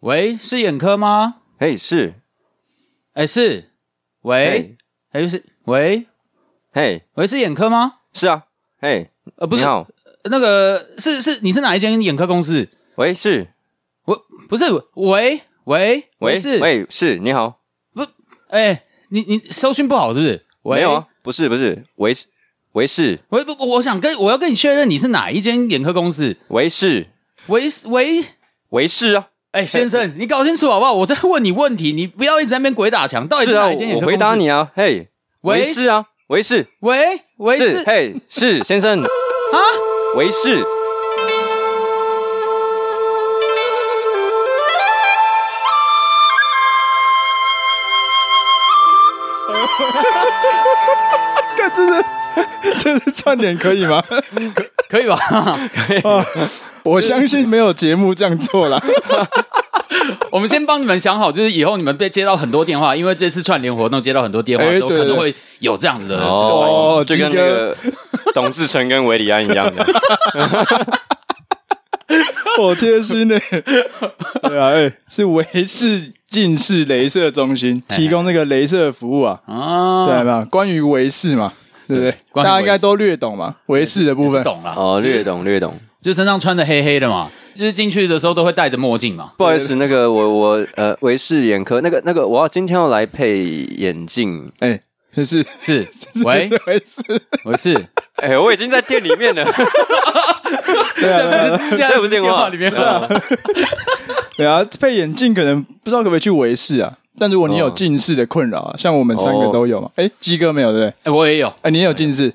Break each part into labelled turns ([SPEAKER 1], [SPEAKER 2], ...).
[SPEAKER 1] 喂，是眼科吗？
[SPEAKER 2] 嘿，是，
[SPEAKER 1] 哎，是。喂，哎，又是喂，
[SPEAKER 2] 嘿，
[SPEAKER 1] 喂，是眼科吗？
[SPEAKER 2] 是啊，嘿，
[SPEAKER 1] 呃，哎不是
[SPEAKER 2] 你，好，
[SPEAKER 1] 那个是是，你是哪一间眼科公司？
[SPEAKER 2] 喂，是，
[SPEAKER 1] 我不是，喂喂
[SPEAKER 2] 喂，
[SPEAKER 1] 是，
[SPEAKER 2] 喂，是，你好，
[SPEAKER 1] 哎，你你收讯不好是不是？喂
[SPEAKER 2] 没有啊，不是，不是，喂，是喂是，
[SPEAKER 1] 喂不，不我想跟我要跟你确认你是哪一间眼科公司？
[SPEAKER 2] 喂是，
[SPEAKER 1] 喂喂，
[SPEAKER 2] 喂是啊，
[SPEAKER 1] 哎、先生，你搞清楚好不好？我在问你问题，你不要一直在那边鬼打墙。到底
[SPEAKER 2] 是啊，
[SPEAKER 1] 哪一间眼
[SPEAKER 2] 我
[SPEAKER 1] 科
[SPEAKER 2] 我
[SPEAKER 1] 公司？
[SPEAKER 2] 回答。你啊，嘿，
[SPEAKER 1] 喂
[SPEAKER 2] 喂是啊，喂是，
[SPEAKER 1] 喂喂是
[SPEAKER 2] 是，嘿，是先生啊， 喂是，
[SPEAKER 3] 这是串点可以吗？
[SPEAKER 1] 可以吧？
[SPEAKER 3] 我相信没有节目这样做 啦。
[SPEAKER 1] 我们先帮你们想好，就是以后你们被接到很多电话，因为这次串联活动接到很多电话
[SPEAKER 3] 哎
[SPEAKER 1] 之后，
[SPEAKER 3] 对
[SPEAKER 1] 可能
[SPEAKER 3] 对
[SPEAKER 1] 会有这样子的。
[SPEAKER 3] 哦
[SPEAKER 2] 就跟那个董志成跟韦礼安一样的，
[SPEAKER 3] 我贴心呢、对啊，哎、是维氏近视镭射中心提供那个镭射服务啊，
[SPEAKER 1] 啊，
[SPEAKER 3] 对啊，有没有关于维氏嘛，对不对？
[SPEAKER 1] 关于维氏
[SPEAKER 3] 大家应该都略懂嘛，维氏的部
[SPEAKER 1] 是
[SPEAKER 3] 分。
[SPEAKER 1] 懂了。
[SPEAKER 2] 哦，略懂略懂。
[SPEAKER 1] 就身上穿的黑黑的嘛，就是进去的时候都会戴着墨镜嘛。
[SPEAKER 2] 不好意思，那个我我呃，维视眼科那个那个，我要今天要来配眼镜。
[SPEAKER 3] 哎，这是
[SPEAKER 1] 是，喂，
[SPEAKER 3] 维氏，
[SPEAKER 1] 我是，
[SPEAKER 2] 哎、我已经在店里面了。
[SPEAKER 3] 对啊对啊，
[SPEAKER 1] 这不是
[SPEAKER 2] 这不是嗯
[SPEAKER 1] 电
[SPEAKER 2] 电话
[SPEAKER 1] 话里面
[SPEAKER 2] 啊
[SPEAKER 1] 吗？
[SPEAKER 3] 对啊，配眼镜可能不知道可不可以去维氏啊。但如果你有
[SPEAKER 2] 哦
[SPEAKER 3] 近视的困扰啊，像我们三个
[SPEAKER 2] 哦
[SPEAKER 3] 都有嘛。哎，鸡哥没有对不对？
[SPEAKER 1] 哎，我也有，
[SPEAKER 3] 哎，你也有近视，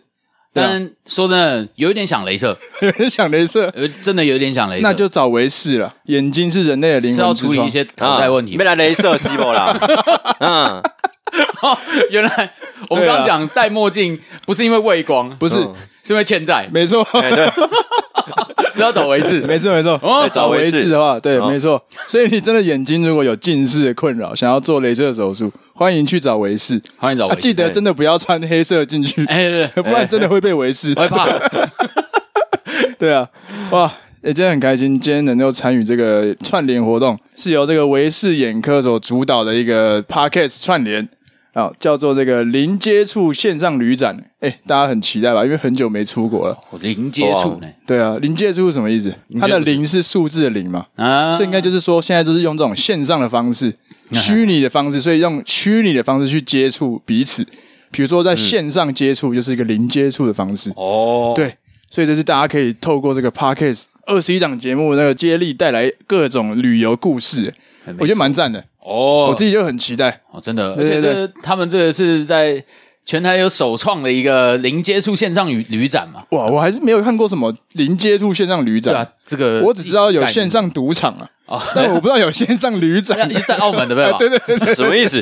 [SPEAKER 3] 对啊
[SPEAKER 1] 但说真的，有一点想镭射，
[SPEAKER 3] 有人 想镭射，
[SPEAKER 1] 呃，真的有点想镭射，
[SPEAKER 3] 那就找维氏了。眼睛是人类的灵
[SPEAKER 1] 是要
[SPEAKER 3] 魂
[SPEAKER 1] 处
[SPEAKER 3] 之
[SPEAKER 1] 理
[SPEAKER 3] 窗
[SPEAKER 1] 一。些口袋问题
[SPEAKER 2] 啊没。来镭射西伯啦。嗯，
[SPEAKER 1] 原 来我们
[SPEAKER 3] 对
[SPEAKER 1] 刚
[SPEAKER 3] 啊
[SPEAKER 1] 刚讲戴墨镜不是因为畏光，
[SPEAKER 3] 不是，
[SPEAKER 2] 嗯
[SPEAKER 1] 是因为欠债，
[SPEAKER 3] 没错，
[SPEAKER 2] 哎、对，
[SPEAKER 1] 是要找维士。
[SPEAKER 3] 没错，没错。
[SPEAKER 1] 哦
[SPEAKER 2] 哎，找维氏
[SPEAKER 3] 氏的话，对，
[SPEAKER 2] 哦
[SPEAKER 3] 没错。所以你真的眼睛如果有近视的困扰，想要做镭射手术，欢迎去找维氏。
[SPEAKER 1] 欢迎找
[SPEAKER 3] 啊，
[SPEAKER 1] 维
[SPEAKER 3] 记
[SPEAKER 1] 士。
[SPEAKER 3] 得真的不要穿黑色进去，
[SPEAKER 1] 哎，对对，
[SPEAKER 3] 不然真的会被维氏
[SPEAKER 1] 我。会怕。
[SPEAKER 3] 对啊，哇，也今天很开心，今天能够参与这个串联活动，是由这个维氏眼科所主导的一个 podcast 串联。啊，叫做这个零接触线上旅展，哎、大家很期待吧？因为很久没出国了。
[SPEAKER 1] 我哦零接触呢？
[SPEAKER 3] 对啊，零接触是什么意思？它的零是数字的零嘛？
[SPEAKER 1] 啊，
[SPEAKER 3] 所以应该就是说，现在就是用这种线上的方式、虚拟的方式，所以用虚拟的方式去接触彼此。比如说，在线上接触就是一个零接触的方式，
[SPEAKER 1] 嗯哦，
[SPEAKER 3] 对。所以这是大家可以透过这个 podcast 二十一档节目那个接力带来各种旅游故事，我觉得蛮赞的，
[SPEAKER 1] 哦
[SPEAKER 3] 我，自己就很期待。
[SPEAKER 1] 哦，真的，而
[SPEAKER 3] 对
[SPEAKER 1] 且
[SPEAKER 3] 对
[SPEAKER 1] 这他们这个是在全台有首创的一个零接触线上旅旅展嘛？
[SPEAKER 3] 哇，我还是没有看过什么零接触线上旅
[SPEAKER 1] 对
[SPEAKER 3] 展，
[SPEAKER 1] 啊，这个
[SPEAKER 3] 我只知道有线上赌场啊，
[SPEAKER 1] 哦
[SPEAKER 3] 但我不知道有线上旅 展
[SPEAKER 1] 概。念， 在澳门的对吧？对对，
[SPEAKER 2] 什么意思？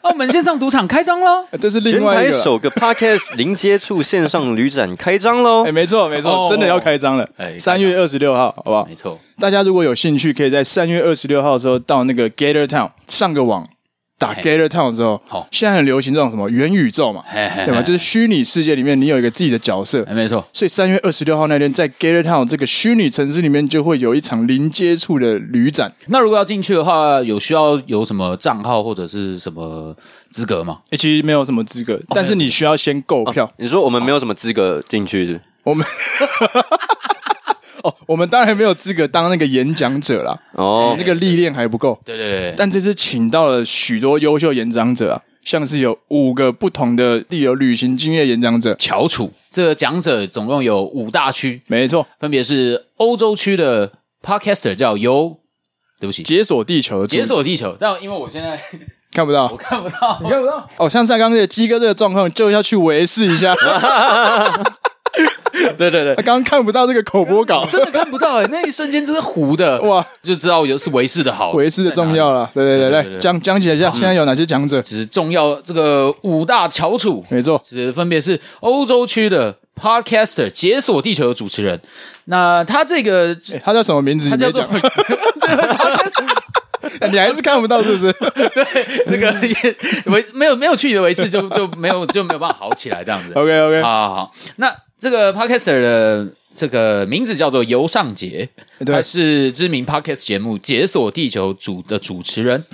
[SPEAKER 1] 澳门线上赌场开张 喽！
[SPEAKER 3] 这是
[SPEAKER 2] 全
[SPEAKER 3] 另外
[SPEAKER 2] 台
[SPEAKER 3] 一个啊，
[SPEAKER 2] 首个 podcast 零接触线上旅展开张喽
[SPEAKER 3] 哎，！没错没
[SPEAKER 1] 哦
[SPEAKER 3] 错，真的要开张了
[SPEAKER 1] 哎开，张
[SPEAKER 3] 三月二十六号，好不好
[SPEAKER 1] 没？错，
[SPEAKER 3] 大家如果有兴趣，可以在三月二十六号的时候到那个 Gator Town 上个网，打
[SPEAKER 1] 嘿
[SPEAKER 3] Gator Town 之后，
[SPEAKER 1] 好
[SPEAKER 3] 现在很流行这种什么元宇宙嘛，
[SPEAKER 1] 嘿嘿嘿
[SPEAKER 3] 对吧？就是虚拟世界里面你有一个自己的角色
[SPEAKER 1] 哎，，没错，
[SPEAKER 3] 所以三月二十六号那天在 Gator Town 这个虚拟城市里面就会有一场零接触的旅展。
[SPEAKER 1] 那如果要进去的话，有需要有什么账号或者是什么资格吗？
[SPEAKER 3] 诶其实哦没有什么资格，但是你需要先购票。
[SPEAKER 2] 你说我们没有什么资格进去是
[SPEAKER 3] 我们哦，我们当然没有资格当那个演讲者啦，
[SPEAKER 2] 哦
[SPEAKER 3] 那个历练还不够。
[SPEAKER 1] 对对对，
[SPEAKER 3] 但这次请到了许多优秀演讲者啊，像是有五个不同的地有旅行经验演讲者，
[SPEAKER 1] 翘楚这个讲者总共有五大区，
[SPEAKER 3] 没错，
[SPEAKER 1] 分别是欧洲区的 podcaster 叫尤，对不起，
[SPEAKER 3] 解锁地球的主
[SPEAKER 1] 解锁地球，但因为我现在
[SPEAKER 3] 看不到，
[SPEAKER 1] 看不到，
[SPEAKER 3] 看不到哦。像上刚那个鸡哥这个状况，就要去维视一下，他
[SPEAKER 1] 对对对，
[SPEAKER 3] 刚刚看不到这个口播稿，
[SPEAKER 1] 真的 看不到哎、那一瞬间真的糊 的，
[SPEAKER 3] 哇，
[SPEAKER 1] 就知道有是维氏的好，
[SPEAKER 3] 维视的重要了。对对
[SPEAKER 1] 对
[SPEAKER 3] 对，来
[SPEAKER 1] 对对
[SPEAKER 3] 讲讲解一下现在有哪些讲者，
[SPEAKER 1] 只是重要这个五大翘楚，
[SPEAKER 3] 没错，
[SPEAKER 1] 是分别是欧洲区的 podcaster 解锁地球的主持人，那他这个
[SPEAKER 3] 诶他叫什么名字？
[SPEAKER 1] 他
[SPEAKER 3] 你
[SPEAKER 1] 叫
[SPEAKER 3] 没
[SPEAKER 1] 做
[SPEAKER 3] 讲，
[SPEAKER 1] 这个 podcast
[SPEAKER 3] 你还是看不到是 不是？
[SPEAKER 1] 那个维没有没有去你的维氏就就没有就没有办法好起来这样子。
[SPEAKER 3] OK OK，
[SPEAKER 1] 好好好，那这个 podcaster 的这个名字叫做尤尚杰，
[SPEAKER 3] 对
[SPEAKER 1] 他是知名 podcast 节目《解锁地球》主的主持人。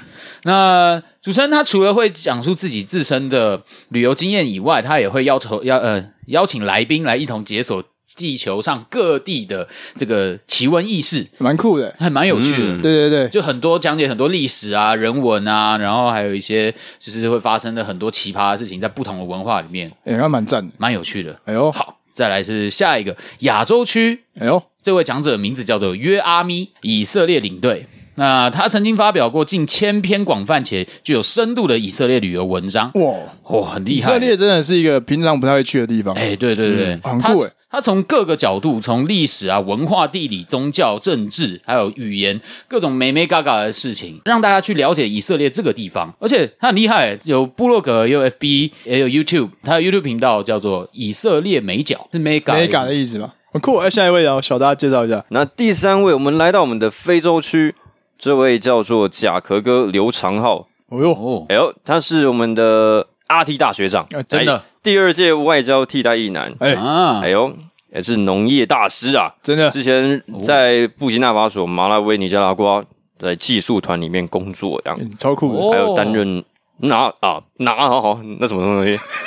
[SPEAKER 1] 那主持人他除了会讲述自己自身的旅游经验以外，他也会要求邀呃邀请来宾来一同解锁地球上各地的这个奇闻异事，
[SPEAKER 3] 蛮酷的。
[SPEAKER 1] 还蛮有趣的。
[SPEAKER 3] 对对对，
[SPEAKER 1] 就很多讲解很多历史啊、人文啊，然后还有一些就是会发生的很多奇葩的事情，在不同的文化里面，
[SPEAKER 3] 哎、还蛮赞的。
[SPEAKER 1] 蛮有趣的。
[SPEAKER 3] 哎呦，
[SPEAKER 1] 好，再来是下一个亚洲区，
[SPEAKER 3] 哎呦，
[SPEAKER 1] 这位讲者名字叫做约阿咪，以色列领队。那他曾经发表过近千篇广泛且具有深度的以色列旅游文章，
[SPEAKER 3] 哇，
[SPEAKER 1] 哇、很厉
[SPEAKER 3] 以
[SPEAKER 1] 害。
[SPEAKER 3] 色列真的是一个平常不太会去的地方。
[SPEAKER 1] 哎、对对对，
[SPEAKER 3] 嗯很
[SPEAKER 1] 他
[SPEAKER 3] 酷哎
[SPEAKER 1] 他从各个角度，从历史啊、文化、地理、宗教、政治，还有语言，各种美美嘎嘎的事情，让大家去了解以色列这个地方。而且他很厉害，有部落格，也有 FB，也有 YouTube，他的 YouTube 频道叫做以色列美角，是美嘎
[SPEAKER 3] 美感的意思吧？很酷。哎、下一位啊，小大家介绍一下。
[SPEAKER 2] 那第三位，我们来到我们的非洲区，这位叫做甲壳哥刘长浩，
[SPEAKER 3] 哦呦，
[SPEAKER 1] 哦，
[SPEAKER 2] 哎呦，他是我们的阿 T 大学长，
[SPEAKER 3] 哎
[SPEAKER 1] 真的
[SPEAKER 2] 第二届外交替代役男，
[SPEAKER 3] 哎、
[SPEAKER 1] 啊
[SPEAKER 2] 哎，呦，也是农业大师啊，
[SPEAKER 3] 真 的，
[SPEAKER 2] 之前在布吉纳法索、马拉维、尼加拉瓜在技术团里面工作，这样
[SPEAKER 3] 嗯超酷的。
[SPEAKER 1] 哦
[SPEAKER 2] 还有担任拿啊拿好好那什么 东西，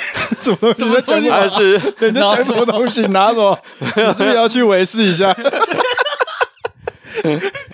[SPEAKER 2] 他
[SPEAKER 3] 什么东西？你在讲什么？
[SPEAKER 2] 是 哎
[SPEAKER 3] 你在讲什么东西？拿什么？你是不是要去维视一下
[SPEAKER 2] 哎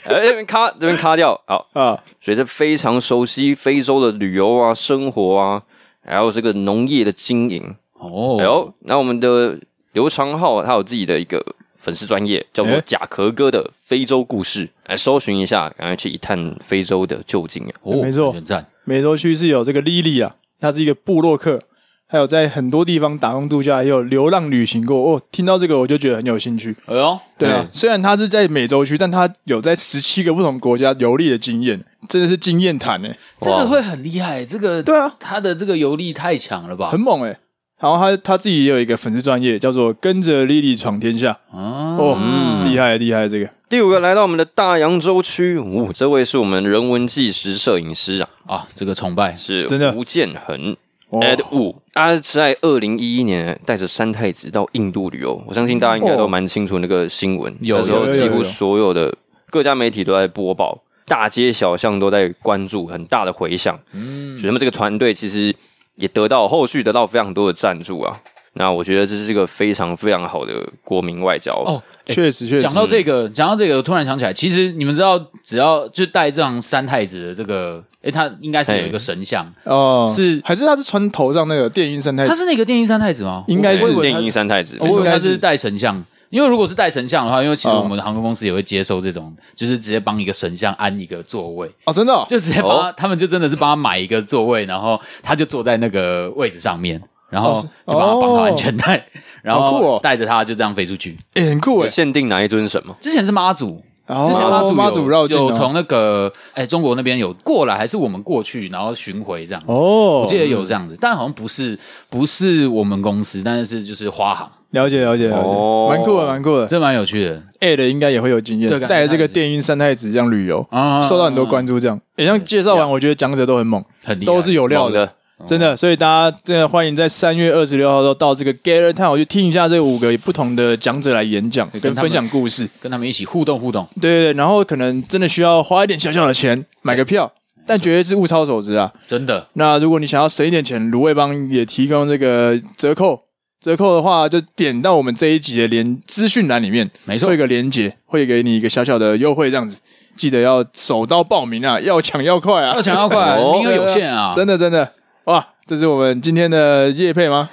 [SPEAKER 2] 这边卡这边卡掉好，
[SPEAKER 3] 啊？
[SPEAKER 2] 所以他非常熟悉非洲的旅游啊、生活啊，还有这个农业的经营。
[SPEAKER 1] 哦，
[SPEAKER 2] 哎呦，那我们的刘长浩他有自己的一个粉丝专业，叫做“
[SPEAKER 3] 哎
[SPEAKER 2] 甲壳哥的非洲故事”，来搜寻一下，赶快去一探非洲的旧境啊！
[SPEAKER 1] 哦
[SPEAKER 3] 没错
[SPEAKER 1] 很赞，
[SPEAKER 3] 美洲区是有这个 Lily 啊，她是一个布洛克，还有在很多地方打工度假，也有流浪旅行过。哦，听到这个我就觉得很有兴趣。
[SPEAKER 1] 哎呦，
[SPEAKER 3] 对啊，虽然他是在美洲区，但他有在十七个不同国家游历的经验，真的是经验谈呢。
[SPEAKER 1] 这个会很厉害，这个
[SPEAKER 3] 对啊，
[SPEAKER 1] 他的这个游历太强了吧
[SPEAKER 3] 很？猛哎。然后他他自己也有一个粉丝专业，叫做“跟着 Lily 闯天下”。哦，厉害厉害，这个
[SPEAKER 2] 第五个来到我们的大洋洲区，哦，这位是我们人文纪实摄影师啊，
[SPEAKER 1] 啊，这个崇拜，
[SPEAKER 2] 是
[SPEAKER 3] 真的
[SPEAKER 2] 吴建衡
[SPEAKER 3] 哦
[SPEAKER 2] Ed Wu，他在二零一一年带着三太子到印度旅游，我相信大家应该都蛮清楚那个新闻，
[SPEAKER 1] 有
[SPEAKER 2] 那时候
[SPEAKER 1] 有有
[SPEAKER 2] 几
[SPEAKER 3] 有
[SPEAKER 2] 乎
[SPEAKER 3] 有
[SPEAKER 2] 所有的各家媒体都在播报，大街小巷都在关注，很大的回响。嗯，所以他们这个团队其实也得到后续得到非常多的赞助啊。那我觉得这是一个非常非常好的国民外交
[SPEAKER 1] 哦哎
[SPEAKER 3] 确实确实
[SPEAKER 1] 讲到这个，讲到这个，我突然想起来，其实你们知道，只要就带这样三太子的这个，诶，他应该是有一个神像，
[SPEAKER 3] 哦，
[SPEAKER 1] 是
[SPEAKER 3] 还是他是穿头上那个电音三太
[SPEAKER 1] 他
[SPEAKER 3] 子，
[SPEAKER 1] 是那个电音三太子吗？
[SPEAKER 3] 哎应该
[SPEAKER 1] 我以
[SPEAKER 3] 是
[SPEAKER 1] 为
[SPEAKER 2] 电
[SPEAKER 1] 他
[SPEAKER 2] 音三太子，
[SPEAKER 1] 哦
[SPEAKER 2] 没
[SPEAKER 1] 我以
[SPEAKER 2] 错
[SPEAKER 1] 为他是
[SPEAKER 3] 应该是
[SPEAKER 1] 带神像，因为如果是带神像的话，因为其实
[SPEAKER 3] 哦
[SPEAKER 1] 我们的航空公司也会接受这种，就是直接帮一个神像安一个座位，
[SPEAKER 3] 哦，真的哦
[SPEAKER 1] 就直接帮他，他们就真的是帮他买一个座位，然后他就坐在那个位置上面，然后
[SPEAKER 3] 哦
[SPEAKER 1] 就帮他绑好
[SPEAKER 3] 哦
[SPEAKER 1] 安全带，然
[SPEAKER 3] 好酷
[SPEAKER 1] 后
[SPEAKER 3] 哦
[SPEAKER 1] 带着他就这样飞出去。
[SPEAKER 3] 哎很酷
[SPEAKER 2] 有
[SPEAKER 3] 哎。
[SPEAKER 2] 限定哪一尊神吗？
[SPEAKER 1] 之前是妈祖，
[SPEAKER 3] 哦
[SPEAKER 1] 之前妈祖
[SPEAKER 3] 妈
[SPEAKER 1] 祖
[SPEAKER 3] 祖绕境哦
[SPEAKER 1] 有从那个哎中国那边有过来，还是我们过去然后巡回这样子。
[SPEAKER 3] 哦
[SPEAKER 1] 我记得有这样子，但好像不是不是我们公司，但是就是花行，
[SPEAKER 3] 了解了解了
[SPEAKER 2] 哦
[SPEAKER 3] 解，蛮酷的蛮酷的。
[SPEAKER 1] 这蛮有趣的
[SPEAKER 3] A 的应该也会有经验
[SPEAKER 1] 对，
[SPEAKER 3] 带着这个电音三太子这样旅游，
[SPEAKER 1] 啊，
[SPEAKER 3] 受到很多关注。这样，也像介绍完，我觉得讲者都很猛，
[SPEAKER 1] 很厉害，
[SPEAKER 3] 都是有料
[SPEAKER 2] 猛
[SPEAKER 3] 的，，
[SPEAKER 1] 哦
[SPEAKER 3] 真的。所以大家真的欢迎在三月二十六号的时候到这个 g a l e r Town 去听一下这五个不同的讲者来演讲
[SPEAKER 1] 跟
[SPEAKER 3] 跟
[SPEAKER 1] 他们
[SPEAKER 3] 分享故事。
[SPEAKER 1] 跟他们一起互动互动，
[SPEAKER 3] 对对对，然后可能真的需要花一点小小的钱买个
[SPEAKER 1] 哎
[SPEAKER 3] 票，但绝对是物超所值啊。
[SPEAKER 1] 真 的
[SPEAKER 3] 那如果你想要省一点钱，卤味帮也提供这个折扣。折扣的话，就点到我们这一集的连资讯栏里面，
[SPEAKER 1] 没错
[SPEAKER 3] 会有一个连接，会给你一个小小的优惠，这样子。记得要手到报名啊，要抢要快啊，
[SPEAKER 1] 要抢要快，
[SPEAKER 2] 哦
[SPEAKER 1] 名额有限啊，
[SPEAKER 3] 哎真的真的哇！这是我们今天的夜配吗？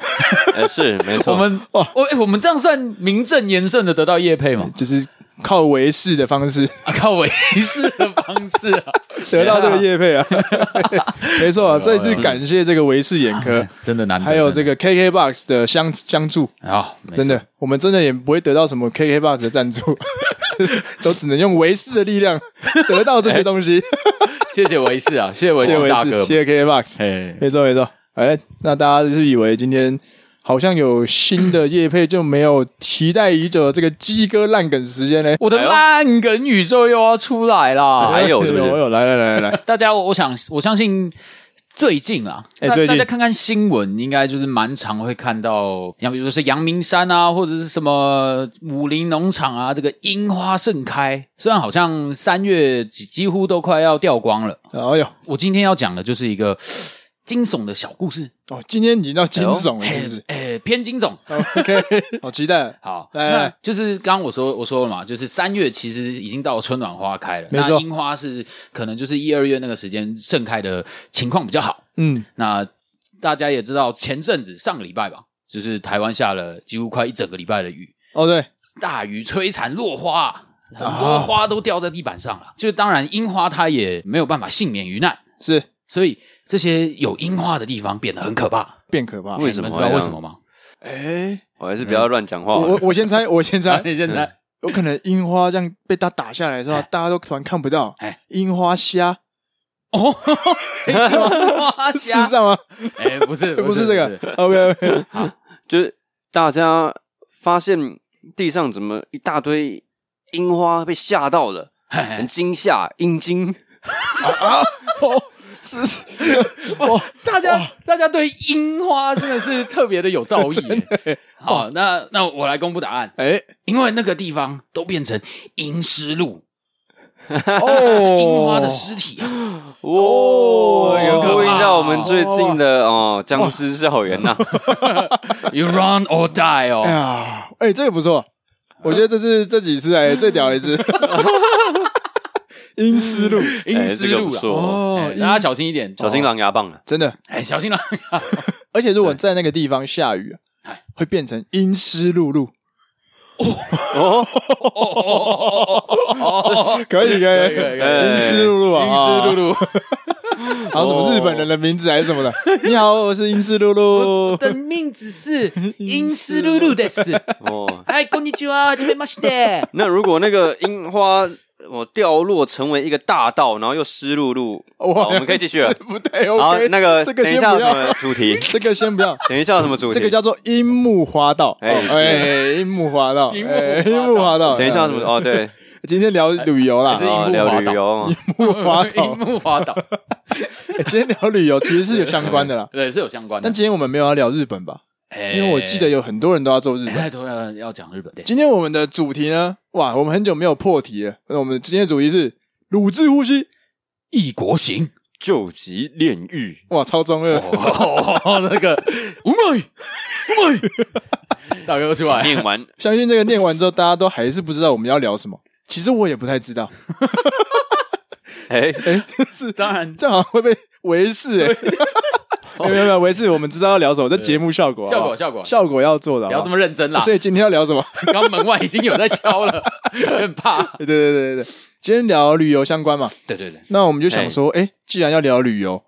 [SPEAKER 2] 哎是 没错，
[SPEAKER 1] 我们
[SPEAKER 3] 哇
[SPEAKER 1] 我哎我们这样算名正言顺的得到业配吗？
[SPEAKER 3] 就是靠维视的 方式
[SPEAKER 1] 啊，靠维持的方式啊，
[SPEAKER 3] 得到这个夜配啊， 没错、啊，这一次感谢这个维视眼科，
[SPEAKER 1] 啊哎真的难得，
[SPEAKER 3] 还有
[SPEAKER 1] 嗯真
[SPEAKER 3] 这个 KKBOX 的相相助。
[SPEAKER 1] 的啊，没错
[SPEAKER 3] 真的，我们真的也不会得到什么 KKBox 的赞助， 都只能用维氏的力量得到这些东西。
[SPEAKER 1] 谢谢维士啊，谢谢维
[SPEAKER 3] 谢谢
[SPEAKER 1] 士
[SPEAKER 3] 维
[SPEAKER 1] 大
[SPEAKER 3] 氏，
[SPEAKER 1] 哥，
[SPEAKER 3] 谢谢 KKBox，
[SPEAKER 1] 哎，
[SPEAKER 3] 没错没错。哎，那大家就是以为今天好像有新的业配，就没有期待已久的这个鸡哥烂梗时间嘞？
[SPEAKER 1] 我的烂梗宇宙又要出来啦！
[SPEAKER 3] 哎
[SPEAKER 2] 还有是不是
[SPEAKER 3] 有有来来来来来，
[SPEAKER 1] 大家，我我想我相信最近啊，
[SPEAKER 3] 哎
[SPEAKER 1] 大
[SPEAKER 3] 最近
[SPEAKER 1] 大家看看新闻，应该就是蛮常会看到，像比如说阳明山啊，或者是什么武林农场啊，这个樱花盛开。虽然好像三月几几乎都快要掉光了，
[SPEAKER 3] 哎呦，
[SPEAKER 1] 我今天要讲的就是一个惊悚的小故事，
[SPEAKER 3] 哦，今天已经到惊悚了，
[SPEAKER 1] 哎
[SPEAKER 3] 是不是
[SPEAKER 1] 哎，偏惊悚。
[SPEAKER 3] ？OK，好期待。啊
[SPEAKER 1] 好，
[SPEAKER 3] 来
[SPEAKER 1] 那
[SPEAKER 3] 来
[SPEAKER 1] 就是刚刚我说我说了嘛，就是三月其实已经到了春暖花开了，
[SPEAKER 3] 没错
[SPEAKER 1] 那樱花是可能就是一二月那个时间盛开的情况比较好。
[SPEAKER 3] 嗯，
[SPEAKER 1] 那大家也知道，前阵子上个礼拜吧，就是台湾下了几乎快一整个礼拜的雨，
[SPEAKER 3] 哦对，
[SPEAKER 1] 大雨摧残落花，很多花都掉在地板上
[SPEAKER 3] 啊
[SPEAKER 1] 了。就当然，樱花它也没有办法幸免于难，
[SPEAKER 3] 是
[SPEAKER 1] 所以这些有樱花的地方变得很可怕。
[SPEAKER 3] 变可怕。
[SPEAKER 2] 为什
[SPEAKER 1] 你们
[SPEAKER 2] 么
[SPEAKER 1] 知道
[SPEAKER 2] 呀
[SPEAKER 1] 为什么吗？
[SPEAKER 3] 哎，
[SPEAKER 2] 我还是不要乱讲话
[SPEAKER 1] 哦
[SPEAKER 3] 我
[SPEAKER 2] 好
[SPEAKER 3] 嗯我
[SPEAKER 2] 了。
[SPEAKER 3] 我先猜，我先猜，
[SPEAKER 1] 你 现在
[SPEAKER 3] 有可能樱花这样被它打下来之后
[SPEAKER 1] 哎，
[SPEAKER 3] 大家都突然看不到
[SPEAKER 1] 哎。
[SPEAKER 3] 樱花虾
[SPEAKER 1] 哦， 花
[SPEAKER 3] 是
[SPEAKER 1] 虾
[SPEAKER 3] 这样吗？
[SPEAKER 1] 哎， 不是
[SPEAKER 3] 不
[SPEAKER 1] 是
[SPEAKER 3] 是这
[SPEAKER 1] 不
[SPEAKER 3] 个。OK OK，
[SPEAKER 2] 就是大家发现地上怎么一大堆樱花，被吓到了，
[SPEAKER 1] 嘿
[SPEAKER 3] 哎
[SPEAKER 2] 很
[SPEAKER 1] 嘿
[SPEAKER 2] 惊吓，阴茎。
[SPEAKER 3] 是是
[SPEAKER 1] 哇， 大家大家对樱花真的是特别的有 造诣耶。好，那那我来公布答案，
[SPEAKER 3] 哎
[SPEAKER 1] 因为那个地方都变成阴尸路，
[SPEAKER 3] 哦，
[SPEAKER 1] 樱花的尸体啊。
[SPEAKER 2] 哦，有
[SPEAKER 1] 好可
[SPEAKER 2] 呼应
[SPEAKER 1] 怕
[SPEAKER 2] 到我们最近的哦，僵尸校园啊呐，
[SPEAKER 1] You run or die
[SPEAKER 3] 哎
[SPEAKER 1] 哦。
[SPEAKER 3] 呀，哎，这个不错，我觉得这是这几次 哎最屌的一次。阴湿路
[SPEAKER 1] 阴
[SPEAKER 2] 哎
[SPEAKER 1] 尸
[SPEAKER 2] 这个
[SPEAKER 1] 路
[SPEAKER 2] 不
[SPEAKER 1] 了。
[SPEAKER 2] 错，
[SPEAKER 1] 哎
[SPEAKER 3] 哦，
[SPEAKER 1] 大家小心一点，
[SPEAKER 2] 小心
[SPEAKER 1] 了，
[SPEAKER 2] 狼牙棒啊！
[SPEAKER 3] 真的，
[SPEAKER 1] 哎，小 心了，
[SPEAKER 3] 而且如果在那个地方下雨啊
[SPEAKER 1] 哎，
[SPEAKER 3] 会变成阴湿漉漉。
[SPEAKER 2] 哦，
[SPEAKER 3] 哦可以可以
[SPEAKER 1] 可以
[SPEAKER 2] 可以
[SPEAKER 3] 阴湿漉漉啊，
[SPEAKER 1] 阴尸路路，
[SPEAKER 3] 啊，好像什么日本人的名字还是什么的。
[SPEAKER 2] 哦
[SPEAKER 3] 你好，我是阴湿漉
[SPEAKER 1] 我
[SPEAKER 3] 漉。
[SPEAKER 1] 的名字是阴尸路路的 是。
[SPEAKER 2] 哦，
[SPEAKER 1] 哎，こんにちは，这边ま して。
[SPEAKER 2] 那如果那个樱花我掉落成为一个大道，然后又湿漉漉，
[SPEAKER 3] 哇
[SPEAKER 2] 好我们可以继续 了。
[SPEAKER 3] 不对
[SPEAKER 2] 好
[SPEAKER 3] ，OK，，
[SPEAKER 2] 那个
[SPEAKER 3] 这个
[SPEAKER 2] 等一
[SPEAKER 3] 先
[SPEAKER 2] 下
[SPEAKER 3] 不
[SPEAKER 2] 有什
[SPEAKER 3] 要，
[SPEAKER 2] 么主题？
[SPEAKER 3] 这个先不要，
[SPEAKER 2] 等一下有什么主题？
[SPEAKER 3] 这个叫做樱木花道。
[SPEAKER 2] 哎
[SPEAKER 3] 哦哎，樱木花道，
[SPEAKER 1] 樱木
[SPEAKER 3] 哎
[SPEAKER 1] 花道
[SPEAKER 3] 樱木花道。
[SPEAKER 2] 等一下有什么？
[SPEAKER 3] 哎？
[SPEAKER 2] 哦，对，
[SPEAKER 3] 今天聊旅游啦
[SPEAKER 1] 还，是
[SPEAKER 2] 哦
[SPEAKER 1] 樱木
[SPEAKER 2] 聊
[SPEAKER 1] 花
[SPEAKER 2] 旅
[SPEAKER 1] 岛
[SPEAKER 2] 游嘛，
[SPEAKER 3] 樱木花
[SPEAKER 1] 樱
[SPEAKER 3] 道。
[SPEAKER 1] 木花岛，
[SPEAKER 3] 哎今天聊旅游其实是有相关的啦，
[SPEAKER 1] 对，是有相关的
[SPEAKER 3] 但。今天我们没有要聊日本吧？
[SPEAKER 1] 哎
[SPEAKER 3] 因为我记得有很多人都要做日本。
[SPEAKER 1] 太多人哎要讲日本的。
[SPEAKER 3] 今天我们的主题呢，哇，我们很久没有破题了。那我们今天的主题是乳制呼吸，
[SPEAKER 1] 异国行，
[SPEAKER 2] 救急炼狱。
[SPEAKER 3] 哇，超中二。
[SPEAKER 1] 哦，那个五妹，五妹， 大哥出 来，
[SPEAKER 2] 念完
[SPEAKER 3] 相信这个念完之后，大家都还是不知道我们要聊什么。其实我也不太知道，
[SPEAKER 2] 哎，
[SPEAKER 3] 是
[SPEAKER 1] 当然
[SPEAKER 3] 这样好像会被围视哎、欸。没有没有没有围视，我们知道要聊什么，这节目效果好不
[SPEAKER 1] 效
[SPEAKER 3] 好
[SPEAKER 1] 果效果
[SPEAKER 3] 效果要做
[SPEAKER 1] 不
[SPEAKER 3] 的好
[SPEAKER 1] 要
[SPEAKER 3] 好，
[SPEAKER 1] 这么认真啦。
[SPEAKER 3] 所以今天要聊什么？
[SPEAKER 1] 刚刚门外已经有在敲 了，很怕。
[SPEAKER 3] 对对对对对，今天聊旅游相关嘛，
[SPEAKER 1] 对对对，
[SPEAKER 3] 那我们就想说，哎、既然要聊旅游，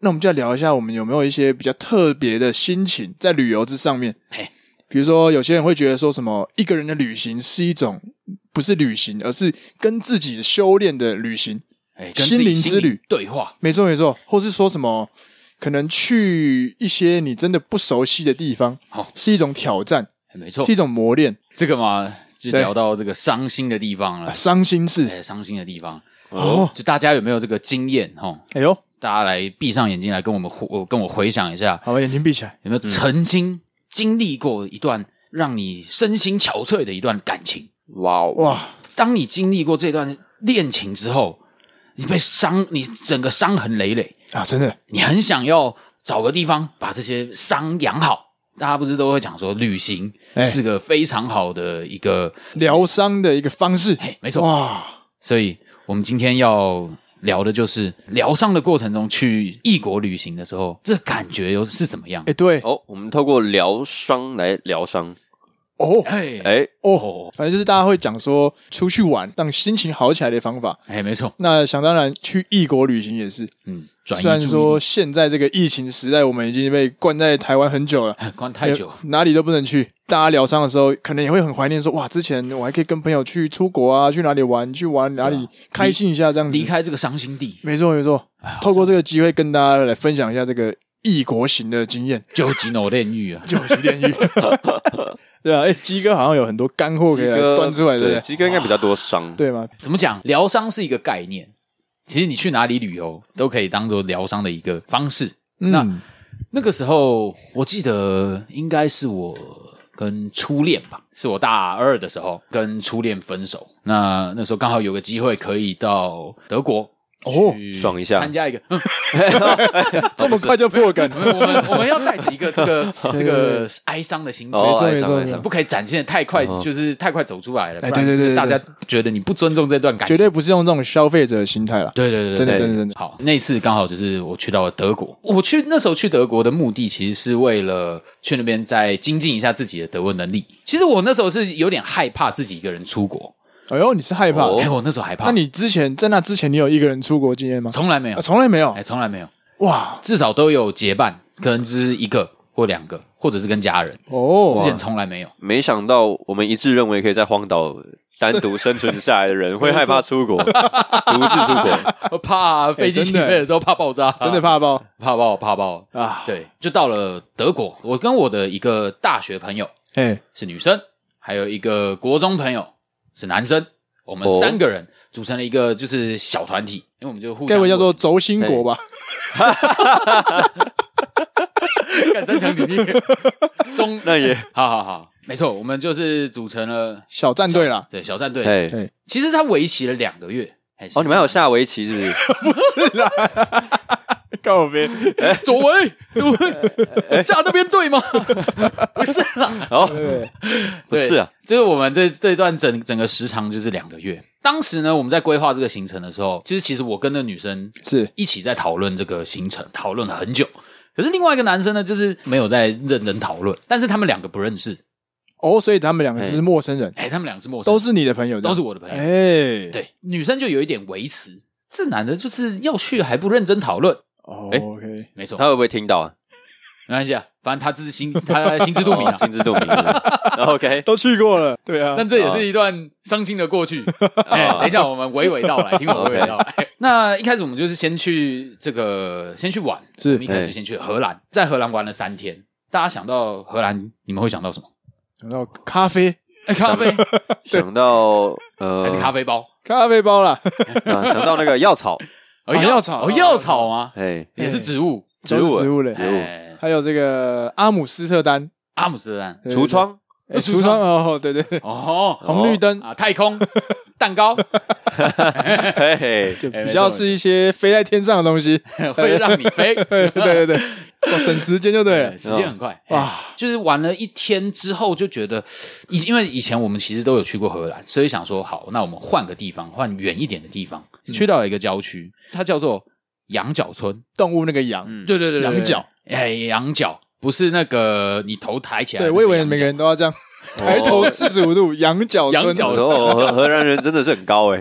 [SPEAKER 3] 那我们就要聊一下我们有没有一些比较特别的心情在旅游之上面
[SPEAKER 1] 嘿。
[SPEAKER 3] 比如说，有些人会觉得说什么一个人的旅行是一种不是旅行，而是跟自己修炼的旅行。
[SPEAKER 1] 哎，跟自己
[SPEAKER 3] 心灵之旅
[SPEAKER 1] 对话，
[SPEAKER 3] 没错没错，或是说什么可能去一些你真的不熟悉的地方，
[SPEAKER 1] 好
[SPEAKER 3] 是一种挑战，
[SPEAKER 1] 哎没错
[SPEAKER 3] 是，一种磨练。
[SPEAKER 1] 这个嘛，就
[SPEAKER 3] 对
[SPEAKER 1] 聊到这个伤心的地方了，
[SPEAKER 3] 伤心事
[SPEAKER 1] 哎，伤心的地方，
[SPEAKER 3] 哦，
[SPEAKER 1] 就大家有没有这个经验？哈，
[SPEAKER 3] 哎呦，
[SPEAKER 1] 大家来闭上眼睛来跟我们回，跟我回想一下，
[SPEAKER 3] 好，把眼睛闭起来。
[SPEAKER 1] 有没有曾经经历过一段让你身心憔悴的一段感情？
[SPEAKER 2] 哇哦，
[SPEAKER 3] 哇，
[SPEAKER 1] 当你经历过这段恋情之后，你被伤，你整个伤痕累累，
[SPEAKER 3] 啊，真的，
[SPEAKER 1] 你很想要找个地方把这些伤养好。大家不是都会讲说，旅行
[SPEAKER 3] 哎
[SPEAKER 1] 是个非常好的一个，
[SPEAKER 3] 疗伤的一个方式。
[SPEAKER 1] 嘿，没哎错。
[SPEAKER 3] 哇，
[SPEAKER 1] 所以我们今天要聊的就是疗伤的过程中，去异国旅行的时候，这感觉又是怎么样
[SPEAKER 3] 哎、？对，
[SPEAKER 2] 哦，我们透过疗伤来疗伤，
[SPEAKER 3] 哦，
[SPEAKER 1] 哎哎
[SPEAKER 2] 哎，
[SPEAKER 3] 哦，反正就是大家会讲说出去玩让心情好起来的方法。
[SPEAKER 1] 哎，没错，
[SPEAKER 3] 那想当然，去异国旅行也是。
[SPEAKER 1] 嗯，转移
[SPEAKER 3] 虽然
[SPEAKER 1] 注意
[SPEAKER 3] 说现在这个疫情时代，我们已经被关在台湾很久了，
[SPEAKER 1] 力 关太久，
[SPEAKER 3] 哪里都不能去。大家疗伤的时候，可能也会很怀念说，哇，之前我还可以跟朋友去出国啊，去哪里玩，去玩哪
[SPEAKER 1] 啊
[SPEAKER 3] 里开心一下这样子
[SPEAKER 1] 离。开这个伤心地，
[SPEAKER 3] 没错没错，
[SPEAKER 1] 哎
[SPEAKER 3] 透过这个机会跟大家来分享一下这个异国行的经验，
[SPEAKER 1] 究极脑炼狱啊！
[SPEAKER 3] 九级炼狱。对啊，哎、鸡哥好像有很多干货可以来端出来，对不
[SPEAKER 2] 对，
[SPEAKER 3] 对？
[SPEAKER 2] 鸡哥应该比较多伤，
[SPEAKER 3] 对吗？
[SPEAKER 1] 怎么讲？疗伤是一个概念，其实你去哪里旅游都可以当做疗伤的一个方式。那
[SPEAKER 3] 嗯
[SPEAKER 1] 那个时候，我记得应该是我跟初恋吧，是我大二的时候跟初恋分手。那那时候刚好有个机会可以到德国
[SPEAKER 3] 哦，
[SPEAKER 1] 去
[SPEAKER 2] 爽一下
[SPEAKER 1] 参加一个。 嗯
[SPEAKER 3] 这么快就 破梗，
[SPEAKER 1] 我们我们要带着一个这 个这个哀伤的心情。
[SPEAKER 2] 哦，嗯
[SPEAKER 3] 错
[SPEAKER 2] 爱
[SPEAKER 3] 没
[SPEAKER 2] 上
[SPEAKER 3] 错
[SPEAKER 2] 爱
[SPEAKER 3] 没
[SPEAKER 2] 上
[SPEAKER 3] 错
[SPEAKER 1] 不可以展现的太快，就是太快走出来了。
[SPEAKER 3] 哎
[SPEAKER 1] 不然
[SPEAKER 3] 对对对对
[SPEAKER 1] 大家觉得你不尊重这段感情
[SPEAKER 3] 绝。对不是用这种消费者的心态啦。
[SPEAKER 1] 对对对，
[SPEAKER 3] 真的
[SPEAKER 1] 对
[SPEAKER 3] 真的真的
[SPEAKER 1] 好，那次刚好就是我去到了德国，我去那时候去德国的目的其实是为了去那边再精进一下自己的德文能力。其实我那时候是有点害怕自己一个人出国，
[SPEAKER 3] 哎呦，你是害怕？
[SPEAKER 2] 哦
[SPEAKER 1] 哎、我那时候害怕，
[SPEAKER 3] 那你之前在那之前，你有一个人出国经验吗？
[SPEAKER 1] 从来没有
[SPEAKER 3] 啊，，从来没有
[SPEAKER 1] 哎，。从来没有，
[SPEAKER 3] 哇
[SPEAKER 1] 至少都有结伴，可能只是一个或两个，或者是跟家人，之
[SPEAKER 3] 哦
[SPEAKER 1] 前，从来没有。
[SPEAKER 2] 没想到我们一致认为可以在荒岛单独生存下来的人，会害怕出 国，独自出国。
[SPEAKER 1] 我怕飞机
[SPEAKER 3] 哎
[SPEAKER 1] 起
[SPEAKER 3] 真的
[SPEAKER 1] 飞的时候怕爆炸，
[SPEAKER 3] 哎真的怕爆
[SPEAKER 1] 怕爆怕爆。
[SPEAKER 3] 啊！
[SPEAKER 1] 对，就到了德国，我跟我的一个大学朋友
[SPEAKER 3] 哎，
[SPEAKER 1] 是女生，还有一个国中朋友是男生，我们
[SPEAKER 2] 哦
[SPEAKER 1] 三个人组成了一个就是小团体，因为我们就互
[SPEAKER 3] 该
[SPEAKER 1] 相
[SPEAKER 3] 不会叫做轴心国吧？
[SPEAKER 1] 干三强鼎立 中，
[SPEAKER 2] 那也
[SPEAKER 1] 好好好，没错，我们就是组成了
[SPEAKER 3] 小战队啦，
[SPEAKER 1] 对小战队，
[SPEAKER 2] 哎，
[SPEAKER 1] 其实他为期了两个月。哎
[SPEAKER 2] 哦，你们还有下围棋是不 是？
[SPEAKER 3] 告别。
[SPEAKER 1] 左 维，左
[SPEAKER 2] 哎
[SPEAKER 1] 维下那边对吗？ 不是啦，
[SPEAKER 2] 哦，
[SPEAKER 3] 对，
[SPEAKER 2] 不是啊，
[SPEAKER 1] 就是我们这这段整整个时长就是两个月。当时呢，我们在规划这个行程的时候，就是其实我跟那女生
[SPEAKER 3] 是
[SPEAKER 1] 一起在讨论这个行程，讨论了很久。可是另外一个男生呢，就是没有在认真讨论，但是他们两个不认识，
[SPEAKER 3] 哦，所以他们两个是陌生人，
[SPEAKER 1] 哎、他们两个是陌生
[SPEAKER 3] 都
[SPEAKER 1] 人，
[SPEAKER 3] 是你的朋友，
[SPEAKER 1] 都是我的朋友。
[SPEAKER 3] 哎，，
[SPEAKER 1] 对，女生就有一点维持，这男的就是要去还不认真讨论，
[SPEAKER 3] 哦
[SPEAKER 2] 哎
[SPEAKER 3] ，OK，
[SPEAKER 1] 没错，
[SPEAKER 2] 他会不会听到啊？
[SPEAKER 1] 没关系啊，反正他自心他心知肚明
[SPEAKER 2] 哦
[SPEAKER 1] 啊。
[SPEAKER 2] 心知肚明。OK，哦
[SPEAKER 3] 都去过了，对啊，
[SPEAKER 1] 但这也是一段伤心的过去。
[SPEAKER 3] 哦
[SPEAKER 1] 哎、等一下，我们娓娓道来，听我娓娓道 来。那一开始我们就是先去这个，先去玩，
[SPEAKER 3] 是
[SPEAKER 1] 我们一开始先去荷兰，在荷兰玩了三天。大家想到荷兰，你们会想到什么？
[SPEAKER 3] 然后咖啡，
[SPEAKER 1] 哎 咖啡
[SPEAKER 3] 呃
[SPEAKER 2] 想到呃，
[SPEAKER 1] 还是咖啡包？
[SPEAKER 3] 咖啡包啦，
[SPEAKER 2] 啊想到那个 药草，
[SPEAKER 1] 哦，药
[SPEAKER 3] 啊药草
[SPEAKER 1] 哦，药草吗？
[SPEAKER 2] 哎，
[SPEAKER 1] 也是 植物，
[SPEAKER 2] 植物
[SPEAKER 3] 都是植物类
[SPEAKER 2] 哎，植物
[SPEAKER 1] 哎
[SPEAKER 3] 还有这个阿姆斯特丹
[SPEAKER 1] 阿姆斯特丹，
[SPEAKER 2] 橱，窗，
[SPEAKER 3] 对对对哎
[SPEAKER 1] 橱
[SPEAKER 3] 橱
[SPEAKER 1] 窗
[SPEAKER 3] 窗哦，对对，对
[SPEAKER 1] 哦，
[SPEAKER 3] 红绿灯
[SPEAKER 1] 啊，太 空蛋糕
[SPEAKER 2] 嘿嘿，
[SPEAKER 3] 就
[SPEAKER 1] 哎
[SPEAKER 3] 比较
[SPEAKER 1] 没错
[SPEAKER 3] 是一些飞在天上的东西，
[SPEAKER 1] 会让你飞，
[SPEAKER 3] 对对对，哇省时间就对了
[SPEAKER 1] 对，，时间很快哇
[SPEAKER 3] 哇！
[SPEAKER 1] 就是玩了一天之后，就觉得以因为以前我们其实都有去过荷兰，所以想说好，那我们换个地方，换远一点的地方，
[SPEAKER 3] 嗯
[SPEAKER 1] 去到一个郊区，它叫做羊角村。
[SPEAKER 3] 动物那个羊，
[SPEAKER 2] 嗯
[SPEAKER 1] 对对对，对
[SPEAKER 3] 羊角，
[SPEAKER 1] 对哎，羊角不是那个你头抬起来
[SPEAKER 3] 对
[SPEAKER 1] 的那
[SPEAKER 3] 我
[SPEAKER 1] 个羊
[SPEAKER 3] 以
[SPEAKER 1] 角，
[SPEAKER 3] 为每个人都要这样哦抬头四十五 度，羊角村
[SPEAKER 1] 羊角村
[SPEAKER 2] 哦，荷荷兰人真的是很高 哎，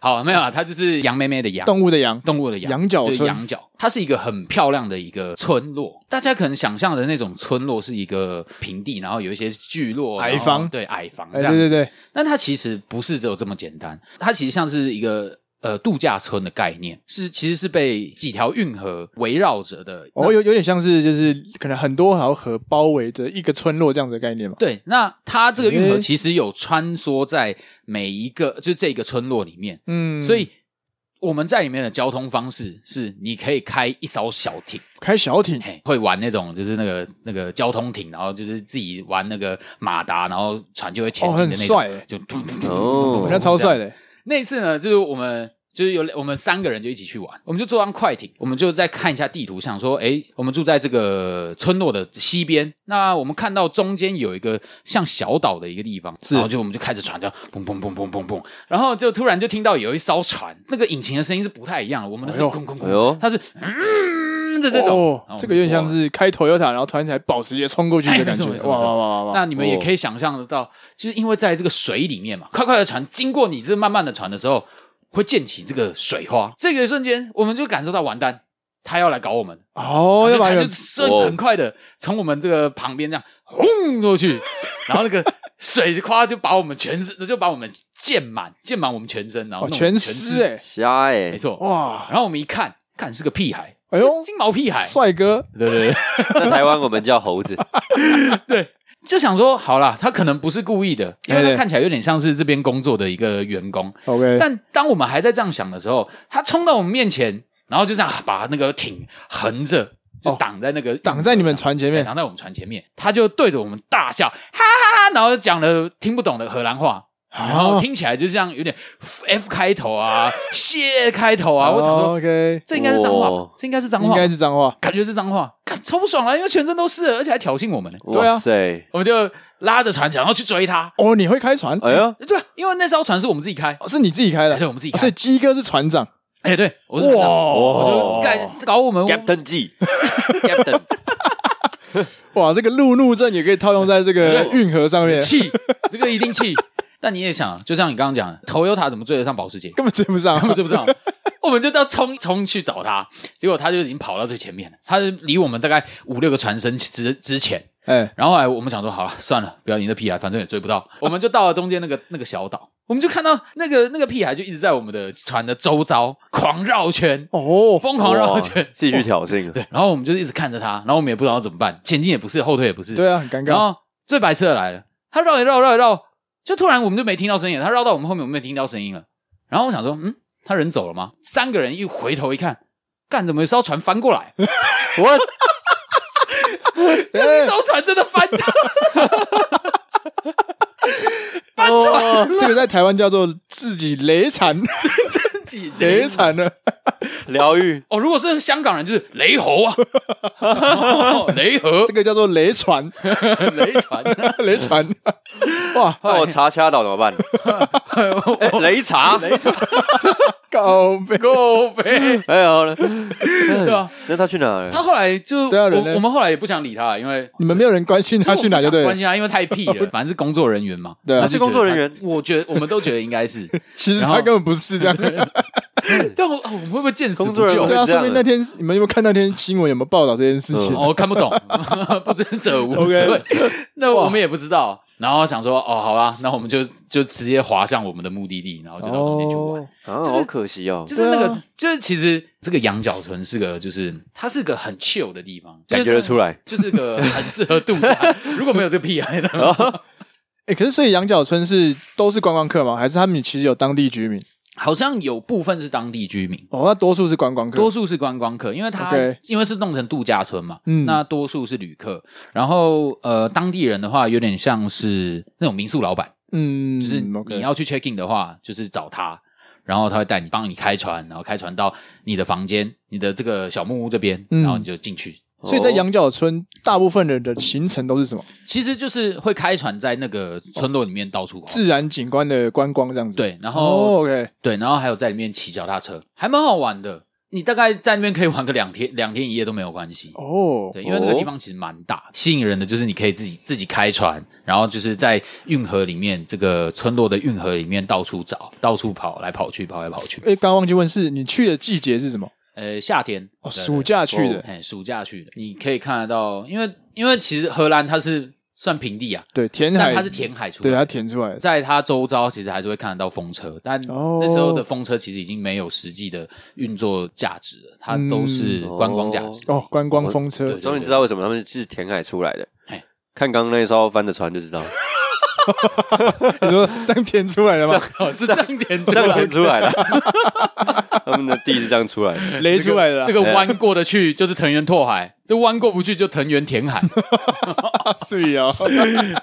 [SPEAKER 1] 好没有啊，它就是羊妹妹的羊。
[SPEAKER 3] 动物的羊，
[SPEAKER 1] 动物的羊，
[SPEAKER 3] 羊角
[SPEAKER 1] 就是
[SPEAKER 3] 村
[SPEAKER 1] 羊角，它是一个很漂亮的一个村落。大家可能想象的那种村落是一个平地，然后有一些聚落、
[SPEAKER 3] 矮
[SPEAKER 1] 然后
[SPEAKER 3] 房
[SPEAKER 1] 对矮房这
[SPEAKER 3] 哎，
[SPEAKER 1] 样
[SPEAKER 3] 对
[SPEAKER 1] 子。
[SPEAKER 3] 对对，
[SPEAKER 1] 但它其实不是只有这么简单，它其实像是一个呃度假村的概念，是其实是被几条运河围绕着的。
[SPEAKER 3] 哦，有有点像是就是可能很多条河包围着一个村落这样子的概念嘛，
[SPEAKER 1] 对，那它这个运河
[SPEAKER 3] 诶
[SPEAKER 1] 其实有穿梭在每一个就是这个村落里面，
[SPEAKER 3] 嗯，
[SPEAKER 1] 所以我们在里面的交通方式是你可以开一艘小艇。
[SPEAKER 3] 开小艇，
[SPEAKER 1] 嘿，会玩那种就是那个那个交通艇，然后就是自己玩那个马达，然后船就会前
[SPEAKER 3] 哦
[SPEAKER 1] 进
[SPEAKER 3] 很
[SPEAKER 1] 的那种，
[SPEAKER 3] 帅欸
[SPEAKER 1] 就咚咚咚
[SPEAKER 2] 哦
[SPEAKER 3] 那超帅的，
[SPEAKER 1] 那一次呢，就是我们就是有我们三个人就一起去玩，我们就坐上快艇，我们就再看一下地图，想说，诶，我们住在这个村落的西边，那我们看到中间有一个像小岛的一个地方，然后就我们就开着船这样砰砰砰砰砰砰，然后就突然就听到有一艘船，那个引擎的声音是不太一样的，我们的是
[SPEAKER 3] 哎呦
[SPEAKER 1] 空空
[SPEAKER 2] 哎呦
[SPEAKER 1] 空，它是嗯的这种，然后
[SPEAKER 3] 哦
[SPEAKER 1] 我们，
[SPEAKER 3] 这个有点像
[SPEAKER 1] 就。
[SPEAKER 3] 是开 Toyota，然后突然才保时捷冲过去
[SPEAKER 1] 啊哎
[SPEAKER 3] 的感
[SPEAKER 1] 没
[SPEAKER 3] 觉
[SPEAKER 1] 错没，错
[SPEAKER 3] 哇
[SPEAKER 1] 没
[SPEAKER 3] 哇
[SPEAKER 1] 错
[SPEAKER 3] 哇哇哇！
[SPEAKER 1] 那你们
[SPEAKER 2] 哦
[SPEAKER 1] 也可以想象得到，就是因为在这个水里面嘛，快快的船经过你这慢慢的船的时候，会溅起这个水花。这个瞬间，我们就感受到完蛋，他要来搞我们，
[SPEAKER 3] 哦，要把
[SPEAKER 1] 他就
[SPEAKER 3] 人
[SPEAKER 1] 瞬
[SPEAKER 2] 哇哦
[SPEAKER 1] 很快的从我们这个旁边这样轰过去，然后那个水夸就把我们全身，就把我们溅满，溅满我们全身，然后
[SPEAKER 3] 哦
[SPEAKER 1] 弄
[SPEAKER 3] 全
[SPEAKER 1] 湿
[SPEAKER 3] 湿，哎，
[SPEAKER 2] 瞎哎
[SPEAKER 1] 没，错。
[SPEAKER 3] 哇，
[SPEAKER 1] 然后我们一看，看是个屁孩，
[SPEAKER 3] 哎呦
[SPEAKER 1] 金毛屁孩，
[SPEAKER 3] 帅哥，
[SPEAKER 1] 对对对。
[SPEAKER 2] 在台湾我们叫猴子，
[SPEAKER 1] 就想说，好啦，他可能不是故意的，因为
[SPEAKER 3] 哎
[SPEAKER 1] 他
[SPEAKER 3] 对
[SPEAKER 1] 看起来有点像是这边工作的一个员工。
[SPEAKER 3] OK，
[SPEAKER 1] 但当我们还在这样想的时候，他冲到我们面前，然后就这样啊把那个艇横着就
[SPEAKER 3] 哦
[SPEAKER 1] 挡在那个
[SPEAKER 3] 挡在你们船前
[SPEAKER 1] 对
[SPEAKER 3] 面，
[SPEAKER 1] 挡在我们船前面，他就对着我们大笑，哈哈哈，然后讲了听不懂的荷兰话。
[SPEAKER 3] 哦
[SPEAKER 1] 然后听起来就像有点 F 开头 啊，谢开头啊，我想说
[SPEAKER 3] OK，
[SPEAKER 1] 这应该是脏话吧
[SPEAKER 2] 哇，
[SPEAKER 1] 这应该是脏
[SPEAKER 3] 哦应
[SPEAKER 1] 话吧，
[SPEAKER 3] 该是脏话。
[SPEAKER 1] 感觉是脏话，干超不爽了，因为全身都是，而且还挑衅我们呢。
[SPEAKER 3] 对啊
[SPEAKER 2] 哇塞，
[SPEAKER 1] 我们就拉着船想要去追他。
[SPEAKER 3] 哦，你会开船？
[SPEAKER 2] 哎呀，
[SPEAKER 1] 对啊，因为那艘船是我们自己开，
[SPEAKER 3] 哦是你自己开的？
[SPEAKER 1] 对我们自己
[SPEAKER 3] 哦
[SPEAKER 1] 开
[SPEAKER 3] 所以鸡哥是船长。
[SPEAKER 1] 哎，对，我是
[SPEAKER 3] 哇哦
[SPEAKER 1] 我就干搞我们，
[SPEAKER 2] Captain G。Captain，
[SPEAKER 3] 哇，这个路怒症也可以套用在这个运河上面，
[SPEAKER 1] 气，这个一定气。 但你也想，就像你刚刚讲的，Toyota 怎么追得上保时捷？
[SPEAKER 3] 根本追不上。
[SPEAKER 1] 根本追不上。我们就这样冲冲去找他，结果他就已经跑到最前面了，他就离我们大概五六个船身之之前。
[SPEAKER 3] 哎，
[SPEAKER 1] 然后后来我们想说，好了，算了，不要理那屁孩，反正也追不到。我们就到了中间那个那个小岛，我们就看到那个那个屁孩就一直在我们的船的周遭狂绕圈，
[SPEAKER 3] 哦，
[SPEAKER 1] 疯 狂绕
[SPEAKER 2] 哇
[SPEAKER 1] 圈。
[SPEAKER 2] 继续挑 衅，
[SPEAKER 1] 对，然后我们就一直看着他，然后我们也不知道怎么办，前进也不是，后退也不是。
[SPEAKER 3] 对啊，很尴
[SPEAKER 1] 然
[SPEAKER 3] 尬。
[SPEAKER 1] 后最白痴的来了，他绕一绕绕一绕，就突然我们就没听到声音了，他绕到我们后面，我们没听到声音了。然后我想说，嗯，他人走了吗？三个人一回头一看，干，怎么有艘船翻过来？
[SPEAKER 2] 我
[SPEAKER 1] 那艘船真的翻的，
[SPEAKER 3] 搬
[SPEAKER 2] 哦
[SPEAKER 3] 船，这个在台湾叫做自己 雷惨，
[SPEAKER 1] 自己
[SPEAKER 3] 雷啊惨了。
[SPEAKER 2] 疗愈，
[SPEAKER 1] 哦，如果是香港人，就是雷猴 啊，哦雷猴
[SPEAKER 3] 这、个叫做雷船，
[SPEAKER 1] 雷船、 啊，
[SPEAKER 3] 雷船。哇，
[SPEAKER 2] 那我查掐倒怎么 办？哎雷查，
[SPEAKER 1] 雷船
[SPEAKER 3] 高飞。
[SPEAKER 1] 够呗，
[SPEAKER 3] 嗯
[SPEAKER 2] 哎好了，
[SPEAKER 1] 对吧？
[SPEAKER 2] 那他去哪了？
[SPEAKER 1] 他后来就
[SPEAKER 3] 对啊人类
[SPEAKER 1] 我我们后来也不想理他，因为
[SPEAKER 3] 你们没有人关心 他去哪就对
[SPEAKER 1] 我不想
[SPEAKER 3] 了
[SPEAKER 1] 关。心他，因为太屁 了，反正是工作人员嘛。
[SPEAKER 3] 对啊
[SPEAKER 1] 他就觉得
[SPEAKER 2] 是工作人员
[SPEAKER 1] 他我觉得我们都觉得应该 是
[SPEAKER 3] 其实
[SPEAKER 1] 然
[SPEAKER 3] 他
[SPEAKER 1] 后
[SPEAKER 3] 根本不是这样。
[SPEAKER 1] 这样我，我们会不会见死
[SPEAKER 2] 工
[SPEAKER 1] 不
[SPEAKER 2] 作人
[SPEAKER 1] 救
[SPEAKER 2] 员？
[SPEAKER 3] 对啊，
[SPEAKER 2] 这
[SPEAKER 3] 说
[SPEAKER 2] 样
[SPEAKER 3] 明那天你们有没有看那天新闻有没有报道这件事情？啊
[SPEAKER 1] 我哦看不懂， 不知者无罪
[SPEAKER 3] OK。
[SPEAKER 1] 那我们也不知道。然后想说，哦，好吧，那我们就就直接滑向我们的目的地，然后就到中间去玩。
[SPEAKER 3] 哦，
[SPEAKER 2] 啊，
[SPEAKER 1] 就是
[SPEAKER 2] 好可惜哦，
[SPEAKER 1] 就是那个，
[SPEAKER 3] 对啊
[SPEAKER 1] 就是其实这个羊角村是个，就是它是个很 chill 的地方，
[SPEAKER 2] 感觉得出
[SPEAKER 1] 来，
[SPEAKER 2] 来。
[SPEAKER 1] 就是个很适合度假。 如果没有这个屁孩的话，
[SPEAKER 3] 哎，可是所以羊角村是都是观光客吗？还是他们其实有当地居民？
[SPEAKER 1] 好像有部分是当地居民。
[SPEAKER 3] 哦，那多数是观光客。
[SPEAKER 1] 多数是观光客，因为它
[SPEAKER 3] OK
[SPEAKER 1] 因为是弄成度假村嘛，
[SPEAKER 3] 嗯
[SPEAKER 1] 那多数是旅客。然后呃，当地人的话有点像是那种民宿老板，
[SPEAKER 3] 嗯，
[SPEAKER 1] 就是
[SPEAKER 3] OK
[SPEAKER 1] 你要去 check in 的话，就是找他，然后他会带你帮你开船，然后开船到你的房间，你的这个小木屋这边，
[SPEAKER 3] 嗯
[SPEAKER 1] 然后你就进去。
[SPEAKER 3] 所以在
[SPEAKER 2] 哦
[SPEAKER 3] 羊角村，大部分人的行程都是什么
[SPEAKER 1] 其实就是会开船在那个村落里面到处晃，
[SPEAKER 3] 自然景观的观光这样子。
[SPEAKER 1] 对，然
[SPEAKER 3] 哦，
[SPEAKER 1] 后、
[SPEAKER 3] 哦，OK，
[SPEAKER 1] 对，然后还有在里面骑脚踏车，还蛮好玩的。你大概在那边可以玩个两天，两天一夜都没有关系。
[SPEAKER 3] 哦，
[SPEAKER 1] 对，因为那个
[SPEAKER 2] 哦
[SPEAKER 1] 地方其实蛮大，吸引人的就是你可以自己自己开船，然后就是在运河里面，这个村落的运河里面到处找，到处跑来跑去，跑来跑去。
[SPEAKER 3] 哎，刚刚忘记问，是你去的季节是什么？
[SPEAKER 1] 呃，夏天，
[SPEAKER 3] 哦，
[SPEAKER 1] 对
[SPEAKER 3] 暑，假去
[SPEAKER 1] 对
[SPEAKER 3] 的，
[SPEAKER 1] 哎，暑假去的，你可以看得到，因为因为其实荷兰它是算平地啊，
[SPEAKER 3] 对，填海
[SPEAKER 1] 但它是，填海出
[SPEAKER 3] 对，啊
[SPEAKER 1] 来
[SPEAKER 3] 它
[SPEAKER 1] 的。
[SPEAKER 3] 填出来的。
[SPEAKER 1] 在它周遭，其实还是会看得到风车，但
[SPEAKER 3] 哦
[SPEAKER 1] 那时候的风车其实已经没有实际的运作价值了，它都是
[SPEAKER 2] 嗯
[SPEAKER 1] 观光价值。
[SPEAKER 3] 哦，观光风车
[SPEAKER 1] 对
[SPEAKER 2] 终于知道为什么他们是填海出来的
[SPEAKER 1] 嘿。
[SPEAKER 2] 看刚刚那一艘翻的船就知道，
[SPEAKER 3] 你说这样填出来的吗？
[SPEAKER 1] 哦， 是 这样填出
[SPEAKER 2] 这样
[SPEAKER 1] 来
[SPEAKER 2] 填出来的， 他们的地是这样出来 的。
[SPEAKER 3] 雷出来的啊，
[SPEAKER 1] 这个弯过得去就是藤原拓海，这弯过不去就藤原填海。
[SPEAKER 3] 是啊，
[SPEAKER 1] 哦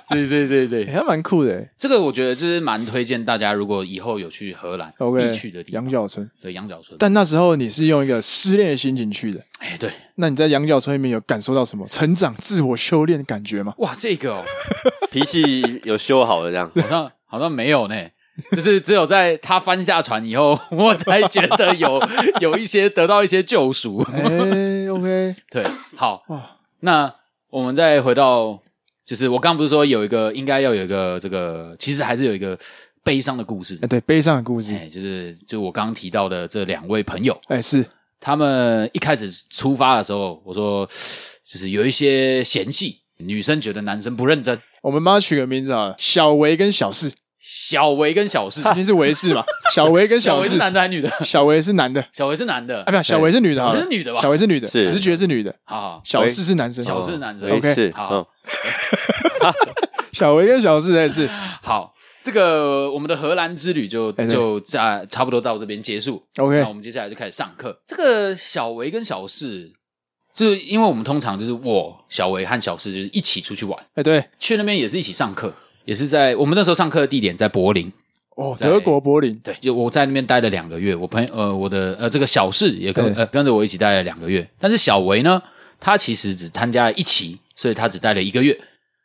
[SPEAKER 1] 是是是
[SPEAKER 3] 哎
[SPEAKER 1] 是，
[SPEAKER 3] 还蛮酷的欸。
[SPEAKER 1] 这个我觉得就是蛮推荐大家，如果以后有去荷兰
[SPEAKER 3] OK，
[SPEAKER 1] 必去的地
[SPEAKER 3] 羊
[SPEAKER 1] 方，
[SPEAKER 3] 角村，
[SPEAKER 1] 对羊角村。
[SPEAKER 3] 但那时候你是用一个失恋的心情去的，
[SPEAKER 1] 哎，对，
[SPEAKER 3] 那你在羊角村里面有感受到什么成长、自我修炼的感 觉吗？
[SPEAKER 1] 哇，这个哦，
[SPEAKER 2] 脾气有修好了这样。
[SPEAKER 1] 好像好像没有呢。就是只有在他翻下船以后，我才觉得有 有一些得到一些救赎。
[SPEAKER 3] 哎，OK，
[SPEAKER 1] 对，好
[SPEAKER 3] 哇，
[SPEAKER 1] 那我们再回到，就是我刚不是说有一个应该要有一个这个，其实还是有一个悲伤的故事
[SPEAKER 3] 哎，。对，悲伤的故事，
[SPEAKER 1] 哎，就是就我刚刚提到的这两位朋友，
[SPEAKER 3] 哎，是
[SPEAKER 1] 他们一开始出发的时候，我说就是有一些嫌隙，女生觉得男生不认真，
[SPEAKER 3] 我们帮他取个名字好了，小维跟小四。
[SPEAKER 1] 小维跟小 世，
[SPEAKER 3] 肯定是维氏嘛，小维跟
[SPEAKER 1] 小
[SPEAKER 3] 小
[SPEAKER 1] 维是
[SPEAKER 3] 氏，
[SPEAKER 1] 男的还 是女的？
[SPEAKER 3] 小维是男的
[SPEAKER 1] 小维是男的
[SPEAKER 3] 啊，，不，小维是女的好
[SPEAKER 1] 小
[SPEAKER 3] 了，
[SPEAKER 1] 维是女的吧
[SPEAKER 3] 小维是女的，
[SPEAKER 2] 是哎
[SPEAKER 3] 直觉是女的，
[SPEAKER 1] 好好，
[SPEAKER 3] 小四是男生，
[SPEAKER 1] 小四是男生
[SPEAKER 2] 没
[SPEAKER 3] OK
[SPEAKER 2] 事，
[SPEAKER 1] 好
[SPEAKER 2] 嗯，
[SPEAKER 3] 小维跟小四也哎是，
[SPEAKER 1] 好，这个我们的荷兰之旅就
[SPEAKER 3] 哎对哎
[SPEAKER 1] 就在差不多到这边结束。
[SPEAKER 3] OK
[SPEAKER 1] 那我们接下来就开始上课。这个小维跟小四，就是因为我们通常就是我小维和小四就是一起出去玩，
[SPEAKER 3] 哎对，
[SPEAKER 1] 去那边也是一起上课，也是在我们那时候上课的地点在柏林。
[SPEAKER 3] 哦，
[SPEAKER 1] 在
[SPEAKER 3] 德国柏林，
[SPEAKER 1] 对，就我在那边待了两个月，我朋友呃我的呃这个小四也跟呃跟着我一起待了两个月，但是小维呢，他其实只参加了一期，所以他只待了一个月。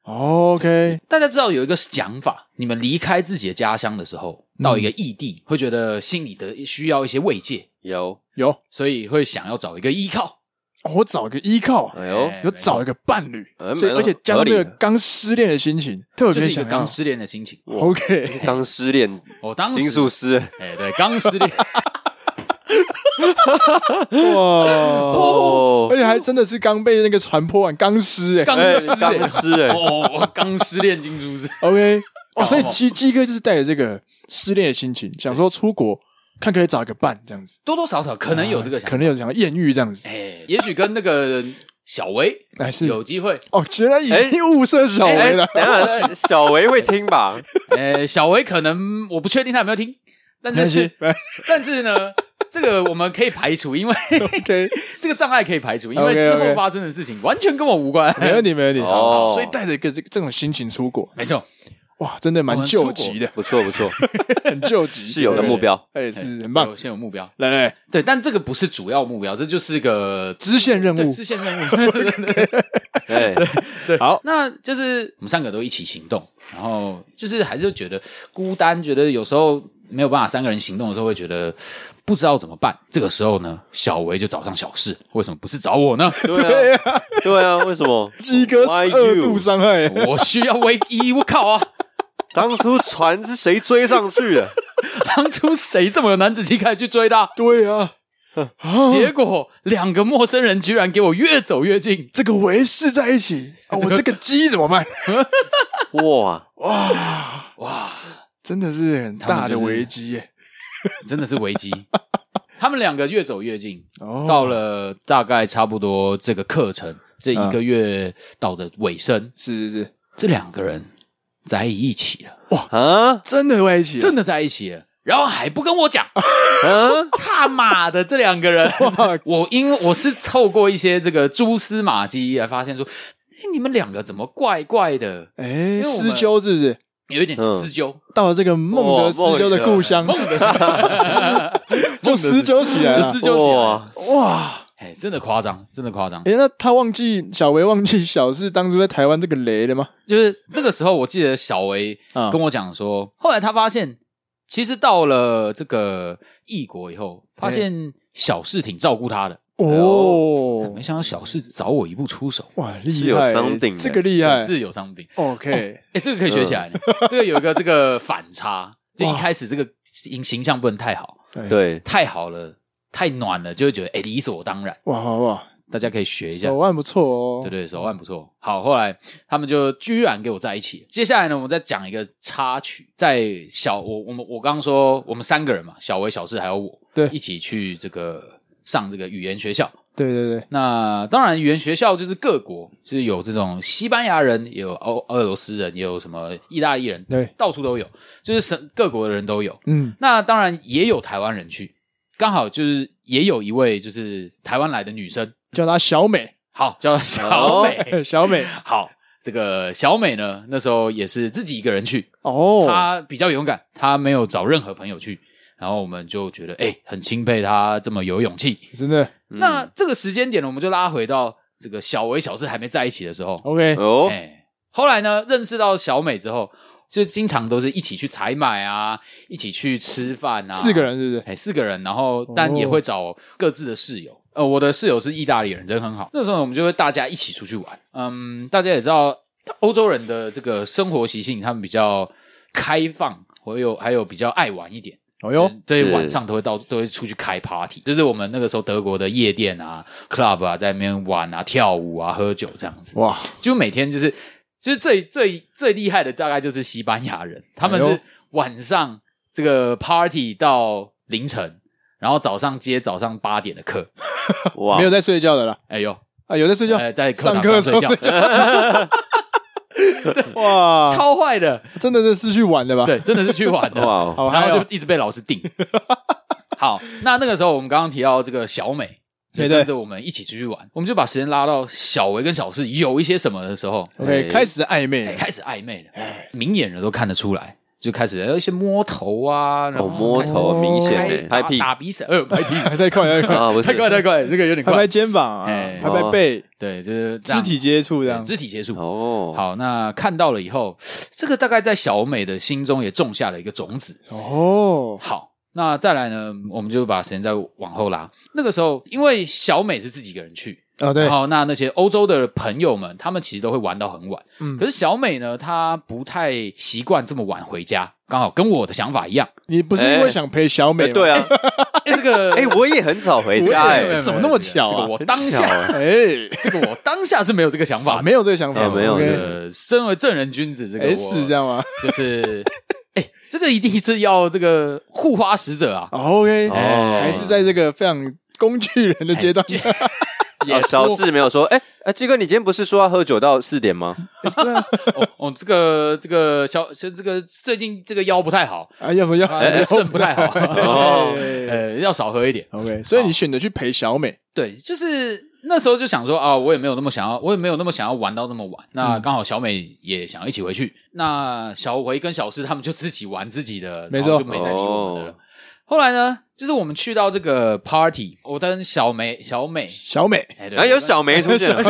[SPEAKER 3] ，OK，
[SPEAKER 1] 大家知道有一个讲法，你们离开自己的家乡的时候，到一
[SPEAKER 3] 嗯
[SPEAKER 1] 个异地，会觉得心里的需要一些慰藉，
[SPEAKER 2] 有，
[SPEAKER 3] 有，哦
[SPEAKER 1] 所以会想要找一个依靠。
[SPEAKER 3] 我找个依靠啊，
[SPEAKER 2] 哎呦，
[SPEAKER 1] 哎
[SPEAKER 3] 有找一个伴侣
[SPEAKER 2] 哎，
[SPEAKER 3] 所以
[SPEAKER 2] 蛮
[SPEAKER 3] 而且加上
[SPEAKER 2] 合理
[SPEAKER 3] 这
[SPEAKER 2] 的
[SPEAKER 3] 个刚失恋的心情，特
[SPEAKER 1] 就
[SPEAKER 3] 别
[SPEAKER 1] 是一个
[SPEAKER 3] 想要嗯
[SPEAKER 1] 刚失恋的心情。
[SPEAKER 3] ，OK，
[SPEAKER 2] 刚失恋，
[SPEAKER 1] 我当
[SPEAKER 2] 金
[SPEAKER 1] 时，
[SPEAKER 2] 术师，
[SPEAKER 1] 哎，对，刚失 恋，
[SPEAKER 3] 哇，
[SPEAKER 2] 哦
[SPEAKER 3] 而，且还真的是刚被那个船破完，刚失哎
[SPEAKER 1] 刚
[SPEAKER 2] 哎
[SPEAKER 1] 失，
[SPEAKER 2] 刚
[SPEAKER 1] 恋，
[SPEAKER 2] 失，哎，
[SPEAKER 1] 哦，我刚失恋金珠子，
[SPEAKER 3] ，OK，
[SPEAKER 1] 搞
[SPEAKER 3] 哦，
[SPEAKER 1] 不
[SPEAKER 3] 所
[SPEAKER 1] 好
[SPEAKER 3] 以鸡鸡哥就是带着这个失恋的心情，想说出国看可以找一个伴这样子，
[SPEAKER 1] 多多少少可能有这个想
[SPEAKER 3] 可，能有想要艳遇这样子，
[SPEAKER 1] 哎，也许跟那个小维
[SPEAKER 3] 还是
[SPEAKER 1] 有机会，
[SPEAKER 3] 哦，原来已经物色小
[SPEAKER 2] 哎
[SPEAKER 3] 维了，
[SPEAKER 2] 等一下小维会听吧？
[SPEAKER 1] 哎，小维可能我不确定他有没有听，但
[SPEAKER 3] 没关系
[SPEAKER 1] 是 但是呢，这个我们可以排除， 因为。
[SPEAKER 3] ，OK，
[SPEAKER 1] 这个障碍可以排除，因为
[SPEAKER 3] OK，OK
[SPEAKER 1] 之后发生的事情完全跟我无关。
[SPEAKER 3] 没问题，没问题，
[SPEAKER 2] 哦
[SPEAKER 3] 所以带着一个这这种心情出国，
[SPEAKER 1] 没错，
[SPEAKER 3] 哇，真的蛮救急的，
[SPEAKER 2] 不错不错，
[SPEAKER 3] 很救急，
[SPEAKER 2] 是有个目标，
[SPEAKER 3] 哎，是很棒
[SPEAKER 1] 有，先有目标，
[SPEAKER 3] 来来，来
[SPEAKER 1] 对，但这个不是主要目标，这就是 个
[SPEAKER 3] 支线任
[SPEAKER 1] 对
[SPEAKER 3] 务，
[SPEAKER 1] 支线任务。对对 对
[SPEAKER 2] 哎，
[SPEAKER 1] 对，
[SPEAKER 3] 好，
[SPEAKER 1] 那就是我们三个都一起行动，然后就是还是觉得孤单，觉得有时候没有办法三个人行动的时候，会觉得不知道怎么办。这个时候呢，小维就找上小四，为什么不是找我呢？
[SPEAKER 2] 对啊，对啊，为什么？
[SPEAKER 3] 鸡哥是
[SPEAKER 2] Why
[SPEAKER 3] 二
[SPEAKER 2] you？
[SPEAKER 3] 度伤害，
[SPEAKER 1] 我需要唯一，我靠啊！
[SPEAKER 2] 当初船是谁追上去的？
[SPEAKER 1] 当初谁这么有男子气概去追的啊？
[SPEAKER 3] 对啊，啊
[SPEAKER 1] 结果两个陌生人居然给我越走越近，
[SPEAKER 3] 这个维氏在一起，啊我这个鸡怎么办？
[SPEAKER 2] 哇，
[SPEAKER 3] 哇哇，真的是很大的危机耶！
[SPEAKER 1] 真的是危机。他们两个越走越近，
[SPEAKER 3] 哦
[SPEAKER 1] 到了大概差不多这个课程这一个月到的尾声，
[SPEAKER 3] 是是是，
[SPEAKER 1] 这两个人在一起了，
[SPEAKER 2] 啊
[SPEAKER 3] 真的在一起，
[SPEAKER 1] 真的在一起了。然后还不跟我讲，
[SPEAKER 2] 啊，
[SPEAKER 1] 他妈的这两个人，我因为我是透过一些这个蛛丝马迹来发现说，诶你们两个怎么怪怪的，
[SPEAKER 3] 哎，
[SPEAKER 1] 为我
[SPEAKER 3] 思
[SPEAKER 1] 们
[SPEAKER 3] 鸠是不是
[SPEAKER 1] 有一点私纠，
[SPEAKER 3] 到了这个孟德斯鸠的故乡， 就思鸠起来
[SPEAKER 1] 就
[SPEAKER 3] 了
[SPEAKER 1] 私纠起来了
[SPEAKER 2] 哇。
[SPEAKER 3] 哇！
[SPEAKER 1] 哎，真的夸张，真的夸张。
[SPEAKER 3] 哎，那他忘记小维忘记小四当初在台湾这个雷了吗？
[SPEAKER 1] 就是那个时候，我记得小维
[SPEAKER 3] 啊
[SPEAKER 1] 跟我讲说，后来他发现，其实到了这个异国以后，发现小四挺照顾他的。
[SPEAKER 3] 哦
[SPEAKER 1] 没，想到小四早我一步出手，
[SPEAKER 3] 哇，
[SPEAKER 2] 是
[SPEAKER 3] 厉
[SPEAKER 2] 有
[SPEAKER 3] 害
[SPEAKER 2] something 的
[SPEAKER 3] 这个厉
[SPEAKER 1] 也
[SPEAKER 3] 害
[SPEAKER 1] 是有伤病。
[SPEAKER 3] ，OK，
[SPEAKER 1] 哎，这个可以学起来，这个有一个这个反差，就一开始这个形形象不能太好，
[SPEAKER 3] 哎，
[SPEAKER 2] 对，
[SPEAKER 1] 太好了，太暖了，就会觉得哎理所当然。
[SPEAKER 3] 哇哇哇，
[SPEAKER 1] 大家可以学一下
[SPEAKER 3] 手。腕不错哦，
[SPEAKER 1] 对对，手腕不错。好，后来他们就居然给我在一起了。接下来呢，我们再讲一个插曲，在小我我们我刚刚说我们三个人嘛，小维、小四还有我，
[SPEAKER 3] 对
[SPEAKER 1] 一起去这个上这个语言学校。
[SPEAKER 3] 对对对，
[SPEAKER 1] 那当然，语言学校就是各国，就是有这种西班牙人，也有欧俄罗斯人，也有什么意大利人，
[SPEAKER 3] 对，
[SPEAKER 1] 到处都有，就是省各国的人都有。
[SPEAKER 3] 嗯，
[SPEAKER 1] 那当然也有台湾人去，刚好就是也有一位就是台湾来的女生，
[SPEAKER 3] 叫他小美，
[SPEAKER 1] 好叫她
[SPEAKER 3] 哦
[SPEAKER 1] 小美。
[SPEAKER 3] 小美，
[SPEAKER 1] 好，这个小美呢，那时候也是自己一个人去，
[SPEAKER 3] 哦，
[SPEAKER 1] 她比较勇敢，她没有找任何朋友去。然后我们就觉得，哎、很钦佩她这么有勇气。
[SPEAKER 3] 真的
[SPEAKER 2] 嗯
[SPEAKER 1] 那这个时间点呢，我们就拉回到这个小维、小智还没在一起的时候。
[SPEAKER 3] ，OK，
[SPEAKER 1] 哎、
[SPEAKER 2] 哦，
[SPEAKER 1] 后来呢，认识到小美之后，就经常都是一起去采买啊，一起去吃饭啊，
[SPEAKER 3] 四个，人是不是？
[SPEAKER 1] 哎、四个人，然后但也会找各自的室友。呃，我的室友是意大利人，人很好。那时候我们就会大家一起出去玩。嗯，大家也知道欧洲人的这个生活习性，他们比较开放，还有还有比较爱玩一点。
[SPEAKER 3] 哦哟，
[SPEAKER 1] 所以
[SPEAKER 2] 是
[SPEAKER 1] 晚上都会到都会出去开 party，就是我们那个时候德国的夜店啊、club 啊，在那边玩啊、跳舞啊、喝酒这样子。
[SPEAKER 3] 哇，
[SPEAKER 1] 就每天就是就是最最最厉害的大概就是西班牙人，他们是、
[SPEAKER 3] 哎呦
[SPEAKER 1] 晚上这个 party 到凌晨，然后早上接早上八点的课。
[SPEAKER 2] 哇
[SPEAKER 3] 没，有在睡觉的啦，
[SPEAKER 1] 哎呦，
[SPEAKER 3] 啊，有在睡觉，
[SPEAKER 1] 呃，在课
[SPEAKER 3] 上
[SPEAKER 1] 堂
[SPEAKER 3] 课
[SPEAKER 1] 上
[SPEAKER 3] 的时候
[SPEAKER 1] 睡
[SPEAKER 3] 睡
[SPEAKER 1] 觉，
[SPEAKER 3] 觉，哇，
[SPEAKER 1] 超坏 的，
[SPEAKER 3] 真的是去玩的吧？，
[SPEAKER 1] 对，真的是去玩的。
[SPEAKER 2] 哇哦，
[SPEAKER 3] 好
[SPEAKER 1] 然
[SPEAKER 3] 嗨
[SPEAKER 1] 后
[SPEAKER 3] 哦
[SPEAKER 1] 就一直被老师 定。好，那那个时候我们刚刚提到这个小美，就
[SPEAKER 3] 哎对对
[SPEAKER 1] 跟着我们一起出去玩，我们就把时间拉到小维跟小四有一些什么的时候，
[SPEAKER 3] ，OK，
[SPEAKER 2] 哎
[SPEAKER 3] 开始暧昧
[SPEAKER 1] 哎，
[SPEAKER 3] 了，
[SPEAKER 1] 开始暧昧了，明眼人都看得出来，就开始哎有一些摸头啊，然后
[SPEAKER 2] 哦，摸
[SPEAKER 1] 开始
[SPEAKER 2] 头明显
[SPEAKER 1] 开
[SPEAKER 2] 诶，
[SPEAKER 1] 打
[SPEAKER 2] 拍屁
[SPEAKER 1] 打鼻屎，呃，拍屁股，
[SPEAKER 3] 太快太快，
[SPEAKER 2] 啊，不是
[SPEAKER 1] 太快太快，这个有点
[SPEAKER 3] 拍
[SPEAKER 1] 快
[SPEAKER 3] 拍，肩膀
[SPEAKER 1] 哎
[SPEAKER 3] 啊，拍拍背，
[SPEAKER 1] 对，就是这
[SPEAKER 3] 肢
[SPEAKER 1] 样
[SPEAKER 3] 体接触这
[SPEAKER 1] 对
[SPEAKER 3] 样，
[SPEAKER 1] 肢体接触。
[SPEAKER 2] 哦，
[SPEAKER 1] 好，那看到了以后， 这个大概在小美的心中也种下了一个种子。
[SPEAKER 3] 哦，
[SPEAKER 1] 好，那再来呢，我们就把时间再往后拉。那个时候，因为小美是自己一个人去，
[SPEAKER 3] 哦对
[SPEAKER 1] 然，后那那些欧洲的朋友们，他们其实都会玩到很晚。
[SPEAKER 3] 嗯
[SPEAKER 1] 可是小美呢，她不太习惯这么晚回家，刚好跟我的想法一 样。
[SPEAKER 3] 你不是因为想陪小美
[SPEAKER 2] 哎，
[SPEAKER 3] 吗？
[SPEAKER 2] 对啊，
[SPEAKER 1] 哎，这个
[SPEAKER 2] 哎，我也很早回家，
[SPEAKER 3] 我也
[SPEAKER 2] 哎
[SPEAKER 1] 没有没有没，有
[SPEAKER 3] 怎么那么巧啊
[SPEAKER 1] 这个我
[SPEAKER 2] 很
[SPEAKER 1] 当
[SPEAKER 2] 巧
[SPEAKER 1] 下，
[SPEAKER 2] 哎
[SPEAKER 3] 哎，
[SPEAKER 1] 这个我当下是没有这个想
[SPEAKER 3] 啊，
[SPEAKER 1] 法的。
[SPEAKER 3] 没有这个想法，
[SPEAKER 2] 哎没有
[SPEAKER 3] OK
[SPEAKER 2] 这个
[SPEAKER 1] 呃，身为正人君子，这个
[SPEAKER 3] 哎，是这
[SPEAKER 1] 样，
[SPEAKER 3] 样吗
[SPEAKER 1] 就是 哎，这个一定是要这个护花使者啊。
[SPEAKER 3] 哦？OK，
[SPEAKER 2] 哦
[SPEAKER 3] 还是在这个非常工具人的阶段，
[SPEAKER 1] 哎
[SPEAKER 2] 哦，小四没有说，哎哎，鸡哥，你今天不是说要喝酒到四点吗？
[SPEAKER 1] 哦哦，这个这个小这这个最近这个腰不太好，
[SPEAKER 3] 啊，要不要
[SPEAKER 1] 呃肾不太好，
[SPEAKER 2] 哦
[SPEAKER 1] 呃，要少喝一点。
[SPEAKER 3] ？OK，所以你选择去陪小美，
[SPEAKER 1] 对，就是那时候就想说啊，我也没有那么想要，我也没有那么想要玩到那么晚。
[SPEAKER 2] 嗯
[SPEAKER 1] 那刚好小美也想要一起回去，那小维跟小四他们就自己玩自己的，
[SPEAKER 3] 没错
[SPEAKER 1] 然后就没再理我们的了。
[SPEAKER 2] 哦
[SPEAKER 1] 后来呢，就是我们去到这个 party，我跟小梅、小美，
[SPEAKER 3] 小美，
[SPEAKER 1] 哎，对
[SPEAKER 2] 哎，有小梅出现 了，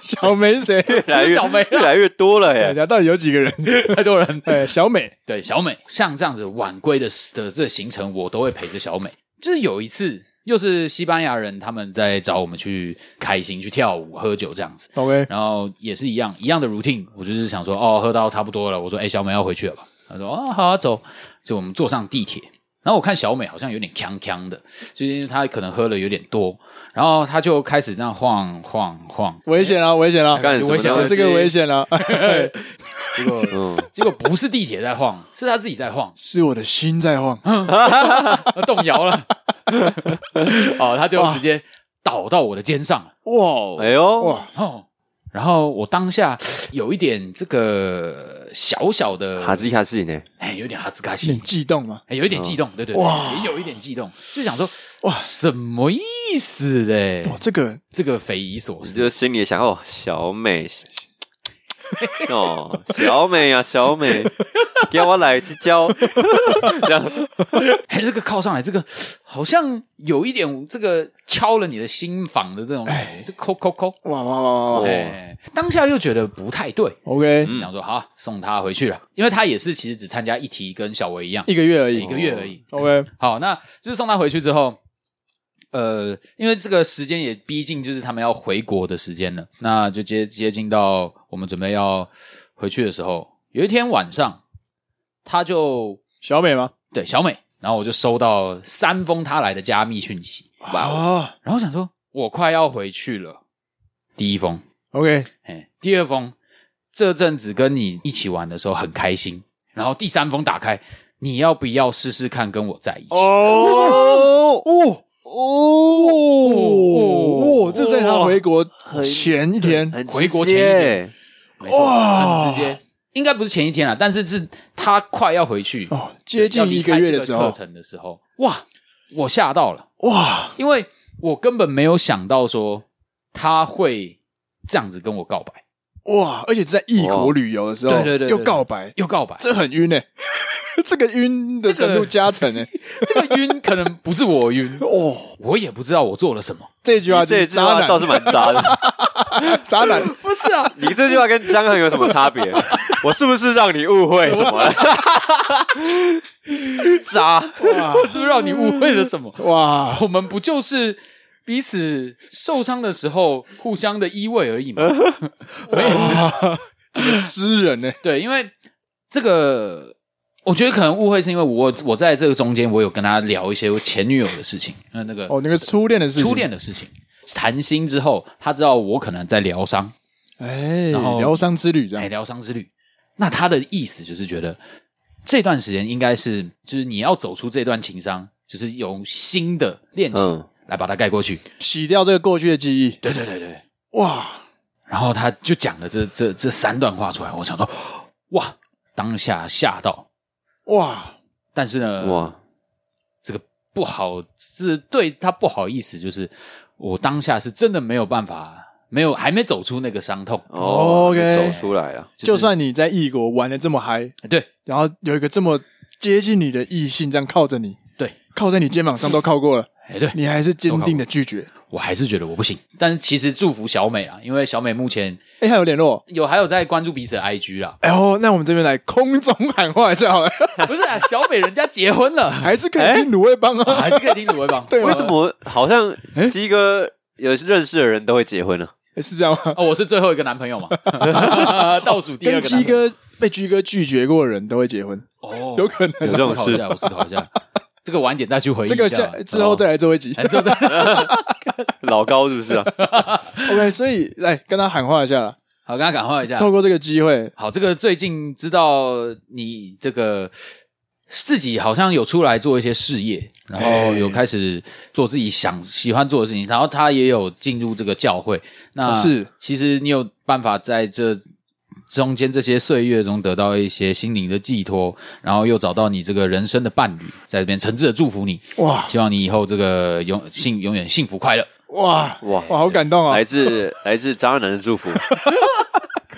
[SPEAKER 3] 小梅是谁？
[SPEAKER 2] 越来越
[SPEAKER 1] 小梅啊
[SPEAKER 2] 越来越多了
[SPEAKER 3] 哎，
[SPEAKER 2] 耶，
[SPEAKER 3] 家到底有几个人？
[SPEAKER 1] 太多人，
[SPEAKER 3] 哎，小美，
[SPEAKER 1] 对小美，像这样子晚归的的这个行程，我都会陪着小美。就是有一次，又是西班牙人，他们在找我们去开心、去跳舞、喝酒这样子，
[SPEAKER 3] OK，
[SPEAKER 1] 然后也是一样一样的 routine。我就是想说，哦，喝到差不多了，我说，哎、小美要回去了吧？她说，哦，好啊，走。就我们坐上地铁，然后我看小美好像有点呛呛的，就是因为她可能喝了有点多，然后她就开始这样晃晃晃，
[SPEAKER 3] 危险了，危险了，
[SPEAKER 2] 干什么
[SPEAKER 1] 危险
[SPEAKER 2] 东西
[SPEAKER 3] 这个危险啊 了，
[SPEAKER 1] 结果
[SPEAKER 2] 嗯，
[SPEAKER 1] 结果不是地铁在晃，是她自己在晃。
[SPEAKER 3] 是我的心在 晃，
[SPEAKER 1] 动摇了， 哦，他就直接倒到我的肩上了，
[SPEAKER 3] 哇
[SPEAKER 2] 哎呦
[SPEAKER 3] 哇，，
[SPEAKER 1] 哦，然后我当下有一点这个小小
[SPEAKER 2] 哈
[SPEAKER 1] 的，
[SPEAKER 2] 兹哈兹呢？
[SPEAKER 1] 哎，有点哈兹卡
[SPEAKER 3] 你
[SPEAKER 1] 西，
[SPEAKER 3] 悸动吗？
[SPEAKER 1] 哎，有一点悸动，对对对，
[SPEAKER 3] 嗯哇
[SPEAKER 1] 也有一点悸动，就想说，哇，
[SPEAKER 3] 哇
[SPEAKER 1] 什么意思嘞？
[SPEAKER 3] 哇，这个
[SPEAKER 1] 这个匪夷所思，
[SPEAKER 2] 就心里想哦，小美，哦，小美啊，小美，给我来去 教，这样
[SPEAKER 1] 哎，这个靠上来，这个好像有一点这个敲了你的心房的这种感
[SPEAKER 3] 哎
[SPEAKER 1] 觉，这抠抠抠，
[SPEAKER 3] 哇哇哇哇
[SPEAKER 2] 哦
[SPEAKER 1] 哎，当下又觉得不太对。
[SPEAKER 3] ，OK，
[SPEAKER 1] 想说好送他回去了，因为他也是其实只参加一题，跟小维一样，
[SPEAKER 3] 一个月而已
[SPEAKER 1] 一个月而已。
[SPEAKER 3] ，OK，
[SPEAKER 1] 好，那就是送他回去之后，呃，因为这个时间也逼近，就是他们要回国的时间了，那就接接近到我们准备要回去的时候，有一天晚上，他就
[SPEAKER 3] 小美吗？
[SPEAKER 1] 对小美，然后我就收到三封他来的加密讯息，
[SPEAKER 3] 哇
[SPEAKER 1] 然后想说我快要回去了，第一封，
[SPEAKER 3] ，OK，
[SPEAKER 1] 哎，第二封，这阵子跟你一起玩的时候很开心。然后第三封打开，你要不要试试看跟我在一起？
[SPEAKER 2] 哦
[SPEAKER 3] 哦哦哦
[SPEAKER 1] 哦
[SPEAKER 3] 哦，这在他回国前一天，
[SPEAKER 2] 很
[SPEAKER 1] 回国
[SPEAKER 2] 直
[SPEAKER 1] 前一
[SPEAKER 2] 接
[SPEAKER 1] 天
[SPEAKER 3] 哇，
[SPEAKER 1] 很直接，应该不是前一天啦，但是是他快要回去，
[SPEAKER 3] 哦，接近一个月的时
[SPEAKER 1] 要离开这个
[SPEAKER 3] 候
[SPEAKER 1] 课，程的时候，哇，我吓到了，
[SPEAKER 3] 哇，
[SPEAKER 1] 因为我根本没有想到说他会这样子跟我告白，
[SPEAKER 3] 哇！而且在异国旅游的时候，
[SPEAKER 1] 对对对对
[SPEAKER 3] 又告白，
[SPEAKER 1] 又告白，
[SPEAKER 3] 这很晕呢、 这个晕的程度加成欸 呢、
[SPEAKER 1] 这个晕可能不是我晕，
[SPEAKER 3] 哦，
[SPEAKER 1] 我也不知道我做了什么，
[SPEAKER 3] 这句话
[SPEAKER 2] 你
[SPEAKER 3] 就
[SPEAKER 2] 这
[SPEAKER 3] 是
[SPEAKER 2] 句
[SPEAKER 3] 渣
[SPEAKER 2] 话倒
[SPEAKER 3] 男，
[SPEAKER 2] 是蛮渣的。
[SPEAKER 3] 渣男，
[SPEAKER 1] 不是啊，
[SPEAKER 2] 你这句话跟江恒有什么差别？我是不是让你误会什么了？ 渣，
[SPEAKER 3] 哇
[SPEAKER 1] 是不是让你误会了什么？
[SPEAKER 3] 哇！
[SPEAKER 1] 我们不就是彼此受伤的时候互相的依偎而已 吗？没有，啊
[SPEAKER 3] 这个诗人呢、
[SPEAKER 1] 对，因为这个，我觉得可能误会是因为我我在这个中间，我有跟他聊一些我前女友的事情，呃那那个
[SPEAKER 3] 哦，那个初恋的事情，
[SPEAKER 1] 初，恋的事情。谈心之后，他知道我可能在疗伤，
[SPEAKER 3] 哎，
[SPEAKER 1] 然后
[SPEAKER 3] 疗伤之旅这
[SPEAKER 1] 哎，
[SPEAKER 3] 样，
[SPEAKER 1] 疗伤之旅。那他的意思就是觉得这段时间应该是就是你要走出这段情伤，就是用新的恋情
[SPEAKER 2] 嗯
[SPEAKER 1] 来把它盖过去。
[SPEAKER 3] 洗掉这个过去的记忆。
[SPEAKER 1] 对对对对。
[SPEAKER 3] 哇，
[SPEAKER 1] 然后他就讲了这这这三段话出来，我想说，哇，当下吓到，
[SPEAKER 3] 哇，
[SPEAKER 1] 但是呢，
[SPEAKER 2] 哇，
[SPEAKER 1] 这个不好是对他不好意思，就是我当下是真的没有办法，没有还没走出那个伤痛，
[SPEAKER 2] 哦
[SPEAKER 3] OK
[SPEAKER 2] 走出来了，
[SPEAKER 1] 是
[SPEAKER 3] 就算你在异国玩的这么嗨，
[SPEAKER 1] 哎对
[SPEAKER 3] 然后有一个这么接近你的异性这样靠着你，
[SPEAKER 1] 对，
[SPEAKER 3] 靠在你肩膀上都靠 过了，
[SPEAKER 1] 哎对，
[SPEAKER 3] 你还是坚定的拒绝。
[SPEAKER 1] 我还是觉得我不行。但是其实祝福小美啊，因为小美目前
[SPEAKER 3] 哎，还有联络。
[SPEAKER 1] 有还有在关注彼此的 IG 啦，
[SPEAKER 3] 哎呦，那我们这边来空中喊话一 下好了，
[SPEAKER 1] 不是啊，小美人家结婚 了，
[SPEAKER 3] 还是可以听卤味帮 啊？
[SPEAKER 1] 还是可以听鲁威帮。
[SPEAKER 3] 对吗
[SPEAKER 2] 为什么好像鸡哥有认识的人都会结婚啊呢？
[SPEAKER 3] 哎是这样吗？
[SPEAKER 1] 哦，我是最后一个男朋 友嘛，啊倒 数第二
[SPEAKER 3] 跟
[SPEAKER 1] 个男
[SPEAKER 3] 鸡
[SPEAKER 1] 朋友。
[SPEAKER 3] 哥被鸡哥拒绝过的人都会结婚，
[SPEAKER 1] 哦，
[SPEAKER 3] 有可能。啊
[SPEAKER 1] 我思考一下，我思考一下，这个晚点再去回忆
[SPEAKER 3] 这
[SPEAKER 1] 一
[SPEAKER 3] 个
[SPEAKER 1] 下啊哦哎
[SPEAKER 3] 下。之后再来做一集。
[SPEAKER 1] 还 是在
[SPEAKER 2] 老高是不是啊？
[SPEAKER 3] OK，所以来跟他喊话一下啦，
[SPEAKER 1] 好，跟他感化一下。
[SPEAKER 3] 透过这个机会，
[SPEAKER 1] 好，这个最近知道你这个自己好像有出来做一些事业，然
[SPEAKER 2] 哎
[SPEAKER 1] 后有开始做自己想喜欢做的事情，然后他也有进入这个教会。
[SPEAKER 2] 啊
[SPEAKER 1] 那
[SPEAKER 3] 是，
[SPEAKER 1] 其实你有办法在这中间这些岁月中得到一些心灵的寄托，然后又找到你这个人生的伴侣，在这边诚挚的祝福你，
[SPEAKER 3] 哇
[SPEAKER 1] 希望你以后这个永幸永远幸福快乐。
[SPEAKER 3] 哇
[SPEAKER 2] 哇
[SPEAKER 3] 哇，好感动啊
[SPEAKER 2] 来！ 自来自渣男的祝福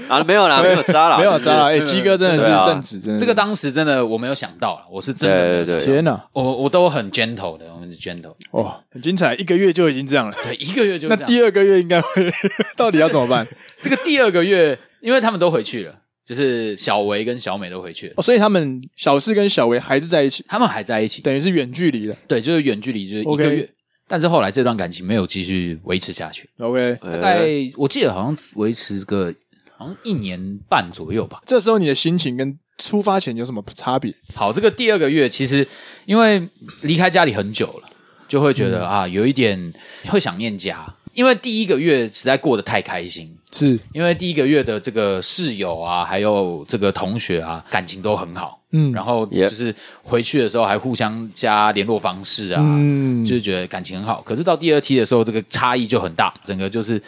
[SPEAKER 2] 啊，没有啦，没有渣啦，
[SPEAKER 3] 没有
[SPEAKER 2] 就是
[SPEAKER 3] 渣啦，哎，鸡哥真的
[SPEAKER 2] 对啊
[SPEAKER 3] 是正直，真的是
[SPEAKER 1] 这个当时真的我没有想到了，啊我是真的没有
[SPEAKER 2] 对对对
[SPEAKER 3] 天哪，
[SPEAKER 1] 我我都很 gentle 的，我们是 gentle。
[SPEAKER 3] 哇，很精彩，一个月就已经这样了。
[SPEAKER 1] 对，一个月就
[SPEAKER 3] 那
[SPEAKER 1] 是这样。
[SPEAKER 3] 第二个月应该会， 到底要怎么办？
[SPEAKER 1] 这个第二个月，因为他们都回去了，就是小维跟小美都回去了，
[SPEAKER 3] 哦，所以他们小四跟小维还是在一起，
[SPEAKER 1] 他们还在一起。
[SPEAKER 3] 等于是远距离的。
[SPEAKER 1] 对，就是远距离，就是一
[SPEAKER 3] OK
[SPEAKER 1] 个月。但是后来这段感情没有继续维持下去，
[SPEAKER 3] OK，
[SPEAKER 2] 哎
[SPEAKER 1] 大概我记得好像维持个好像一年半左右吧。
[SPEAKER 3] 这时候你的心情跟出发前有什么差别？
[SPEAKER 1] 好，这个第二个月其实因为离开家里很久了，就会觉
[SPEAKER 3] 嗯
[SPEAKER 1] 得、啊，有一点会想念家，因为第一个月实在过得太开心，
[SPEAKER 3] 是，
[SPEAKER 1] 因为第一个月的这个室友啊，还有这个同学啊，感情都很好，
[SPEAKER 3] 嗯
[SPEAKER 1] 然后就
[SPEAKER 2] Yep
[SPEAKER 1] 是回去的时候还互相加联络方式啊，
[SPEAKER 3] 嗯
[SPEAKER 1] 就是觉得感情很好。可是到第二梯的时候，这个差异就很大，整个就是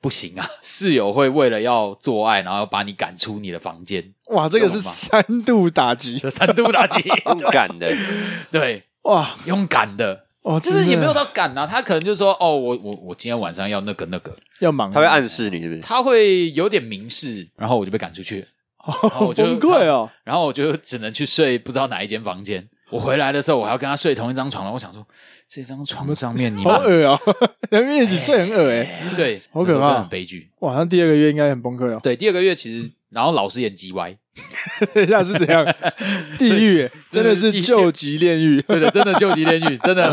[SPEAKER 1] 不行啊，室友会为了要做爱，然后把你赶出你的房间，
[SPEAKER 3] 哇，这个是三度打击，
[SPEAKER 1] 这三度打 击，
[SPEAKER 2] 勇敢的，
[SPEAKER 1] 对，
[SPEAKER 3] 哇，
[SPEAKER 1] 用赶的。
[SPEAKER 3] 哦，
[SPEAKER 1] 就是
[SPEAKER 3] 真的
[SPEAKER 1] 也没有到赶啊，他可能就说哦，我我我今天晚上要那个那个，
[SPEAKER 3] 要忙，啊
[SPEAKER 2] 他会暗示你是不是？
[SPEAKER 1] 他会有点明示，然后我就被赶出去了。
[SPEAKER 3] 好
[SPEAKER 1] 我就
[SPEAKER 3] 崩溃哦。
[SPEAKER 1] 然后我就 只能去睡不知道哪一间房间。我回来的时候，我还要跟他睡同一张床了。我想说，这张床上面你
[SPEAKER 3] 好
[SPEAKER 1] 们
[SPEAKER 3] 恶哦，两边一起睡很恶哎，
[SPEAKER 1] 对，
[SPEAKER 3] 好可怕
[SPEAKER 1] 那时候真的很悲剧。
[SPEAKER 3] 哇，那第二个月应该很崩溃 哦。
[SPEAKER 1] 对，第二个月其实，然后老师也叽歪，
[SPEAKER 3] 等一下是怎样？ 地狱哎真的是救急炼狱，
[SPEAKER 1] 对的，真的就地炼狱，真的。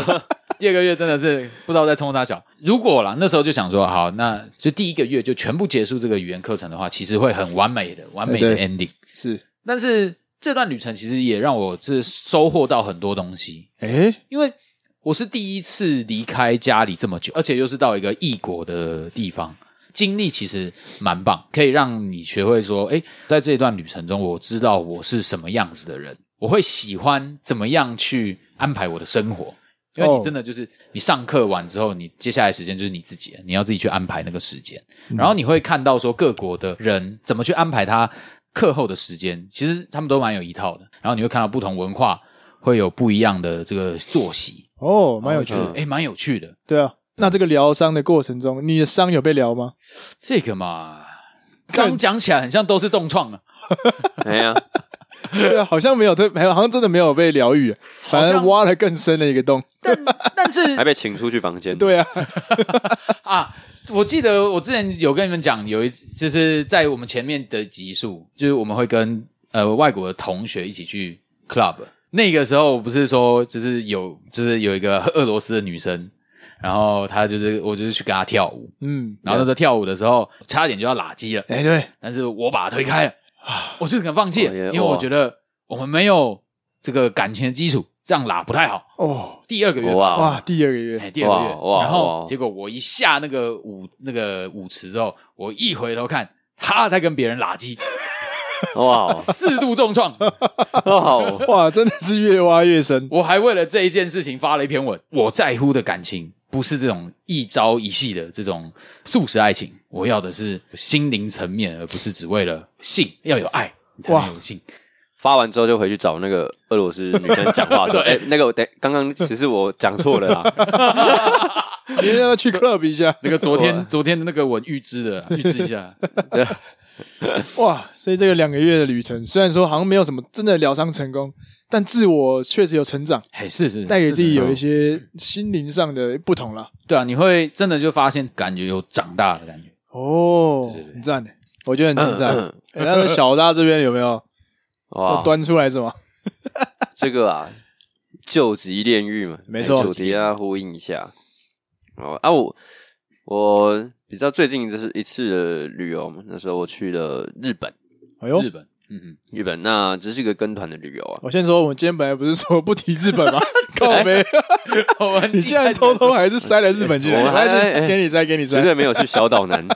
[SPEAKER 1] 第二个月真的是不知道在冲他小。如果啦，那时候就想说，好，那就第一个月就全部结束这个语言课程的话，其实会很完美的，完美的
[SPEAKER 3] 哎对
[SPEAKER 1] ending。
[SPEAKER 3] 是
[SPEAKER 1] 但是这段旅程其实也让我是收获到很多东西。
[SPEAKER 3] 哎，
[SPEAKER 1] 因为我是第一次离开家里这么久，而且又是到一个异国的地方，经历其实蛮棒，可以让你学会说，哎，在这段旅程中，我知道我是什么样子的人，我会喜欢怎么样去安排我的生活。因为
[SPEAKER 3] 哦
[SPEAKER 1] 你真的就是你上课完之后，你接下来时间就是你自己，你要自己去安排那个时间，然后你会看到说各国的人怎么去安排他课后的时间，其实他们都蛮有一套的。然后你会看到不同文化会有不一样的这个作息，
[SPEAKER 3] 哦，蛮有趣
[SPEAKER 1] 然后
[SPEAKER 3] 的
[SPEAKER 1] 我就觉。得哎，蛮有趣的。
[SPEAKER 3] 对啊，那这个疗伤的过程中，你的伤有被疗 吗？
[SPEAKER 1] 这个嘛，刚讲起来很像都是重创啊，
[SPEAKER 2] 哎呀，
[SPEAKER 3] 对啊，好像没有特，没有，好像真的没有被疗愈，啊反
[SPEAKER 1] 好
[SPEAKER 3] 而
[SPEAKER 1] 像
[SPEAKER 3] 挖了更深的一个洞。
[SPEAKER 1] 但但是
[SPEAKER 2] 还被请出去房间，，
[SPEAKER 3] 对啊，
[SPEAKER 1] 啊，我记得我之前有跟你们讲，有一次就是在我们前面的集数，就是我们会跟呃外国的同学一起去 club。那个时候不是说就是有就是有一个俄罗斯的女生，然后她就是我就是去跟她跳舞，
[SPEAKER 3] 嗯，
[SPEAKER 1] 然后那时候跳舞的时候差点就要拉鸡了，
[SPEAKER 3] 哎，对，
[SPEAKER 1] 但是我把她推开了，我就敢放弃了
[SPEAKER 2] 哦也，
[SPEAKER 1] 因为我
[SPEAKER 2] 哇
[SPEAKER 1] 觉得我们没有这个感情的基础，这样拉不太好。
[SPEAKER 3] 哦，
[SPEAKER 1] 第二个月
[SPEAKER 2] 哇
[SPEAKER 3] 哇，第二个月，
[SPEAKER 1] 哎，第二个月，
[SPEAKER 2] 哇哇
[SPEAKER 1] 然后
[SPEAKER 2] 哇
[SPEAKER 1] 结果我一下那个舞那个舞池之后，我一回头看，他在跟别人拉鸡，
[SPEAKER 2] 哇
[SPEAKER 1] 四度重 创，
[SPEAKER 2] 哇，
[SPEAKER 3] 哇，真的是越挖越 深。
[SPEAKER 1] 我还为了这一件事情发了一篇文。我在乎的感情不是这种一朝一夕的这种素食爱情，我要的是心灵层面，而不是只为了性，要有爱你才能有性。
[SPEAKER 2] 发完之后就回去找那个俄罗斯女生讲话说：“哎、那个我等刚刚其实我讲错了啦。
[SPEAKER 3] 你要不要去 club 一下？
[SPEAKER 1] 这个昨 天昨天的那个文预知的，啊预知一下，
[SPEAKER 3] 哇，所以这个两个月的旅程，虽然说好像没有什么真的疗伤成功，但自我确实有成长，
[SPEAKER 1] 嘿，是是，
[SPEAKER 3] 带给自己
[SPEAKER 1] 是的哦
[SPEAKER 3] 有一些心灵上的不同啦。
[SPEAKER 1] 对啊，你会真的就发现感觉有长大的感觉。
[SPEAKER 3] 哦，很赞的，我觉得很赞。哎那个小大这边有没有
[SPEAKER 2] 哇
[SPEAKER 3] 有，端出来是吗？
[SPEAKER 2] 这个啊，救急炼狱嘛，
[SPEAKER 3] 没错
[SPEAKER 2] 哎主题啊，呼应一下。哦啊，我我比较最近就是一次的旅游嘛，那时候我去了日本，
[SPEAKER 3] 哎呦
[SPEAKER 1] 日，本，嗯嗯，
[SPEAKER 2] 日本那只是一个跟团的旅游啊。
[SPEAKER 3] 我先说，我们今天本来不是说不提日本吗？靠没，
[SPEAKER 1] 我们
[SPEAKER 3] 你竟然偷偷还是塞了日本进来，
[SPEAKER 2] 我还
[SPEAKER 3] 来给你塞，给你
[SPEAKER 2] 绝
[SPEAKER 3] 塞。
[SPEAKER 2] 对没有去小岛 南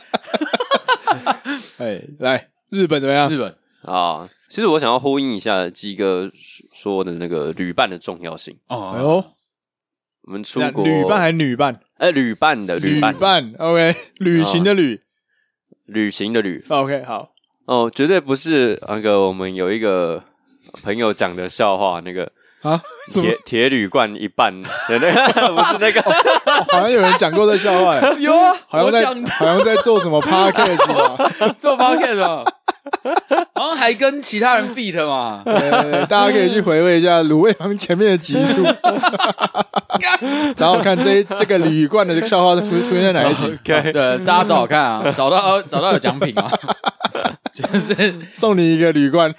[SPEAKER 3] 哎，来日本怎么样
[SPEAKER 1] 日？本
[SPEAKER 2] 啊！其实我想要呼应一下鸡哥说的那个旅伴的重要性。
[SPEAKER 1] 哦，
[SPEAKER 3] 哎呦，
[SPEAKER 2] 我们出
[SPEAKER 3] 那
[SPEAKER 2] 国
[SPEAKER 3] 旅伴还是女伴？
[SPEAKER 2] 哎、旅伴的旅伴
[SPEAKER 3] 伴，OK，旅行的旅
[SPEAKER 2] 旅行的旅
[SPEAKER 3] ，OK，好，
[SPEAKER 2] 哦，绝对不是那个我们有一个朋友讲的笑话，那个
[SPEAKER 3] 啊， 什么
[SPEAKER 2] 铁铁铝罐一半的那 个，不是那个，
[SPEAKER 3] 好像有人讲过这笑话，哎
[SPEAKER 1] 有啊，
[SPEAKER 3] 好像
[SPEAKER 1] 我
[SPEAKER 3] 在
[SPEAKER 1] 讲
[SPEAKER 3] 好像在做什么 podcast 嘛，
[SPEAKER 1] 做 podcast 嘛，然后还跟其他人 beat 嘛，
[SPEAKER 3] 呃，大家可以去回味一下卤味坊前面的集数，找找看这一这个旅馆的笑话出出现在哪一集，
[SPEAKER 1] 对，大家找找看啊，找到找到有奖品啊， 就是
[SPEAKER 3] 送你一个旅馆。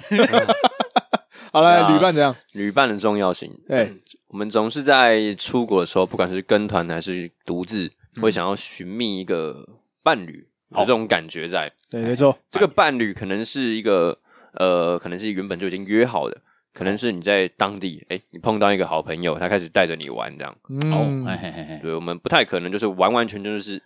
[SPEAKER 3] 好了，
[SPEAKER 2] 啊
[SPEAKER 3] 旅伴怎样？
[SPEAKER 2] 旅伴的重要性。
[SPEAKER 3] 哎，
[SPEAKER 2] 我们总是在出国的时候，不管是跟团还是独自，
[SPEAKER 3] 嗯
[SPEAKER 2] 会想要寻觅一个伴侣，有这种感觉在。
[SPEAKER 3] 对，没错，
[SPEAKER 2] 这个伴侣可能是一个呃，可能是原本就已经约好的，可能是你在当地，哎、你碰到一个好朋友，他开始带着你玩这样。
[SPEAKER 1] 哦，
[SPEAKER 3] 嗯
[SPEAKER 1] 嘿，嘿嘿嘿，
[SPEAKER 2] 对，我们不太可能就是完完全全就是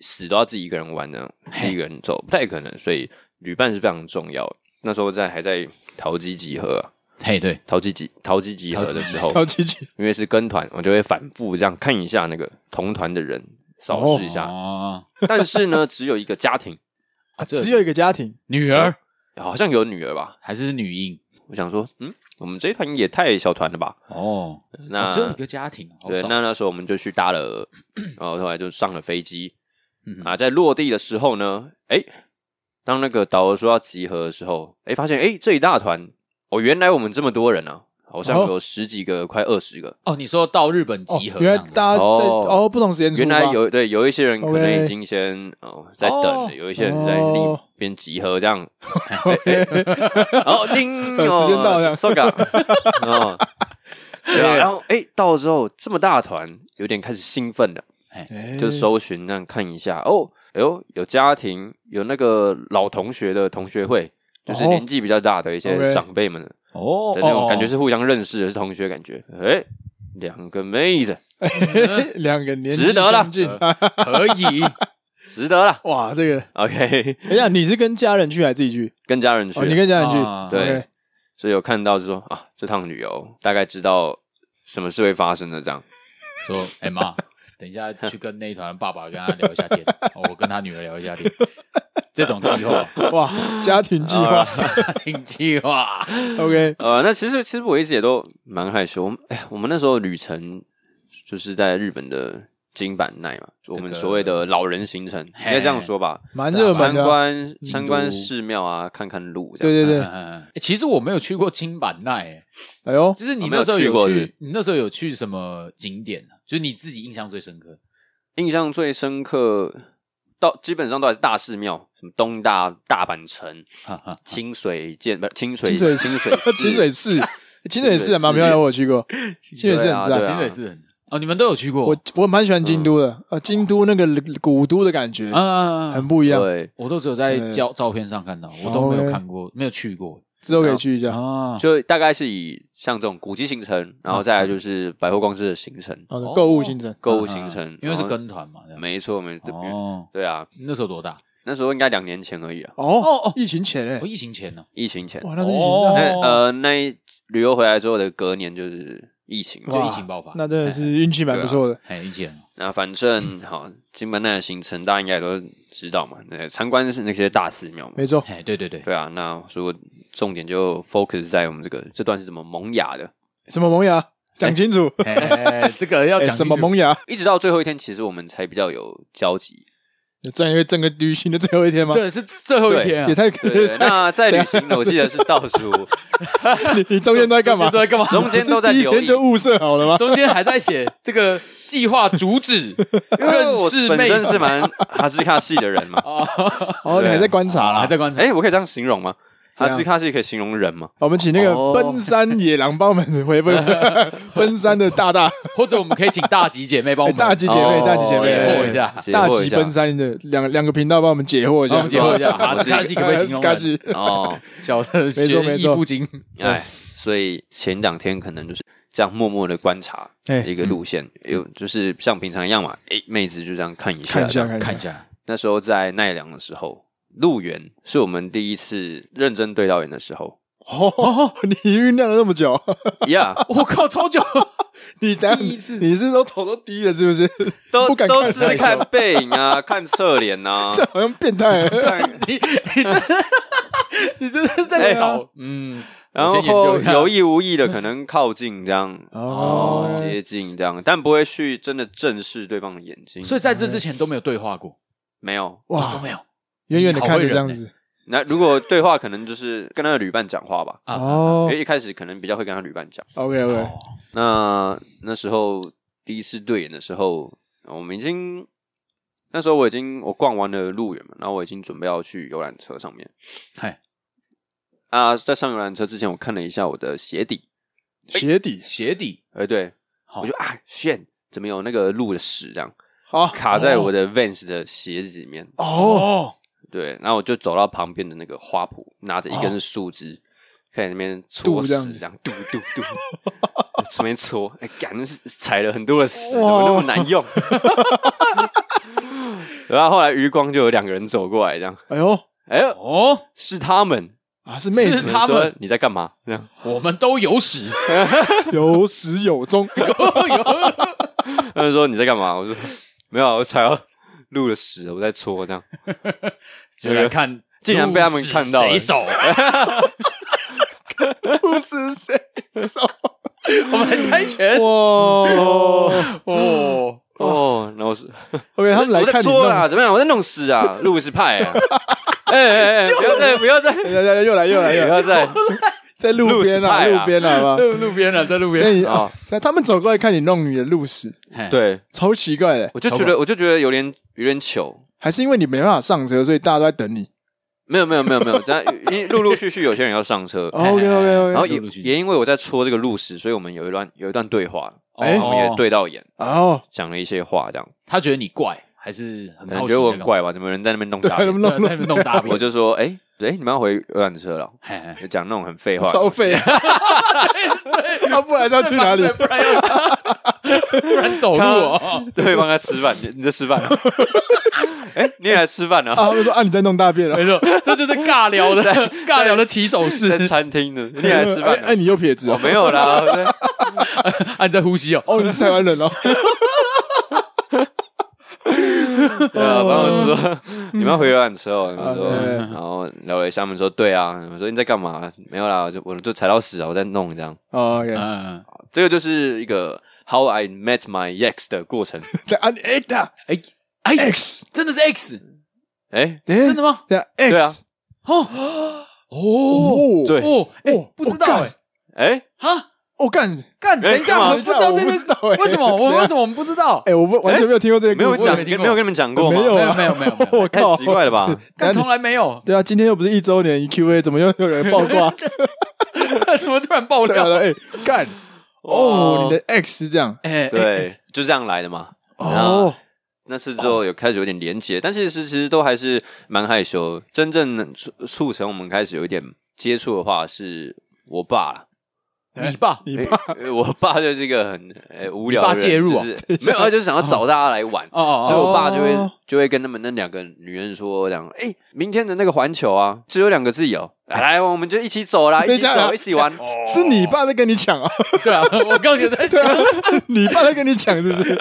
[SPEAKER 2] 死都要自己一个人玩的，自己一个人走，不太可能。所以旅伴是非常重要的。那时候在还在淘机集合、啊，
[SPEAKER 1] 嘿对，
[SPEAKER 2] 淘机集淘机集合的时候，
[SPEAKER 3] 好积极，
[SPEAKER 2] 因为是跟团，我就会反复这样看一下那个同团的人，扫视一下。
[SPEAKER 1] 哦，
[SPEAKER 2] 但是呢，只有一个家庭，
[SPEAKER 3] 啊
[SPEAKER 1] 这
[SPEAKER 3] 只有一个家庭，
[SPEAKER 1] 女儿
[SPEAKER 2] 好像有女儿吧？
[SPEAKER 1] 还是女婴
[SPEAKER 2] 我想说，嗯，我们这一团也太小团了吧？
[SPEAKER 1] 哦，
[SPEAKER 2] 那
[SPEAKER 1] 哦只有一个家庭，好
[SPEAKER 2] 对，
[SPEAKER 1] 少
[SPEAKER 2] 那那时候我们就去搭了，然后后来就上了飞机
[SPEAKER 1] 嗯，
[SPEAKER 2] 啊，在落地的时候呢，哎，当那个导游说要集合的时候，哎，发现哎这一大团，哦，原来我们这么多人啊，好像
[SPEAKER 3] 哦
[SPEAKER 2] 有十几个，快二十个，
[SPEAKER 1] 哦，你说到日本
[SPEAKER 3] 哦
[SPEAKER 1] 集合这
[SPEAKER 3] 原
[SPEAKER 1] 样
[SPEAKER 3] 来
[SPEAKER 1] 子，
[SPEAKER 3] 大家在
[SPEAKER 2] 哦
[SPEAKER 3] 哦不同时间出
[SPEAKER 2] 原
[SPEAKER 3] 发
[SPEAKER 2] 来有对有一些人可
[SPEAKER 3] OK
[SPEAKER 2] 能已经先哦在等
[SPEAKER 1] 哦
[SPEAKER 2] 了，有一些人是在另
[SPEAKER 3] 哦
[SPEAKER 2] 一边集合这样， 哦 叮，
[SPEAKER 3] 呃时间到了
[SPEAKER 2] 收 岗，哦，对啊，然后哎到了之后这么大团，有点开始兴奋了。
[SPEAKER 3] 哎
[SPEAKER 2] 就搜寻那样看一下哦，哎呦，有家庭，有那个老同学的同学会，就是
[SPEAKER 3] 哦
[SPEAKER 2] 年纪比较大的一些
[SPEAKER 3] OK
[SPEAKER 2] 长辈们的
[SPEAKER 1] 哦，
[SPEAKER 2] 那
[SPEAKER 1] 哦
[SPEAKER 2] 种 感觉，是互相认识的，是同学感觉。哎，两个妹子，
[SPEAKER 3] 哎两个年纪
[SPEAKER 2] 值得了
[SPEAKER 3] 相近，
[SPEAKER 1] 哦嗯可以，
[SPEAKER 2] 值得了。
[SPEAKER 3] 哇，这个
[SPEAKER 2] OK，
[SPEAKER 3] 哎呀，你是跟家人去还是自己去？
[SPEAKER 2] 跟家人去
[SPEAKER 3] 哦，，你跟家人去
[SPEAKER 1] 啊，
[SPEAKER 2] 对
[SPEAKER 3] OK，
[SPEAKER 2] 所以有看到就说啊，这趟旅游大概知道什么事会发生的这样。
[SPEAKER 1] 说哎妈。等一下去跟那一团爸爸跟他聊一下天，哦我跟他女儿聊一下天，这种计划，
[SPEAKER 3] 哇，家庭计划
[SPEAKER 1] 家庭计划，
[SPEAKER 3] ，OK，
[SPEAKER 2] 呃，那其实其实我一直也都蛮害羞。哎，我们那时候旅程就是在日本的金板奈嘛，我们
[SPEAKER 1] 那个
[SPEAKER 2] 所谓的老人行程，应
[SPEAKER 1] 嘿
[SPEAKER 2] 该这样说吧。
[SPEAKER 3] 蛮热门
[SPEAKER 2] 参
[SPEAKER 3] 的啊，
[SPEAKER 2] 观参观寺庙啊，看看路这样。
[SPEAKER 3] 对对对，
[SPEAKER 1] 嗯，欸其实我没有去过金板奈、欸，
[SPEAKER 3] 哎呦，
[SPEAKER 1] 就是你
[SPEAKER 2] 哦没
[SPEAKER 1] 那
[SPEAKER 2] 有
[SPEAKER 1] 时候
[SPEAKER 2] 去过
[SPEAKER 1] 有
[SPEAKER 2] 是不
[SPEAKER 1] 去，
[SPEAKER 2] 是
[SPEAKER 1] 你那时候有去什么景点啊？就是你自己印象最深刻
[SPEAKER 2] 印象最深刻，到基本上都还是大寺庙，什么东大、大阪城、
[SPEAKER 1] 哈哈，
[SPEAKER 2] 清水见不是清水
[SPEAKER 3] 清水
[SPEAKER 2] 清
[SPEAKER 3] 寺
[SPEAKER 2] 水，
[SPEAKER 3] 清水寺，清水寺还蛮漂亮的，我有去过，清水寺很
[SPEAKER 2] 对
[SPEAKER 3] 赞。
[SPEAKER 2] 啊
[SPEAKER 1] 清水寺很哦，你们都有去过？
[SPEAKER 3] 我我蛮喜欢京都的，呃，京都那个古都的感觉
[SPEAKER 1] 啊啊，啊啊
[SPEAKER 3] 很呃不一样，
[SPEAKER 2] 对，
[SPEAKER 1] 我都只有在
[SPEAKER 3] 对
[SPEAKER 1] 照照片上看到，我都
[SPEAKER 3] 哦
[SPEAKER 1] 没有看过，没有去过
[SPEAKER 3] 之后可以去一下。
[SPEAKER 1] 啊。嗯
[SPEAKER 2] 就大概是以像这种古迹行程，然后再来就是百货公司的行程、
[SPEAKER 3] 好的
[SPEAKER 1] 哦，
[SPEAKER 3] 啊购物行程，
[SPEAKER 2] 购物行程，
[SPEAKER 1] 嗯
[SPEAKER 2] 哦
[SPEAKER 1] 因为是
[SPEAKER 2] 然后
[SPEAKER 1] 跟团嘛，这样
[SPEAKER 2] 没错没错，
[SPEAKER 1] 哦，
[SPEAKER 2] 对啊，
[SPEAKER 1] 那时候多大？
[SPEAKER 2] 那时候应该两年前而已啊，
[SPEAKER 1] 哦哦
[SPEAKER 3] 疫情前哎
[SPEAKER 1] 我，疫情前呢，
[SPEAKER 2] 疫情前。
[SPEAKER 3] 哇，那是疫情
[SPEAKER 1] 哦
[SPEAKER 2] 那
[SPEAKER 3] 那
[SPEAKER 2] 呃，那一旅游回来之后的隔年就是疫情嘛，
[SPEAKER 1] 就
[SPEAKER 3] 哇
[SPEAKER 1] 疫情爆发，
[SPEAKER 3] 那真的是运气蛮不错的。
[SPEAKER 1] 哎，疫情
[SPEAKER 2] 那 反正好，金门那的行程大家应该也都知道嘛，那参观是那些大寺庙嘛，
[SPEAKER 3] 没错，
[SPEAKER 1] 哎，对对对，
[SPEAKER 2] 对啊。那所以我重点就 focus 在我们这个这段是怎么萌芽的，
[SPEAKER 3] 什么萌芽？讲清楚，
[SPEAKER 1] 哎哎哎这个要
[SPEAKER 3] 哎
[SPEAKER 1] 讲
[SPEAKER 3] 什么
[SPEAKER 1] 清楚
[SPEAKER 3] 萌芽？
[SPEAKER 2] 一直到最后一天，其实我们才比较有交集。
[SPEAKER 3] 正因为整个旅行的最后一天吗？
[SPEAKER 1] 对，是最后一天啊
[SPEAKER 3] 也，太
[SPEAKER 2] 对对对，那在旅行的我记得是倒数，
[SPEAKER 3] 你中间都在干嘛
[SPEAKER 1] 中间？都在干嘛？
[SPEAKER 2] 中间都在
[SPEAKER 3] 不是第一
[SPEAKER 2] 留
[SPEAKER 3] 天
[SPEAKER 2] 意，
[SPEAKER 3] 就物色好了吗？
[SPEAKER 1] 中间还在写这个计划主旨，
[SPEAKER 2] 因为
[SPEAKER 1] 认
[SPEAKER 2] 我
[SPEAKER 1] 识
[SPEAKER 2] 本
[SPEAKER 1] 妹
[SPEAKER 2] 身是蛮哈斯卡系的人 嘛。
[SPEAKER 3] 哦，你还在观察
[SPEAKER 1] 啊，还
[SPEAKER 3] 啦。
[SPEAKER 1] 在观察。
[SPEAKER 2] 哎，我可以这样形容吗？
[SPEAKER 3] 怎
[SPEAKER 2] 哈
[SPEAKER 3] 样
[SPEAKER 2] 斯卡系可以形容人吗？
[SPEAKER 3] 我们请那个
[SPEAKER 2] 哦
[SPEAKER 3] 奔山野狼帮我们回复奔山的大大
[SPEAKER 1] 或者我们可以请大吉姐妹帮我们
[SPEAKER 3] 哎大吉姐妹，
[SPEAKER 2] 哦
[SPEAKER 3] 大吉姐
[SPEAKER 1] 解惑
[SPEAKER 3] 妹
[SPEAKER 1] 一，下，
[SPEAKER 2] 解
[SPEAKER 3] 大
[SPEAKER 2] 惑一
[SPEAKER 3] 吉
[SPEAKER 2] 下
[SPEAKER 3] 奔山的两两个频道帮我们解惑一
[SPEAKER 1] 帮我
[SPEAKER 3] 下，
[SPEAKER 1] 们解惑一下。
[SPEAKER 2] 好
[SPEAKER 1] 哈斯卡西可不可以形容
[SPEAKER 3] 开
[SPEAKER 1] 人？
[SPEAKER 3] 始
[SPEAKER 2] 哦，
[SPEAKER 1] 小的学艺不精，
[SPEAKER 2] 哎，所以前两天可能就是这样默默的观察
[SPEAKER 3] 哎
[SPEAKER 2] 一个路线，有就是像平常一样嘛，哎，妹子就这样看一下，
[SPEAKER 3] 看一下，
[SPEAKER 1] 看
[SPEAKER 3] 看
[SPEAKER 1] 一。下，
[SPEAKER 2] 那时候在奈良的时候，路缘是我们第一次认真对到眼的时候。
[SPEAKER 3] 哦，你酝酿了那么久，
[SPEAKER 2] 呀，
[SPEAKER 1] 我靠，超久！
[SPEAKER 3] 你等下
[SPEAKER 1] 第一次
[SPEAKER 3] 你是都头都低了是不是？
[SPEAKER 2] 都
[SPEAKER 3] 不敢看
[SPEAKER 2] 都只是看背影啊，看侧脸啊，
[SPEAKER 3] 这好像变态。
[SPEAKER 2] 看
[SPEAKER 1] 你你真的你真的是在找嗯，
[SPEAKER 2] 然
[SPEAKER 1] 我先研究
[SPEAKER 2] 后
[SPEAKER 1] 一下
[SPEAKER 2] 有意无意的可能靠近这样，
[SPEAKER 3] 哦
[SPEAKER 2] 接近这样，但不会去真的正视对方的眼睛，
[SPEAKER 1] 所以在这之前都没有对话过，
[SPEAKER 2] 没有。
[SPEAKER 1] 都
[SPEAKER 3] 哇，
[SPEAKER 1] 没有
[SPEAKER 3] 远远的看着这样子，
[SPEAKER 2] 那如果对话，可能就是 跟他的旅伴讲话吧，
[SPEAKER 1] 啊。
[SPEAKER 2] 因
[SPEAKER 3] 哦
[SPEAKER 2] 为一开始可能比较会跟他旅伴讲。
[SPEAKER 3] ，OK OK，
[SPEAKER 1] 哦
[SPEAKER 2] 那那时候第一次对眼的时候，我们已经那时候我已经我逛完了路园嘛，然后我已经准备要去游览车上面
[SPEAKER 1] 嗨，
[SPEAKER 2] 啊，在上游览车之前，我看了一下我的鞋底，
[SPEAKER 3] 鞋底
[SPEAKER 1] 鞋底
[SPEAKER 2] 哎、对，
[SPEAKER 1] 好
[SPEAKER 2] 我就啊，shit，怎么有那个路的屎这样
[SPEAKER 3] 好
[SPEAKER 1] 哦
[SPEAKER 2] 卡在我的 Vans 的鞋子里面？
[SPEAKER 3] 哦，
[SPEAKER 2] 对，然后我就走到旁边的那个花圃，拿着一
[SPEAKER 1] 哦
[SPEAKER 2] 根树枝，开始那边
[SPEAKER 3] 嘟
[SPEAKER 2] 搓
[SPEAKER 3] 这样子
[SPEAKER 2] 屎，这样嘟嘟 嘟，这边搓，哎，感觉是踩了很多的屎，怎么那么难用？ 然后后来余光就有两个人走过来，这样，
[SPEAKER 3] 哎呦
[SPEAKER 2] 哎呦，
[SPEAKER 1] 哦，
[SPEAKER 2] 是他们，
[SPEAKER 3] 啊，是妹
[SPEAKER 1] 是
[SPEAKER 3] 子
[SPEAKER 1] 她他们
[SPEAKER 2] 说你在干嘛？这样，
[SPEAKER 1] 我们都有屎，
[SPEAKER 3] 有始有终，
[SPEAKER 2] 他们说你在干嘛？我说没有啊，我踩到路的屎，我在搓，这样。
[SPEAKER 1] 就来看，
[SPEAKER 2] 竟然被他们看到了
[SPEAKER 1] 谁手？
[SPEAKER 3] 不是谁手
[SPEAKER 1] 我们来猜 拳
[SPEAKER 3] 哇
[SPEAKER 1] 哦。
[SPEAKER 2] 哦，然后是
[SPEAKER 3] ，OK，他们哎来
[SPEAKER 2] 我在
[SPEAKER 3] 看你
[SPEAKER 2] 搓啦，
[SPEAKER 3] 弄，
[SPEAKER 2] 怎么样？我在弄屎 啊，路是派啊！哎哎哎，不要再不要再
[SPEAKER 3] 来来来，又来又来
[SPEAKER 2] 不
[SPEAKER 3] 又来，
[SPEAKER 2] 要再
[SPEAKER 3] 在路边
[SPEAKER 2] 哎路
[SPEAKER 3] 啊，
[SPEAKER 2] 死派啊
[SPEAKER 3] 路边啊，好吧。
[SPEAKER 1] 路路边了，在路
[SPEAKER 3] 所
[SPEAKER 1] 边。
[SPEAKER 3] 以
[SPEAKER 2] 啊
[SPEAKER 3] 啊，那他们走过来看你弄你的路屎，
[SPEAKER 1] 嘿，
[SPEAKER 2] 对，
[SPEAKER 3] 哎超奇怪的。
[SPEAKER 2] 我就觉得我就觉得有点有点糗。
[SPEAKER 3] 还是因为你没办法上车，所以大家都在等你。
[SPEAKER 2] 没有没有没有没有，但因 为陆陆续续有些人要上车，
[SPEAKER 3] OK OK
[SPEAKER 2] 然
[SPEAKER 3] OK，
[SPEAKER 2] 后也
[SPEAKER 1] 陆陆续续
[SPEAKER 2] 也因为我在戳这个路屎，所以我们有一段有一段对话，
[SPEAKER 3] 哎
[SPEAKER 2] 我们也对到眼，
[SPEAKER 3] 哦，
[SPEAKER 2] 讲了一些话，这样
[SPEAKER 1] 他觉得你怪，还是很
[SPEAKER 2] 可能
[SPEAKER 1] 好奇
[SPEAKER 2] 觉得我
[SPEAKER 1] 那
[SPEAKER 2] 很
[SPEAKER 1] 种，
[SPEAKER 2] 怪吧？怎么有人在那边弄
[SPEAKER 3] 对，
[SPEAKER 2] 大
[SPEAKER 3] 他
[SPEAKER 2] 便？
[SPEAKER 3] 们
[SPEAKER 1] 对
[SPEAKER 3] 弄
[SPEAKER 1] 在那边弄大便
[SPEAKER 2] 我。就说，哎哎，你们要回游览车了，
[SPEAKER 1] 嘿嘿
[SPEAKER 2] 就讲那种很废话的东西，
[SPEAKER 3] 烧费，他不然要去哪里？
[SPEAKER 1] 不然要不然走路哦。
[SPEAKER 2] 对方在吃饭，你你在吃 饭、啊？哎、你也来吃饭啊？
[SPEAKER 3] 啊，他们说啊，你在弄大便了
[SPEAKER 1] 没，错，这就是尬聊 的尬聊的起手式
[SPEAKER 2] 在餐厅呢， 你也来
[SPEAKER 3] 哎
[SPEAKER 2] 吃饭、
[SPEAKER 3] 哎，
[SPEAKER 2] 啊？
[SPEAKER 3] 你又撇子
[SPEAKER 2] 我
[SPEAKER 3] 哦，
[SPEAKER 2] 没有啦，我在
[SPEAKER 1] 啊！你在呼吸哦，
[SPEAKER 3] 哦，你是台湾 人哦，
[SPEAKER 2] 对啊，然后我说你们要回游览车哦，然后说
[SPEAKER 3] 啊对，
[SPEAKER 2] 然后聊了一下，他们说对啊，我说你在干嘛？没有啦，我就我就踩到屎啊，我在弄这样。
[SPEAKER 3] 哦，OK，
[SPEAKER 2] 啊
[SPEAKER 1] 嗯，
[SPEAKER 2] 这个就是一个 how I met my ex 的过程。
[SPEAKER 3] 对啊，哎的
[SPEAKER 1] 哎，
[SPEAKER 3] X，
[SPEAKER 1] 真的是 X，
[SPEAKER 2] 哎、
[SPEAKER 3] 真
[SPEAKER 1] 真的吗？
[SPEAKER 3] 对啊
[SPEAKER 2] 对啊
[SPEAKER 3] ，X，
[SPEAKER 1] 哦哦
[SPEAKER 3] 哦，
[SPEAKER 2] 对
[SPEAKER 1] 哦，哎
[SPEAKER 3] 哦，
[SPEAKER 1] 不知道
[SPEAKER 3] 哦
[SPEAKER 1] 哎，
[SPEAKER 2] 哎、
[SPEAKER 1] 哈，
[SPEAKER 3] 哦干，
[SPEAKER 1] 干，等一
[SPEAKER 2] 干
[SPEAKER 1] 下，
[SPEAKER 2] 嘛
[SPEAKER 1] 我们不知道这
[SPEAKER 3] 我
[SPEAKER 1] 件
[SPEAKER 3] 不
[SPEAKER 1] 事
[SPEAKER 3] 知道哎，
[SPEAKER 1] 为什么我
[SPEAKER 3] 等一下
[SPEAKER 1] 为什么我们不知道？
[SPEAKER 3] 哎，我不完全没有听过这个
[SPEAKER 2] 没有
[SPEAKER 3] 故事，
[SPEAKER 2] 讲，
[SPEAKER 1] 没
[SPEAKER 2] 没
[SPEAKER 1] 听过
[SPEAKER 2] 有跟你们讲过吗？
[SPEAKER 3] 没有
[SPEAKER 1] 没
[SPEAKER 3] 啊
[SPEAKER 1] 有没有没有没有，
[SPEAKER 3] 我
[SPEAKER 2] 太
[SPEAKER 3] 靠，
[SPEAKER 2] 奇怪了吧？
[SPEAKER 1] 干从来没 有，
[SPEAKER 3] 对啊，今天又不是一周年一 Q A，怎么又又有人爆挂？
[SPEAKER 1] 怎么突然爆
[SPEAKER 3] 对啊，
[SPEAKER 1] 料？
[SPEAKER 3] 对啊哎，干，哦，你的 X 是这样，
[SPEAKER 1] 哎，
[SPEAKER 2] 对，就这样来的嘛。
[SPEAKER 3] 哦，
[SPEAKER 2] 那次之后有开始有点连结，但其实其实都还是蛮害羞。真正能促促成我们开始有一点接触的话，是我爸啦。
[SPEAKER 1] 哎你爸
[SPEAKER 3] 啊你爸
[SPEAKER 2] 呃 我爸就是一个很呃、无聊的人，
[SPEAKER 1] 你爸介入啊
[SPEAKER 2] 就是没有，他就是想要找大家来玩，
[SPEAKER 1] 哦哦
[SPEAKER 2] 所以
[SPEAKER 1] 哦，
[SPEAKER 2] 我爸就会就会跟他们那两个女人说，两哎、明天的那个环球啊，只有两个字有，啊来，我们就一起走 啦，一起
[SPEAKER 1] 啊
[SPEAKER 2] 走，一起玩。
[SPEAKER 3] 是你爸在跟你抢啊？
[SPEAKER 1] 对啊， 我刚刚就在
[SPEAKER 3] 对
[SPEAKER 1] 想，
[SPEAKER 3] 啊，你爸在跟你抢是不 是？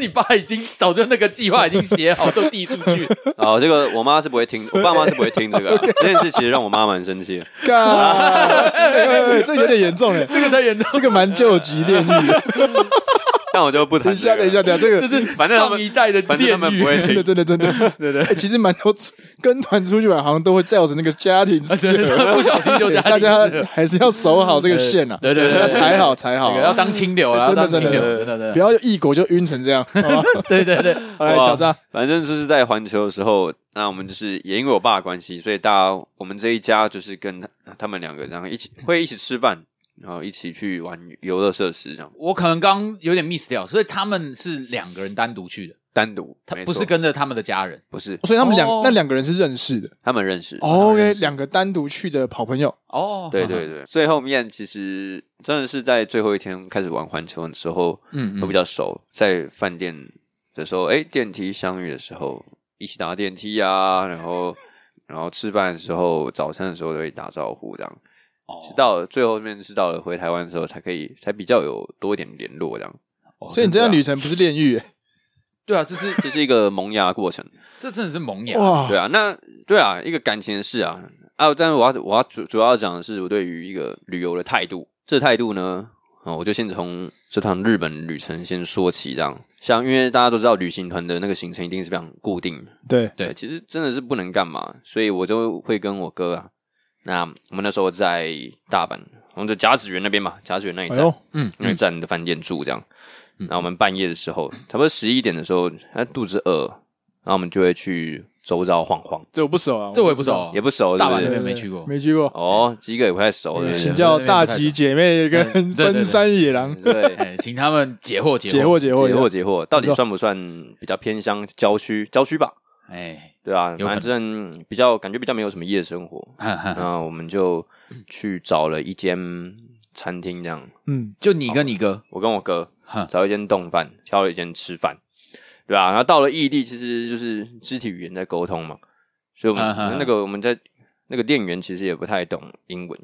[SPEAKER 1] 你爸已经早就那个计划已经写 好，都递出去。
[SPEAKER 2] 哦，这个我妈是不会听，我爸妈是不会听这 个、啊。这件事其实让我妈蛮生气的。
[SPEAKER 3] 干，哎这有点严重哎，
[SPEAKER 1] 这个太严重，
[SPEAKER 3] 这个蛮救急炼狱 的。
[SPEAKER 2] 但我就不谈、
[SPEAKER 3] 等一
[SPEAKER 2] 这
[SPEAKER 3] 下，等
[SPEAKER 2] 个
[SPEAKER 3] 一下，等一下，这
[SPEAKER 1] 这
[SPEAKER 3] 个
[SPEAKER 1] 是
[SPEAKER 2] 反正他们
[SPEAKER 1] 上一代的
[SPEAKER 2] 反正他
[SPEAKER 1] 炼
[SPEAKER 2] 们
[SPEAKER 1] 狱
[SPEAKER 2] 不。会
[SPEAKER 3] 真的
[SPEAKER 2] 听。
[SPEAKER 3] 真的真的， 对对，其实蛮多出跟团出去玩，好像都会造成那个家 庭
[SPEAKER 1] 啊真的
[SPEAKER 3] 事，
[SPEAKER 1] 真的不小心就
[SPEAKER 3] 对
[SPEAKER 1] 家
[SPEAKER 3] 大
[SPEAKER 1] 庭事
[SPEAKER 3] 家
[SPEAKER 1] 了
[SPEAKER 3] 还是要守好这个线啊，
[SPEAKER 1] 对对对
[SPEAKER 3] 要
[SPEAKER 1] 对对
[SPEAKER 3] 踩好踩好
[SPEAKER 1] 那
[SPEAKER 3] 啊，
[SPEAKER 1] 个要当清流啊，要
[SPEAKER 3] 真的
[SPEAKER 1] 当清
[SPEAKER 3] 真
[SPEAKER 1] 流，
[SPEAKER 3] 的
[SPEAKER 1] 真的真
[SPEAKER 3] 不
[SPEAKER 1] 的，
[SPEAKER 3] 要异国就晕成这 样，好吧？
[SPEAKER 1] 对对对，
[SPEAKER 3] 好来，
[SPEAKER 2] 哇
[SPEAKER 3] 小张，
[SPEAKER 2] 反正就是在环球的时候，那我们就是也因为我爸的关系，所以大家我们这一家就是跟他他们两个，然后一起会一起吃饭，然后一起去玩游乐设施，这样
[SPEAKER 1] 我可能刚有点 miss 掉，所以他们是两个人单独去的，
[SPEAKER 2] 单独。
[SPEAKER 1] 他
[SPEAKER 2] 没
[SPEAKER 1] 不是
[SPEAKER 2] 错
[SPEAKER 1] 跟着他们的家人。
[SPEAKER 2] 不是
[SPEAKER 3] 所以他们两
[SPEAKER 1] 哦
[SPEAKER 3] 那两个人是认识的
[SPEAKER 2] 他们认识。
[SPEAKER 3] 哦，OK，两个单独去的好朋友，
[SPEAKER 1] 哦，
[SPEAKER 2] 对对对，所以后面其实真的是在最后一天开始玩环球的时候，
[SPEAKER 1] 嗯，
[SPEAKER 2] 会
[SPEAKER 1] 嗯，
[SPEAKER 2] 比较熟，在饭店的时候，哎、电梯相遇的时候，一起搭电梯 啊，然后然后吃饭的时候，早餐的时候都会打招呼，这样，直
[SPEAKER 1] 哦，
[SPEAKER 2] 到了最后面是到了回台湾的时候，才可以才比较有多一点联络，这样，
[SPEAKER 3] 所以
[SPEAKER 2] 啊
[SPEAKER 3] 你这段旅程不是炼狱，
[SPEAKER 1] 对啊，这是
[SPEAKER 2] 这是一个萌芽过程，
[SPEAKER 1] 这真的是萌
[SPEAKER 3] 哎
[SPEAKER 1] 芽，
[SPEAKER 3] 哇
[SPEAKER 2] 对，啊，那对啊，一个感情的事啊，啊，但是我要我要主主要讲的是我对于一个旅游的态度，这态度呢，哦，我就先从这趟日本旅程先说起，这样，像因为大家都知道旅行团的那个行程一定是非常固定。
[SPEAKER 3] 对，
[SPEAKER 1] 对
[SPEAKER 2] 其实真的是不能干嘛，所以我就会跟我哥啊，那我们那时候在大阪，我们在甲子园那边嘛，甲子园那一
[SPEAKER 3] 哎
[SPEAKER 2] 站，
[SPEAKER 3] 呦，嗯
[SPEAKER 1] 嗯，
[SPEAKER 2] 那一站的饭店住这样。然后我们半夜的时候，差不多十一点的时候，他肚子饿，然后我们就会去周遭晃晃，
[SPEAKER 3] 这我不熟啊，
[SPEAKER 1] 这我也不熟，哦
[SPEAKER 2] 也不熟，
[SPEAKER 1] 大阪
[SPEAKER 2] 对
[SPEAKER 1] 那
[SPEAKER 2] 不
[SPEAKER 1] 边
[SPEAKER 2] 对
[SPEAKER 1] 没去过
[SPEAKER 3] 没去过，
[SPEAKER 2] 哦，鸡哥也不太熟，对不
[SPEAKER 3] 请
[SPEAKER 2] 对？
[SPEAKER 3] 教大吉姐妹
[SPEAKER 1] 嗯对
[SPEAKER 3] 跟
[SPEAKER 1] 对对
[SPEAKER 3] 奔山野狼
[SPEAKER 2] 对，
[SPEAKER 1] 哎，请他们解惑解
[SPEAKER 3] 解
[SPEAKER 1] 惑，
[SPEAKER 3] 惑解
[SPEAKER 2] 嗯解
[SPEAKER 3] 惑
[SPEAKER 2] 惑解惑，到
[SPEAKER 3] 没
[SPEAKER 2] 底
[SPEAKER 3] 错
[SPEAKER 2] 算不算比较偏乡郊区？郊区吧，
[SPEAKER 1] 哎，
[SPEAKER 2] 对啊，
[SPEAKER 1] 有可能
[SPEAKER 2] 反正比较感觉比较没有什么夜生活，
[SPEAKER 1] 哈哈
[SPEAKER 2] 那我们就去找了一间餐厅，这样，
[SPEAKER 3] 嗯，
[SPEAKER 1] 就你跟你哥，
[SPEAKER 2] 我跟我哥
[SPEAKER 1] 哈
[SPEAKER 2] 找一间冻饭，挑了一间吃饭，对吧、然后到了异地，其实就是肢体语言在沟通嘛，所以我
[SPEAKER 1] 嗯嗯嗯
[SPEAKER 2] 们那个我们在那个店员其实也不太懂英文，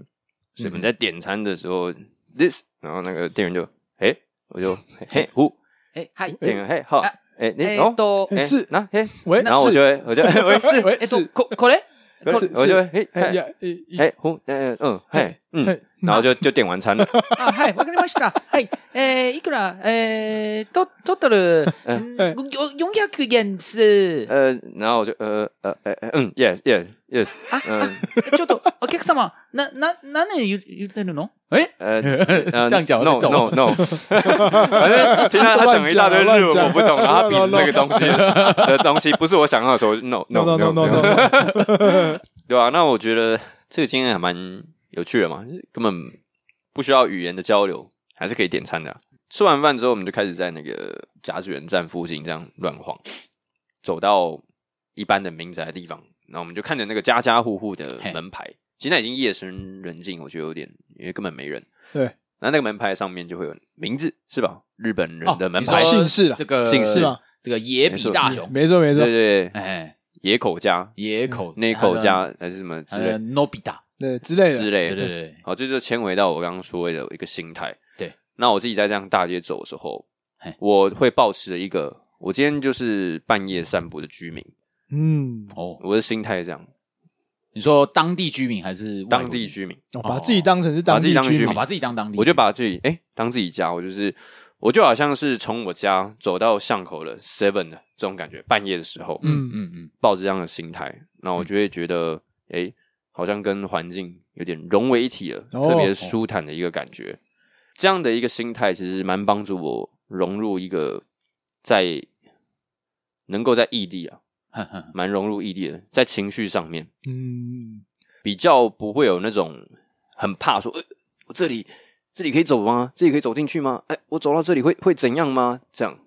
[SPEAKER 2] 所以我
[SPEAKER 3] 嗯
[SPEAKER 2] 们在点餐的时候，this，然后那个店员就，哎，我 就嘿嘿呼，
[SPEAKER 1] 哎嗨，
[SPEAKER 2] 店员嘿好，
[SPEAKER 1] 啊
[SPEAKER 2] 哎你
[SPEAKER 1] 哎
[SPEAKER 2] 哦，
[SPEAKER 1] 都
[SPEAKER 2] 哎
[SPEAKER 3] 是
[SPEAKER 2] 那嘿，
[SPEAKER 3] 喂，
[SPEAKER 2] 然后我
[SPEAKER 3] 是
[SPEAKER 2] 就会 我就我也是，
[SPEAKER 3] 喂
[SPEAKER 1] 哎都
[SPEAKER 3] 是
[SPEAKER 1] 可可嘞，
[SPEAKER 2] 我
[SPEAKER 3] 是
[SPEAKER 2] 就我就会嘿
[SPEAKER 3] 哎
[SPEAKER 2] 嘿
[SPEAKER 3] 呀，一一哎
[SPEAKER 2] 嘿呼，嗯嗯嘿嗯
[SPEAKER 3] 嘿，
[SPEAKER 2] 然后就就点完餐 了。
[SPEAKER 4] あ、はい、わかりました。はい。えー、いくらえー、と、トータル、うん
[SPEAKER 3] え
[SPEAKER 4] よ400円です。
[SPEAKER 2] 呃，然后我就呃呃呃呃嗯，yes yes yes，嗯
[SPEAKER 4] ちょっと、お客様、な、な、何言う言ってるの
[SPEAKER 1] 哎，
[SPEAKER 2] 呃呃，
[SPEAKER 1] 这样讲
[SPEAKER 2] no
[SPEAKER 1] 会走
[SPEAKER 2] no no，反正听到他讲了一大堆日
[SPEAKER 3] 乱
[SPEAKER 2] 文
[SPEAKER 3] 讲
[SPEAKER 2] 我不懂，然后他比着那个
[SPEAKER 3] 乱
[SPEAKER 2] 东西的东西不是我想要的时候，no
[SPEAKER 3] no
[SPEAKER 2] no
[SPEAKER 3] no no
[SPEAKER 2] no，
[SPEAKER 3] no no，
[SPEAKER 2] 对吧？那我觉得这个经验还蛮有趣的嘛，就是根本不需要语言的交流，还是可以点餐的啊。吃完饭之后，我们就开始在那个甲子园站附近这样乱晃，走到一般的民宅的地方，然后我们就看着那个家家户户的
[SPEAKER 1] 嘿
[SPEAKER 2] 门牌，其实那已经夜深人静，我觉得有点，因为根本没人。
[SPEAKER 3] 对，
[SPEAKER 2] 那那个门牌上面就会有名字，是吧？日本人的门
[SPEAKER 1] 哦
[SPEAKER 2] 牌，
[SPEAKER 1] 你说
[SPEAKER 3] 姓氏啦
[SPEAKER 1] 这个
[SPEAKER 2] 姓氏
[SPEAKER 3] 吧，
[SPEAKER 1] 这个野比大雄，
[SPEAKER 3] 没错没错
[SPEAKER 2] 对，对对，
[SPEAKER 1] 哎，
[SPEAKER 2] 野口家、
[SPEAKER 1] 野口
[SPEAKER 2] 内嗯口家还是什么之
[SPEAKER 1] 呃
[SPEAKER 2] 类
[SPEAKER 1] n o b i t a
[SPEAKER 3] 对之类
[SPEAKER 2] 之
[SPEAKER 3] 的，
[SPEAKER 2] 类
[SPEAKER 1] 对
[SPEAKER 2] 的，
[SPEAKER 1] 对对，
[SPEAKER 2] 好，这就牵回到我刚刚说的一个心态。
[SPEAKER 1] 对，
[SPEAKER 2] 那我自己在这样大街走的时候
[SPEAKER 1] 嘿，
[SPEAKER 2] 我会保持着一个，我今天就是半夜散步的居民，
[SPEAKER 3] 嗯，
[SPEAKER 1] 哦，
[SPEAKER 2] 我的心态是这样，
[SPEAKER 1] 你说当地居民还是外国
[SPEAKER 2] 当地居民，
[SPEAKER 3] 哦把自己当成是
[SPEAKER 2] 把
[SPEAKER 3] 当地
[SPEAKER 2] 自己当
[SPEAKER 3] 居
[SPEAKER 2] 居
[SPEAKER 1] 好
[SPEAKER 3] 民
[SPEAKER 2] 民，
[SPEAKER 1] 把自己当当地，
[SPEAKER 2] 我就把自己哎、当自己家，我就是我就好像是从我家走到巷口了 Seven 的这种感觉，半夜的时候，
[SPEAKER 3] 嗯
[SPEAKER 1] 嗯嗯
[SPEAKER 2] 抱着这样的心态，那我就会觉得，哎、好像跟环境有点融为一体了，
[SPEAKER 3] 哦
[SPEAKER 2] 特别舒坦的一个感觉。这样的一个心态，其实蛮帮助我融入一个在能够在异地啊，
[SPEAKER 1] 哼哼，
[SPEAKER 2] 蛮融入异地的，在情绪上面
[SPEAKER 3] 嗯，
[SPEAKER 2] 比较不会有那种很怕说，呃，我这里这里可以走吗？这里可以走进去吗？哎、我走到这里会会怎样吗？这样，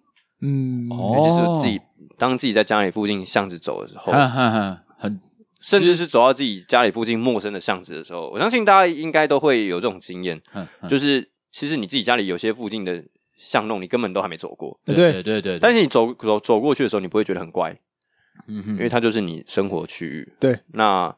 [SPEAKER 3] 嗯，
[SPEAKER 1] 哦
[SPEAKER 2] 就是自己当自己在家里附近巷子走的时候，
[SPEAKER 1] 哼哼哼，很
[SPEAKER 2] 甚至是走到自己家里附近陌生的巷子的时候，我相信大家应该都会有这种经验，
[SPEAKER 1] 很
[SPEAKER 2] 就是其实你自己家里有些附近的巷弄，你根本都还没走过。
[SPEAKER 1] 对
[SPEAKER 3] 哎对
[SPEAKER 1] 对对对，
[SPEAKER 2] 但是你走走走过去的时候，你不会觉得很怪，
[SPEAKER 1] 嗯
[SPEAKER 2] 因
[SPEAKER 1] 哼
[SPEAKER 2] 为它就是你生活区域。
[SPEAKER 3] 对，
[SPEAKER 2] 那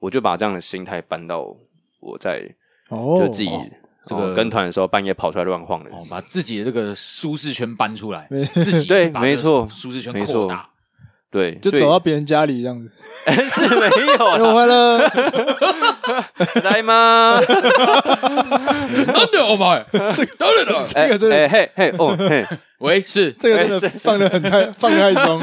[SPEAKER 2] 我就把这样的心态搬到我在
[SPEAKER 3] 哦，
[SPEAKER 2] 就自己
[SPEAKER 3] 哦
[SPEAKER 1] 这
[SPEAKER 2] 这
[SPEAKER 1] 个
[SPEAKER 2] 个跟团的时候半夜跑出来乱晃的。
[SPEAKER 1] 哦，把自己的这个舒适圈搬出来，
[SPEAKER 3] 没
[SPEAKER 1] 自己
[SPEAKER 2] 对
[SPEAKER 1] 把这个
[SPEAKER 2] 没错
[SPEAKER 1] 舒适圈
[SPEAKER 2] 没
[SPEAKER 1] 扩
[SPEAKER 2] 错
[SPEAKER 1] 大。
[SPEAKER 2] 对，
[SPEAKER 3] 就
[SPEAKER 2] 所以
[SPEAKER 3] 走到别人家里这样子，
[SPEAKER 2] 是没有
[SPEAKER 3] 哎我
[SPEAKER 2] 啦，
[SPEAKER 3] 回来 了，
[SPEAKER 2] 来吗？
[SPEAKER 1] 真的，我妈，当然了，
[SPEAKER 3] 这个真 的
[SPEAKER 2] 哎嘿嘿哦嘿，
[SPEAKER 1] 喂，是
[SPEAKER 3] 这个真的放的很太放的太松，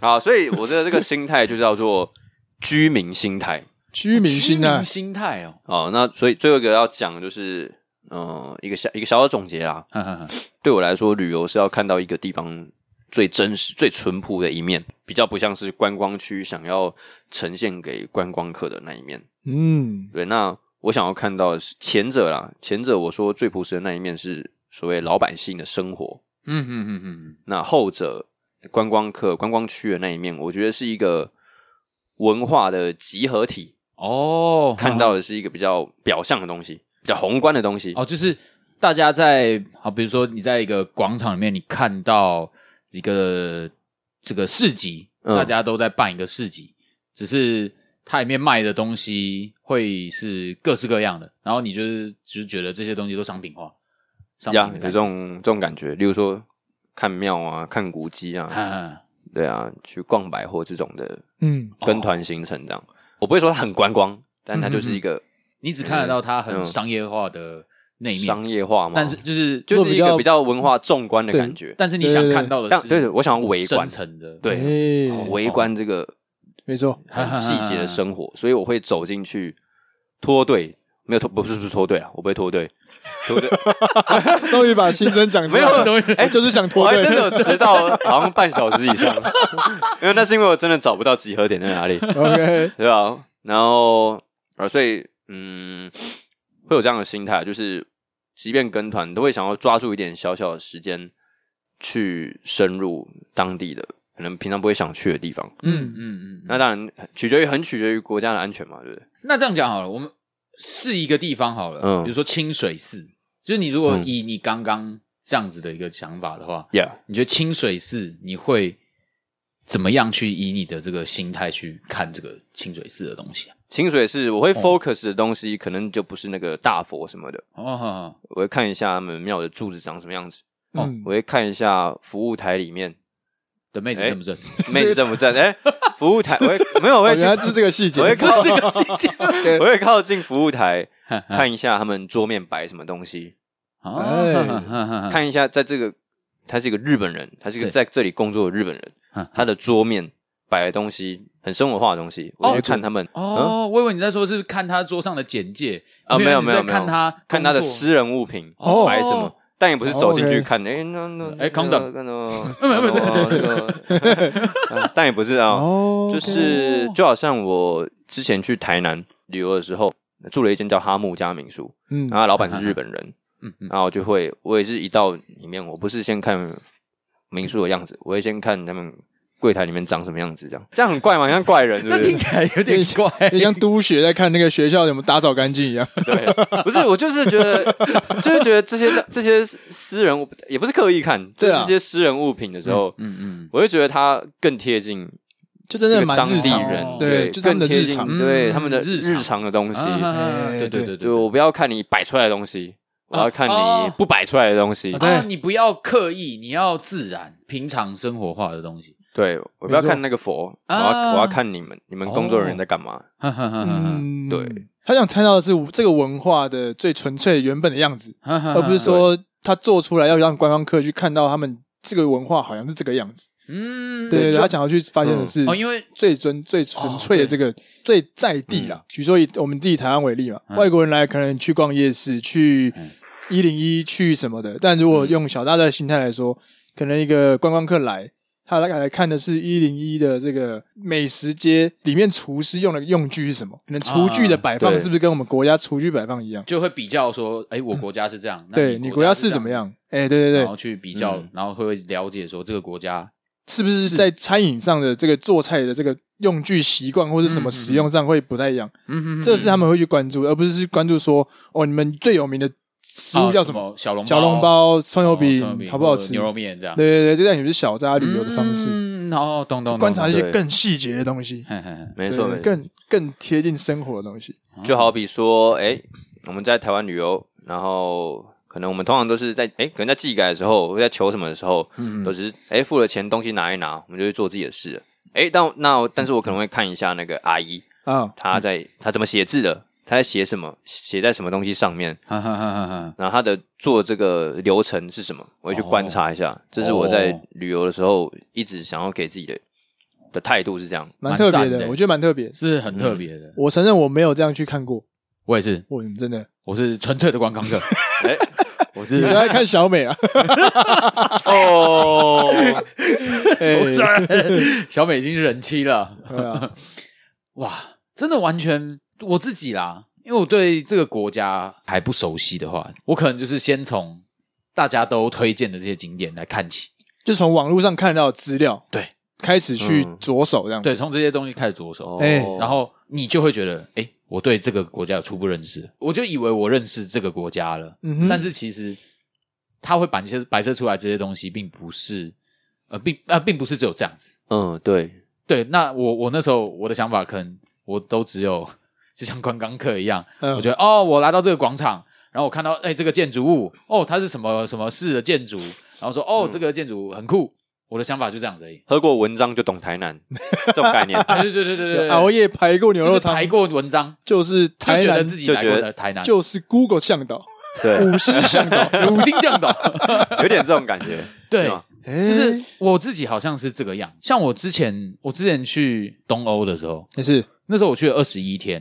[SPEAKER 2] 好，所以我觉得这个心态就叫做居民心态
[SPEAKER 3] 居民心
[SPEAKER 1] 哦居
[SPEAKER 3] 啊
[SPEAKER 1] 民，心态哦，
[SPEAKER 2] 哦。那所以最后一个要讲的就是，嗯、一个小一个小小总结啦。
[SPEAKER 1] 哈哈哈
[SPEAKER 2] 对我来说，旅游是要看到一个地方最真实、最淳朴的一面，比较不像是观光区想要呈现给观光客的那一面。
[SPEAKER 3] 嗯，
[SPEAKER 2] 对，那我想要看到的是前者啦，前者我说最朴实的那一面是所谓老百姓的生活，
[SPEAKER 1] 嗯嗯嗯嗯
[SPEAKER 2] 那后者观光客、观光区的那一面，我觉得是一个文化的集合体，
[SPEAKER 1] 哦，
[SPEAKER 2] 看到的是一个比较表象的东西，比较宏观的东西。
[SPEAKER 1] 哦，就是大家在好，比如说你在一个广场里面，你看到一个这个市集，
[SPEAKER 2] 嗯
[SPEAKER 1] 大家都在办一个市集，只是它里面卖的东西会是各式各样的，然后你就是只是觉得这些东西都商品化，商品
[SPEAKER 2] 呀，
[SPEAKER 1] 的感
[SPEAKER 2] 有这
[SPEAKER 1] 觉。
[SPEAKER 2] 种这种感觉，例如说看庙啊、看古迹啊，
[SPEAKER 1] 啊，
[SPEAKER 2] 对啊，去逛百货这种的
[SPEAKER 3] 嗯，
[SPEAKER 2] 跟团行程这样。
[SPEAKER 1] 哦
[SPEAKER 2] 我不会说它很观光，但它就是一
[SPEAKER 1] 嗯
[SPEAKER 2] 个
[SPEAKER 1] 你只看得到它很
[SPEAKER 2] 嗯
[SPEAKER 1] 商业化的那一面，
[SPEAKER 2] 商业化嘛，
[SPEAKER 1] 但是就是
[SPEAKER 2] 就
[SPEAKER 3] 做
[SPEAKER 2] 是
[SPEAKER 3] 比
[SPEAKER 2] 一
[SPEAKER 3] 较
[SPEAKER 2] 个比较文化纵观的
[SPEAKER 3] 对
[SPEAKER 2] 感觉。
[SPEAKER 1] 但是你想看到的
[SPEAKER 2] 但
[SPEAKER 1] 是，
[SPEAKER 2] 对，我想要围
[SPEAKER 1] 深，
[SPEAKER 2] 观
[SPEAKER 1] 层的，
[SPEAKER 2] 对，啊哦
[SPEAKER 3] 对
[SPEAKER 2] 围观这个
[SPEAKER 3] 没错，
[SPEAKER 1] 哦
[SPEAKER 2] 很细节的生 活，所以我会走进去脱队，没有脱，不是不是脱队啊，我不会脱队，脱队，
[SPEAKER 3] 终于把心声讲出来
[SPEAKER 2] 没
[SPEAKER 3] 了
[SPEAKER 2] 有，
[SPEAKER 3] 哎，就是想
[SPEAKER 2] 我
[SPEAKER 3] 脱
[SPEAKER 2] 还
[SPEAKER 3] 队，
[SPEAKER 2] 真的有迟到，好像半小时以上， 因为那是因为我真的找不到集合点在哪里，
[SPEAKER 3] OK，
[SPEAKER 2] 对吧？然后啊，所以嗯，会有这样的心态，就是即便跟团，都会想要抓住一点小小的时间去深入当地的，可能平常不会想去的地方。
[SPEAKER 1] 嗯嗯嗯，
[SPEAKER 2] 那当然取决于很取决于国家的安全嘛，对不对？
[SPEAKER 1] 那这样讲好了，我们是一个地方好了，
[SPEAKER 2] 嗯
[SPEAKER 1] 比如说清水寺，就是你如果
[SPEAKER 2] 嗯
[SPEAKER 1] 以你刚刚这样子的一个想法的话，
[SPEAKER 2] Yeah，
[SPEAKER 1] 你觉得清水寺你会怎么样去以你的这个心态去看这个清水寺的东西啊？
[SPEAKER 2] 清水是
[SPEAKER 3] 嗯
[SPEAKER 2] 我会 focus 的东西，可能就不是那个大佛什么的，
[SPEAKER 1] 哦，好好
[SPEAKER 2] 我会看一下他们庙的柱子长什么样子，
[SPEAKER 3] 嗯
[SPEAKER 2] 我，会看一下服务台里 面
[SPEAKER 1] 的妹子
[SPEAKER 2] 哎
[SPEAKER 1] 正不 正？
[SPEAKER 2] 妹子正不正，哎、服务台我会没有，我
[SPEAKER 3] 哦
[SPEAKER 2] 会去
[SPEAKER 3] 原来是这个细节
[SPEAKER 2] 我，会靠这个
[SPEAKER 3] 对
[SPEAKER 2] 我会靠近服 务台看一下他们桌面摆什么东西，
[SPEAKER 1] 哦
[SPEAKER 3] 哎
[SPEAKER 1] 哈哈哈哈
[SPEAKER 2] 看一下在这个他是一个日本人，他是一
[SPEAKER 1] 嗯
[SPEAKER 2] 个
[SPEAKER 1] 对
[SPEAKER 2] 在这里工作的日本
[SPEAKER 1] 嗯
[SPEAKER 2] 人，他的桌面摆的东西很生活化的东西，我会去看他们
[SPEAKER 1] 哦
[SPEAKER 2] 嗯
[SPEAKER 1] 哦，我以为你在说是看他桌上的简介
[SPEAKER 2] 啊，没有
[SPEAKER 1] 你
[SPEAKER 2] 没有
[SPEAKER 1] 在
[SPEAKER 2] 没有，
[SPEAKER 1] 看他
[SPEAKER 2] 看他的
[SPEAKER 1] 工作
[SPEAKER 2] 私人物品
[SPEAKER 1] 哦
[SPEAKER 2] 摆什么，但也不是走进去看，哎，那那
[SPEAKER 1] 哎，condom
[SPEAKER 2] 那个， 啊但也不是啊，
[SPEAKER 3] 哦，
[SPEAKER 2] 就是就好像我之前去台南旅游的时候，住了一间叫哈木家民宿，
[SPEAKER 3] 嗯
[SPEAKER 2] 然后老板是日本人，
[SPEAKER 1] 嗯嗯
[SPEAKER 2] 然后我就会我也是一到里面，我不是先看民宿的样子，我会先看他们柜台里面长什么样子，这样这样很怪吗？很像怪人，对
[SPEAKER 1] 这
[SPEAKER 2] 不
[SPEAKER 1] 听
[SPEAKER 2] 对？
[SPEAKER 1] 起来有点怪，
[SPEAKER 2] 哎
[SPEAKER 3] 就像督学在看那个学校有没有打扫干净一样，
[SPEAKER 2] 对，不是，我就是觉得，就是觉得这些这些私人物也不是刻意看，就
[SPEAKER 3] 对
[SPEAKER 2] 是
[SPEAKER 3] 啊
[SPEAKER 2] 这些私人物品的时候，
[SPEAKER 1] 嗯嗯，
[SPEAKER 2] 我会觉得它更贴近
[SPEAKER 3] 就真的蛮
[SPEAKER 2] 当
[SPEAKER 3] 日
[SPEAKER 2] 地
[SPEAKER 3] 常
[SPEAKER 1] 的
[SPEAKER 2] 人，
[SPEAKER 3] 对，
[SPEAKER 2] 更
[SPEAKER 3] 就是他们的
[SPEAKER 2] 贴
[SPEAKER 3] 日
[SPEAKER 2] 近
[SPEAKER 3] 常，
[SPEAKER 2] 对
[SPEAKER 1] 嗯
[SPEAKER 2] 他们的
[SPEAKER 1] 日常
[SPEAKER 2] 日常的东西。
[SPEAKER 1] 啊啊
[SPEAKER 3] 哎
[SPEAKER 1] 对对
[SPEAKER 3] 对
[SPEAKER 1] 对
[SPEAKER 2] 对，我不要看你摆出来的东西，我要看
[SPEAKER 1] 哦
[SPEAKER 2] 你不摆出来的东西
[SPEAKER 1] 啊，
[SPEAKER 3] 啊。对
[SPEAKER 1] 你不要刻意，你要自然、平常生活化的东西。
[SPEAKER 2] 对，我不要看那个佛，我
[SPEAKER 1] 啊
[SPEAKER 2] 要我要看你们你们工作人员在干嘛。
[SPEAKER 1] 哈哈哈哈
[SPEAKER 3] 嗯，
[SPEAKER 2] 对。
[SPEAKER 3] 他想参照的是这个文化的最纯粹原本的样子，
[SPEAKER 1] 哈
[SPEAKER 2] 嗯
[SPEAKER 1] 哈，
[SPEAKER 3] 而不是说他做出来要让观光客去看到他们这个文化好像是这个样子。
[SPEAKER 1] 嗯，
[SPEAKER 3] 对对，
[SPEAKER 2] 就
[SPEAKER 3] 对他想要去发现的
[SPEAKER 2] 嗯
[SPEAKER 3] 是
[SPEAKER 1] 哦，因为
[SPEAKER 3] 最纯最纯粹的这个最在地啦。比如说以我们自己台湾为例嘛，外国人来可能去逛夜市、去一零一、去什么的，但如果用小大的心态来说，可能一个观光客来。他来来看的是一零一的这个美食街里面厨师用的用具是什么？可能厨具的摆放
[SPEAKER 2] 对
[SPEAKER 3] 是不是跟我们国家厨具摆放一样？
[SPEAKER 1] 就会比较说，哎，我国家是这样，那哦
[SPEAKER 3] 对你
[SPEAKER 1] 国
[SPEAKER 3] 国家是怎么？样？哎，对对
[SPEAKER 1] 然
[SPEAKER 3] 对
[SPEAKER 1] 后，去比较
[SPEAKER 2] 嗯，
[SPEAKER 1] 然后会了解说这个国家
[SPEAKER 3] 是不是在餐饮上的这个做菜的这个用具习惯或者什么使用上会不太一样？
[SPEAKER 1] 嗯哼哼
[SPEAKER 3] 这是他们会去关注，而不是去关注说哦，你们最有名的食物叫什么？
[SPEAKER 1] 小笼
[SPEAKER 3] 小笼包、葱油
[SPEAKER 1] 哦
[SPEAKER 3] 饼
[SPEAKER 1] 葱油饼，
[SPEAKER 3] 好不好吃？
[SPEAKER 1] 牛肉面这样。
[SPEAKER 3] 对对对，这样也是小家旅游的方式，
[SPEAKER 1] 嗯，哦，懂懂懂，
[SPEAKER 3] 观察一些
[SPEAKER 2] 对
[SPEAKER 3] 更细节的东西，
[SPEAKER 1] 懂。嘿嘿嘿
[SPEAKER 2] 没错
[SPEAKER 3] 对
[SPEAKER 2] 没错，
[SPEAKER 3] 更更贴近生活的东西。
[SPEAKER 2] 就好比说，哎、我们在台湾旅游，然后可能我们通常都是在哎、可能在技改的时候，或在求什么的时候，都只是哎、付了钱，东西拿一拿，我们就去做自己的事了。哎、但那我但是我可能会看一下那个阿姨，
[SPEAKER 3] 啊，
[SPEAKER 2] 她在、她怎么写字的，她在写什么，写在什么东西上面，
[SPEAKER 1] 哈哈哈哈哈。
[SPEAKER 2] 然后她的做这个流程是什么，我会去观察一下。这是我在旅游的时候一直想要给自己的的态度是这样。
[SPEAKER 3] 蛮特别
[SPEAKER 1] 蛮赞
[SPEAKER 3] 的，
[SPEAKER 1] 的
[SPEAKER 3] 我觉得蛮特别。
[SPEAKER 1] 是很特别的，
[SPEAKER 3] 我承认我没有这样去看过，
[SPEAKER 1] 嗯我也是，
[SPEAKER 3] 我真的，
[SPEAKER 1] 我是纯粹的观光 客，
[SPEAKER 2] 哎、
[SPEAKER 1] 我
[SPEAKER 3] 你
[SPEAKER 1] 是
[SPEAKER 3] 不要再看小美啊，
[SPEAKER 2] 哦，
[SPEAKER 3] 哎
[SPEAKER 1] 小美已经人妻了，
[SPEAKER 3] 对啊
[SPEAKER 1] 哇，真的完全我自己啦，因为我对这个国家还不熟悉的话，我可能就是先从大家都推荐的这些景点来看起，
[SPEAKER 3] 就从网络上看到的资料，
[SPEAKER 1] 对，
[SPEAKER 3] 开始去
[SPEAKER 2] 嗯
[SPEAKER 3] 着手这样子。
[SPEAKER 1] 对，从这些东西开始着手，
[SPEAKER 3] 哎
[SPEAKER 2] 哦
[SPEAKER 1] 然后你就会觉得，哎、我对这个国家有初步认识，我就以为我认识这个国家了，
[SPEAKER 3] 嗯哼
[SPEAKER 1] 但是其实它会摆些摆设出来这些东西，并不是呃，并呃，并不是只有这样子。
[SPEAKER 2] 嗯，对，
[SPEAKER 1] 对，那我我那时候我的想法可能我都只有就像观光客一样，
[SPEAKER 3] 嗯
[SPEAKER 1] 我觉得哦，我来到这个广场，然后我看到哎这个建筑物，哦它是什么什么市的建筑，然后说
[SPEAKER 3] 嗯
[SPEAKER 1] 哦、这个建筑很酷，我的想法就这样子 而已。
[SPEAKER 2] 喝过文章就懂台南这种概念，
[SPEAKER 1] 哎对对对对对，对
[SPEAKER 3] 熬夜排过牛
[SPEAKER 1] 就是
[SPEAKER 3] 肉汤，
[SPEAKER 1] 排过文章，
[SPEAKER 3] 就是
[SPEAKER 1] 就
[SPEAKER 3] 台
[SPEAKER 1] 觉得
[SPEAKER 3] 南，
[SPEAKER 1] 自己来过
[SPEAKER 2] 就觉
[SPEAKER 1] 的台南，
[SPEAKER 3] 就是 Google 向导，
[SPEAKER 2] 对，
[SPEAKER 3] 五星向 导，
[SPEAKER 1] 五星向导，
[SPEAKER 2] 有点这种感觉。
[SPEAKER 1] 对。
[SPEAKER 2] 吗
[SPEAKER 3] 就
[SPEAKER 1] 就是我自己好像是这个样，像我之前我之前去东欧的时候，
[SPEAKER 3] 也是
[SPEAKER 1] 那时候我去了二十一天，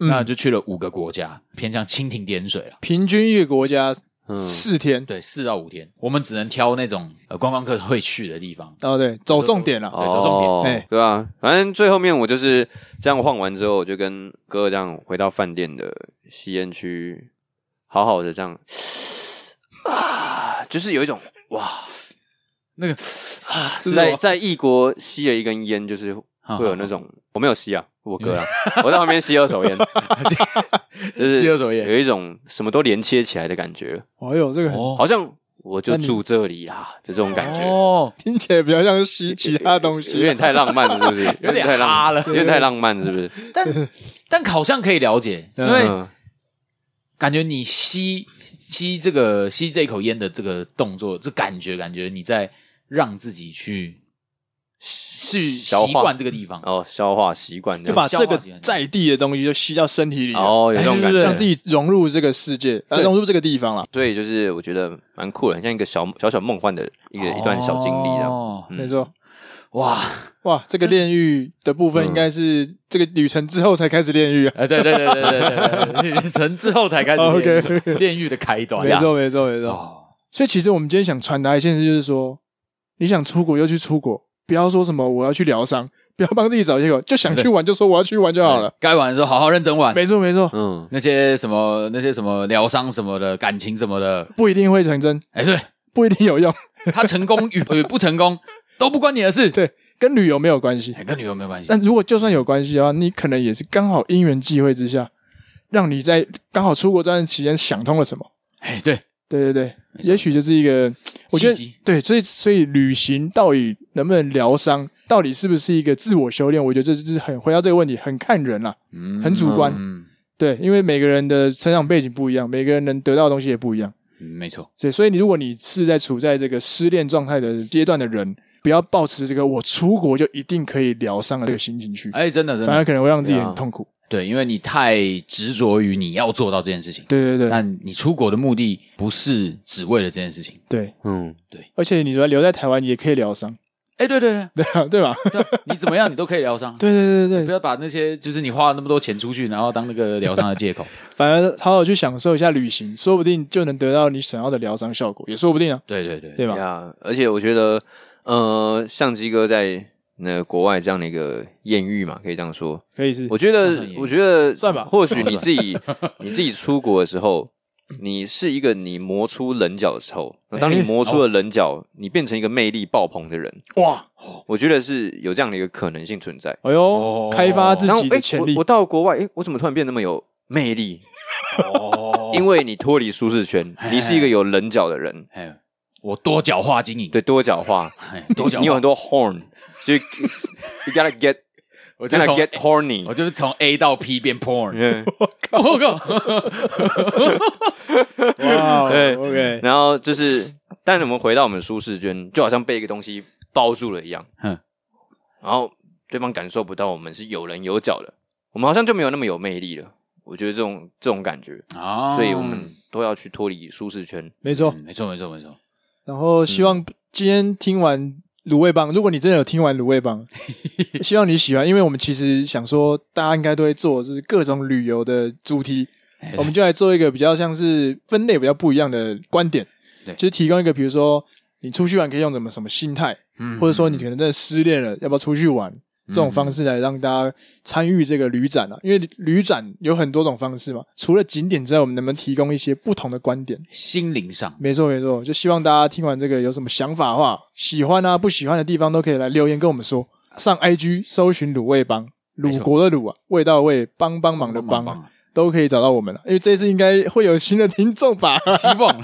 [SPEAKER 3] 嗯
[SPEAKER 1] 那就去了五个国家，偏向蜻蜓点水了。
[SPEAKER 3] 平均一个国家
[SPEAKER 2] 嗯，
[SPEAKER 3] 四天。
[SPEAKER 1] 对，四到五天，我们只能挑那种呃观光客会去的地方。
[SPEAKER 3] 哦，对，走重点了。
[SPEAKER 1] 对找重点
[SPEAKER 3] 哎
[SPEAKER 2] 对啊，反正最后面我就是这样晃完之后，我就跟哥这样回到饭店的吸烟区，好好的这样啊，就是有一种哇，啊
[SPEAKER 1] 那个
[SPEAKER 3] 是什
[SPEAKER 2] 在
[SPEAKER 3] 么
[SPEAKER 2] 在异国吸了一根烟，就是
[SPEAKER 1] 啊
[SPEAKER 2] 会有那种我没有吸啊，我 哥啊，我在旁边吸二手烟，就是
[SPEAKER 1] 吸二手烟
[SPEAKER 2] 有一种什么都连接起来的感觉，
[SPEAKER 3] 哦呦，这个很
[SPEAKER 1] 哦
[SPEAKER 2] 好像我就
[SPEAKER 3] 那你
[SPEAKER 2] 住这里啦，这种感觉。
[SPEAKER 1] 哦，
[SPEAKER 3] 听起来比较像是吸其他东
[SPEAKER 2] 有
[SPEAKER 3] 西啊
[SPEAKER 2] 点。太浪漫了，是不是？
[SPEAKER 1] 有点
[SPEAKER 2] 太浪
[SPEAKER 1] 哈了
[SPEAKER 2] 有点太浪漫，是不是？
[SPEAKER 1] 但 但好像可以了解，因
[SPEAKER 3] 嗯
[SPEAKER 1] 为
[SPEAKER 2] 嗯，
[SPEAKER 1] 感觉你吸吸这个吸这一口烟的这个动作，这感觉感觉你在让自己去去
[SPEAKER 2] 消化
[SPEAKER 1] 习惯这个地方，
[SPEAKER 2] 哦，消化习惯这
[SPEAKER 3] 就
[SPEAKER 2] 样，
[SPEAKER 3] 把这个在地的东西就吸到身体里了，啊
[SPEAKER 2] 哦，有这种
[SPEAKER 1] 对
[SPEAKER 2] 感觉
[SPEAKER 1] 哎对
[SPEAKER 3] 让。自己融入这个世界，呃
[SPEAKER 1] 对
[SPEAKER 3] 融入这个地方了。
[SPEAKER 2] 所以就是我觉得蛮酷的，很像一个小小小梦幻的一个一段小经历这样。
[SPEAKER 1] 哦
[SPEAKER 2] 嗯
[SPEAKER 3] 没错，
[SPEAKER 1] 哇，
[SPEAKER 3] 哇，这个炼狱的部
[SPEAKER 2] 嗯
[SPEAKER 3] 分应该是这个旅程之后才开始炼狱啊。
[SPEAKER 1] 哎，对对对对对对对 对，成之后才开始炼狱
[SPEAKER 3] OK
[SPEAKER 1] 炼狱的开端
[SPEAKER 3] 没，错，没错，没错。
[SPEAKER 1] 哦，
[SPEAKER 3] 所以其实我们今天想传达的现实就是说，你想出国就去出国，不要说什么我要去疗伤，不要帮自己找借口，就想去玩就说我要去玩就好了。
[SPEAKER 1] 哎 该玩的时候好好认真玩，
[SPEAKER 3] 没错，没错，
[SPEAKER 2] 嗯，
[SPEAKER 1] 那些什么那些什么疗伤什么的，感情什么的，
[SPEAKER 3] 不一定会成真，
[SPEAKER 1] 哎，对
[SPEAKER 3] 不一定有用，
[SPEAKER 1] 他成功与 与不成功都不关你的事，
[SPEAKER 3] 对，跟旅游没有关系。
[SPEAKER 1] 哎，跟旅游没有关系。
[SPEAKER 3] 但如果就算有关系的话，你可能也是刚好因缘际会之下，让你在刚好出国这段期间想通了什么。
[SPEAKER 1] 哎，对，
[SPEAKER 3] 对对对，也许就是一个，我觉
[SPEAKER 1] 契
[SPEAKER 3] 得
[SPEAKER 1] 机
[SPEAKER 3] 对，所以所以旅行到底能不能疗伤，到底是不是一个自我修炼，我觉得这就是很回到这个问题，很看人啊啦、
[SPEAKER 1] 嗯
[SPEAKER 3] 很主观
[SPEAKER 1] 嗯，
[SPEAKER 3] 对，因为每个人的成长背景不一样，每个人能得到的东西也不一样。
[SPEAKER 1] 嗯没错，
[SPEAKER 3] 所以，所以你如果你是在处在这个失恋状态的阶段的人，不要抱持这个我出国就一定可以疗伤的这个心情去，
[SPEAKER 1] 哎，真的真
[SPEAKER 3] 反而
[SPEAKER 1] 的，
[SPEAKER 3] 可能会让自己
[SPEAKER 2] 对啊
[SPEAKER 3] 很痛苦。
[SPEAKER 1] 对，因为你太执着于你要做到这件事情，
[SPEAKER 3] 对对对
[SPEAKER 1] 但你出国的目的不是只为了这件事情。
[SPEAKER 3] 对，
[SPEAKER 2] 嗯，
[SPEAKER 3] 而且你说留在台湾也可以疗伤，
[SPEAKER 1] 哎，对对
[SPEAKER 3] 对啊，对吧？
[SPEAKER 1] 对对啊，你怎么样你都可以疗伤，
[SPEAKER 3] 对对对
[SPEAKER 1] 不
[SPEAKER 3] 对，
[SPEAKER 1] 要把那些就是你花了那么多钱出去，然后当那个疗伤的借口。
[SPEAKER 3] 反而好好去享受一下旅行，说不定就能得到你想要的疗伤效果，也说不定啊，
[SPEAKER 1] 对对对，
[SPEAKER 3] 对吧？
[SPEAKER 2] 呀，而且我觉得，呃，相机哥在那国外这样的一个艳遇嘛，可以这样说。
[SPEAKER 3] 可以是
[SPEAKER 2] 我觉
[SPEAKER 1] 算
[SPEAKER 2] 得
[SPEAKER 1] 算也，
[SPEAKER 2] 我觉得
[SPEAKER 3] 算吧
[SPEAKER 2] 或许你自 己你自己出国的时候，你是一个你磨出棱角的时候，当你
[SPEAKER 3] 哎
[SPEAKER 2] 磨出了棱角，你变成一个魅力爆棚的人，
[SPEAKER 3] 哇，
[SPEAKER 2] 我觉得是有这样的一个可能性存在。
[SPEAKER 3] 哎
[SPEAKER 1] 哦
[SPEAKER 3] 呦，开发自
[SPEAKER 2] 然后
[SPEAKER 3] 己
[SPEAKER 2] 哎
[SPEAKER 3] 的潜
[SPEAKER 2] 我
[SPEAKER 3] 力
[SPEAKER 2] 我，到国外，哎，我怎么突然变那么有魅力？
[SPEAKER 1] 哦
[SPEAKER 2] 因为你脱离舒适圈，你是一个有棱角的人，
[SPEAKER 1] 哎，我多角化经营，
[SPEAKER 2] 对，多角化，
[SPEAKER 1] 哎，多角化，
[SPEAKER 2] 你有很多 horn，所以 you gotta get，
[SPEAKER 1] 我就
[SPEAKER 2] gotta
[SPEAKER 1] 从
[SPEAKER 2] get horny
[SPEAKER 1] 我。就是从 A 到 P 变 porn，
[SPEAKER 2] 嗯
[SPEAKER 1] 我靠，
[SPEAKER 3] 哇
[SPEAKER 2] 对
[SPEAKER 3] ，OK，
[SPEAKER 2] 然后就是，但我们回到我们舒适圈，就好像被一个东西包住了一样。
[SPEAKER 1] 嗯
[SPEAKER 2] 嗯，然后对方感受不到我们是有棱有角的，我们好像就没有那么有魅力了。我觉得这种这种感觉，
[SPEAKER 1] 啊
[SPEAKER 2] 所以我们都要去脱离舒适圈。
[SPEAKER 3] 没错
[SPEAKER 1] 嗯。没错没错没错，
[SPEAKER 3] 然后希
[SPEAKER 1] 嗯
[SPEAKER 3] 望今天听完卤味帮，如果你真的有听完卤 味帮，希望你喜欢，因为我们其实想说，大家应该都会做，就是各种旅游的主题，
[SPEAKER 1] 哎
[SPEAKER 3] 我们就来做一个比较像是分类比较不一样的观点
[SPEAKER 1] 对，
[SPEAKER 3] 就是提供一个，比如说你出去玩可以用什么什么心态，
[SPEAKER 1] 嗯
[SPEAKER 3] 或者说你可能真的失恋了，要不要出去玩？这种方式来让大家参与这个旅展啊，因为旅展有很多种方式嘛，除了景点之外，我们能不能提供一些不同的观点？
[SPEAKER 1] 心灵上
[SPEAKER 3] 没错没错，就希望大家听完这个有什么想法的话，喜欢啊不喜欢的地方都可以来留言跟我们说。上 IG 搜寻卤味帮，
[SPEAKER 1] 错
[SPEAKER 3] 鲁国的鲁啊，味道的味，帮帮忙的帮啊，都可以找到我们了。因为这次应该会有新的听众吧，
[SPEAKER 1] 希望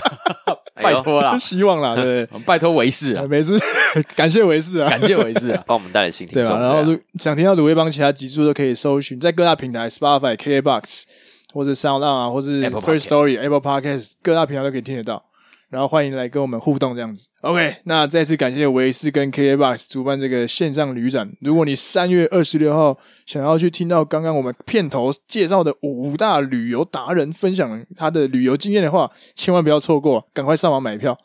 [SPEAKER 2] 哎
[SPEAKER 1] 拜
[SPEAKER 2] 呦
[SPEAKER 1] 托啦，
[SPEAKER 3] 希望啦，对 不
[SPEAKER 1] 我们拜托维士
[SPEAKER 3] 对？
[SPEAKER 1] 啊，
[SPEAKER 3] 没事， 感谢维士啊，
[SPEAKER 1] 感谢维士啊，
[SPEAKER 2] 帮我们带来新听
[SPEAKER 3] 对
[SPEAKER 2] 众，
[SPEAKER 3] 吧？然后如想听到卤味帮其他集数都可以搜寻，在各大平台 Spotify、KBox 或者 Sound On 啊，或是
[SPEAKER 1] Apple Podcast
[SPEAKER 3] First Story、Apple Podcast 各大平台都可以听得到。然后欢迎来跟我们互动这样子。OK，那再次感谢维斯跟 KBox 主办这个线上旅展。如果你三月二十六号想要去听到刚刚我们片头介绍的五大旅游达人分享他的旅游经验的话，千万不要错过，赶快上网买票。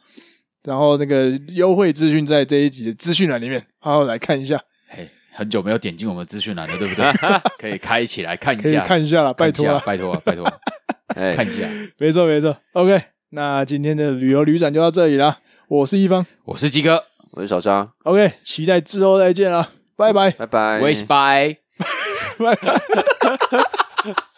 [SPEAKER 3] 然后那个优惠资讯在这一集的资讯栏里面，好好来看一下。
[SPEAKER 1] 哎，很久没有点进我们资讯栏了，对 不对？可以开起来看
[SPEAKER 3] 可
[SPEAKER 1] 一
[SPEAKER 3] 以
[SPEAKER 1] 下，
[SPEAKER 3] 看一下啦，拜托
[SPEAKER 1] 了，
[SPEAKER 3] 啦，
[SPEAKER 1] 拜托啊，拜托啊，
[SPEAKER 2] 哎
[SPEAKER 1] 看一 下。
[SPEAKER 3] 没错没错。OK，那今天的旅游旅展就到这里啦，我是一方
[SPEAKER 1] 我是鸡哥，
[SPEAKER 2] 我是小张，
[SPEAKER 3] ，OK，期待之哎后再见啦，拜拜。
[SPEAKER 2] 拜拜，
[SPEAKER 1] 我也是拜。
[SPEAKER 3] 拜拜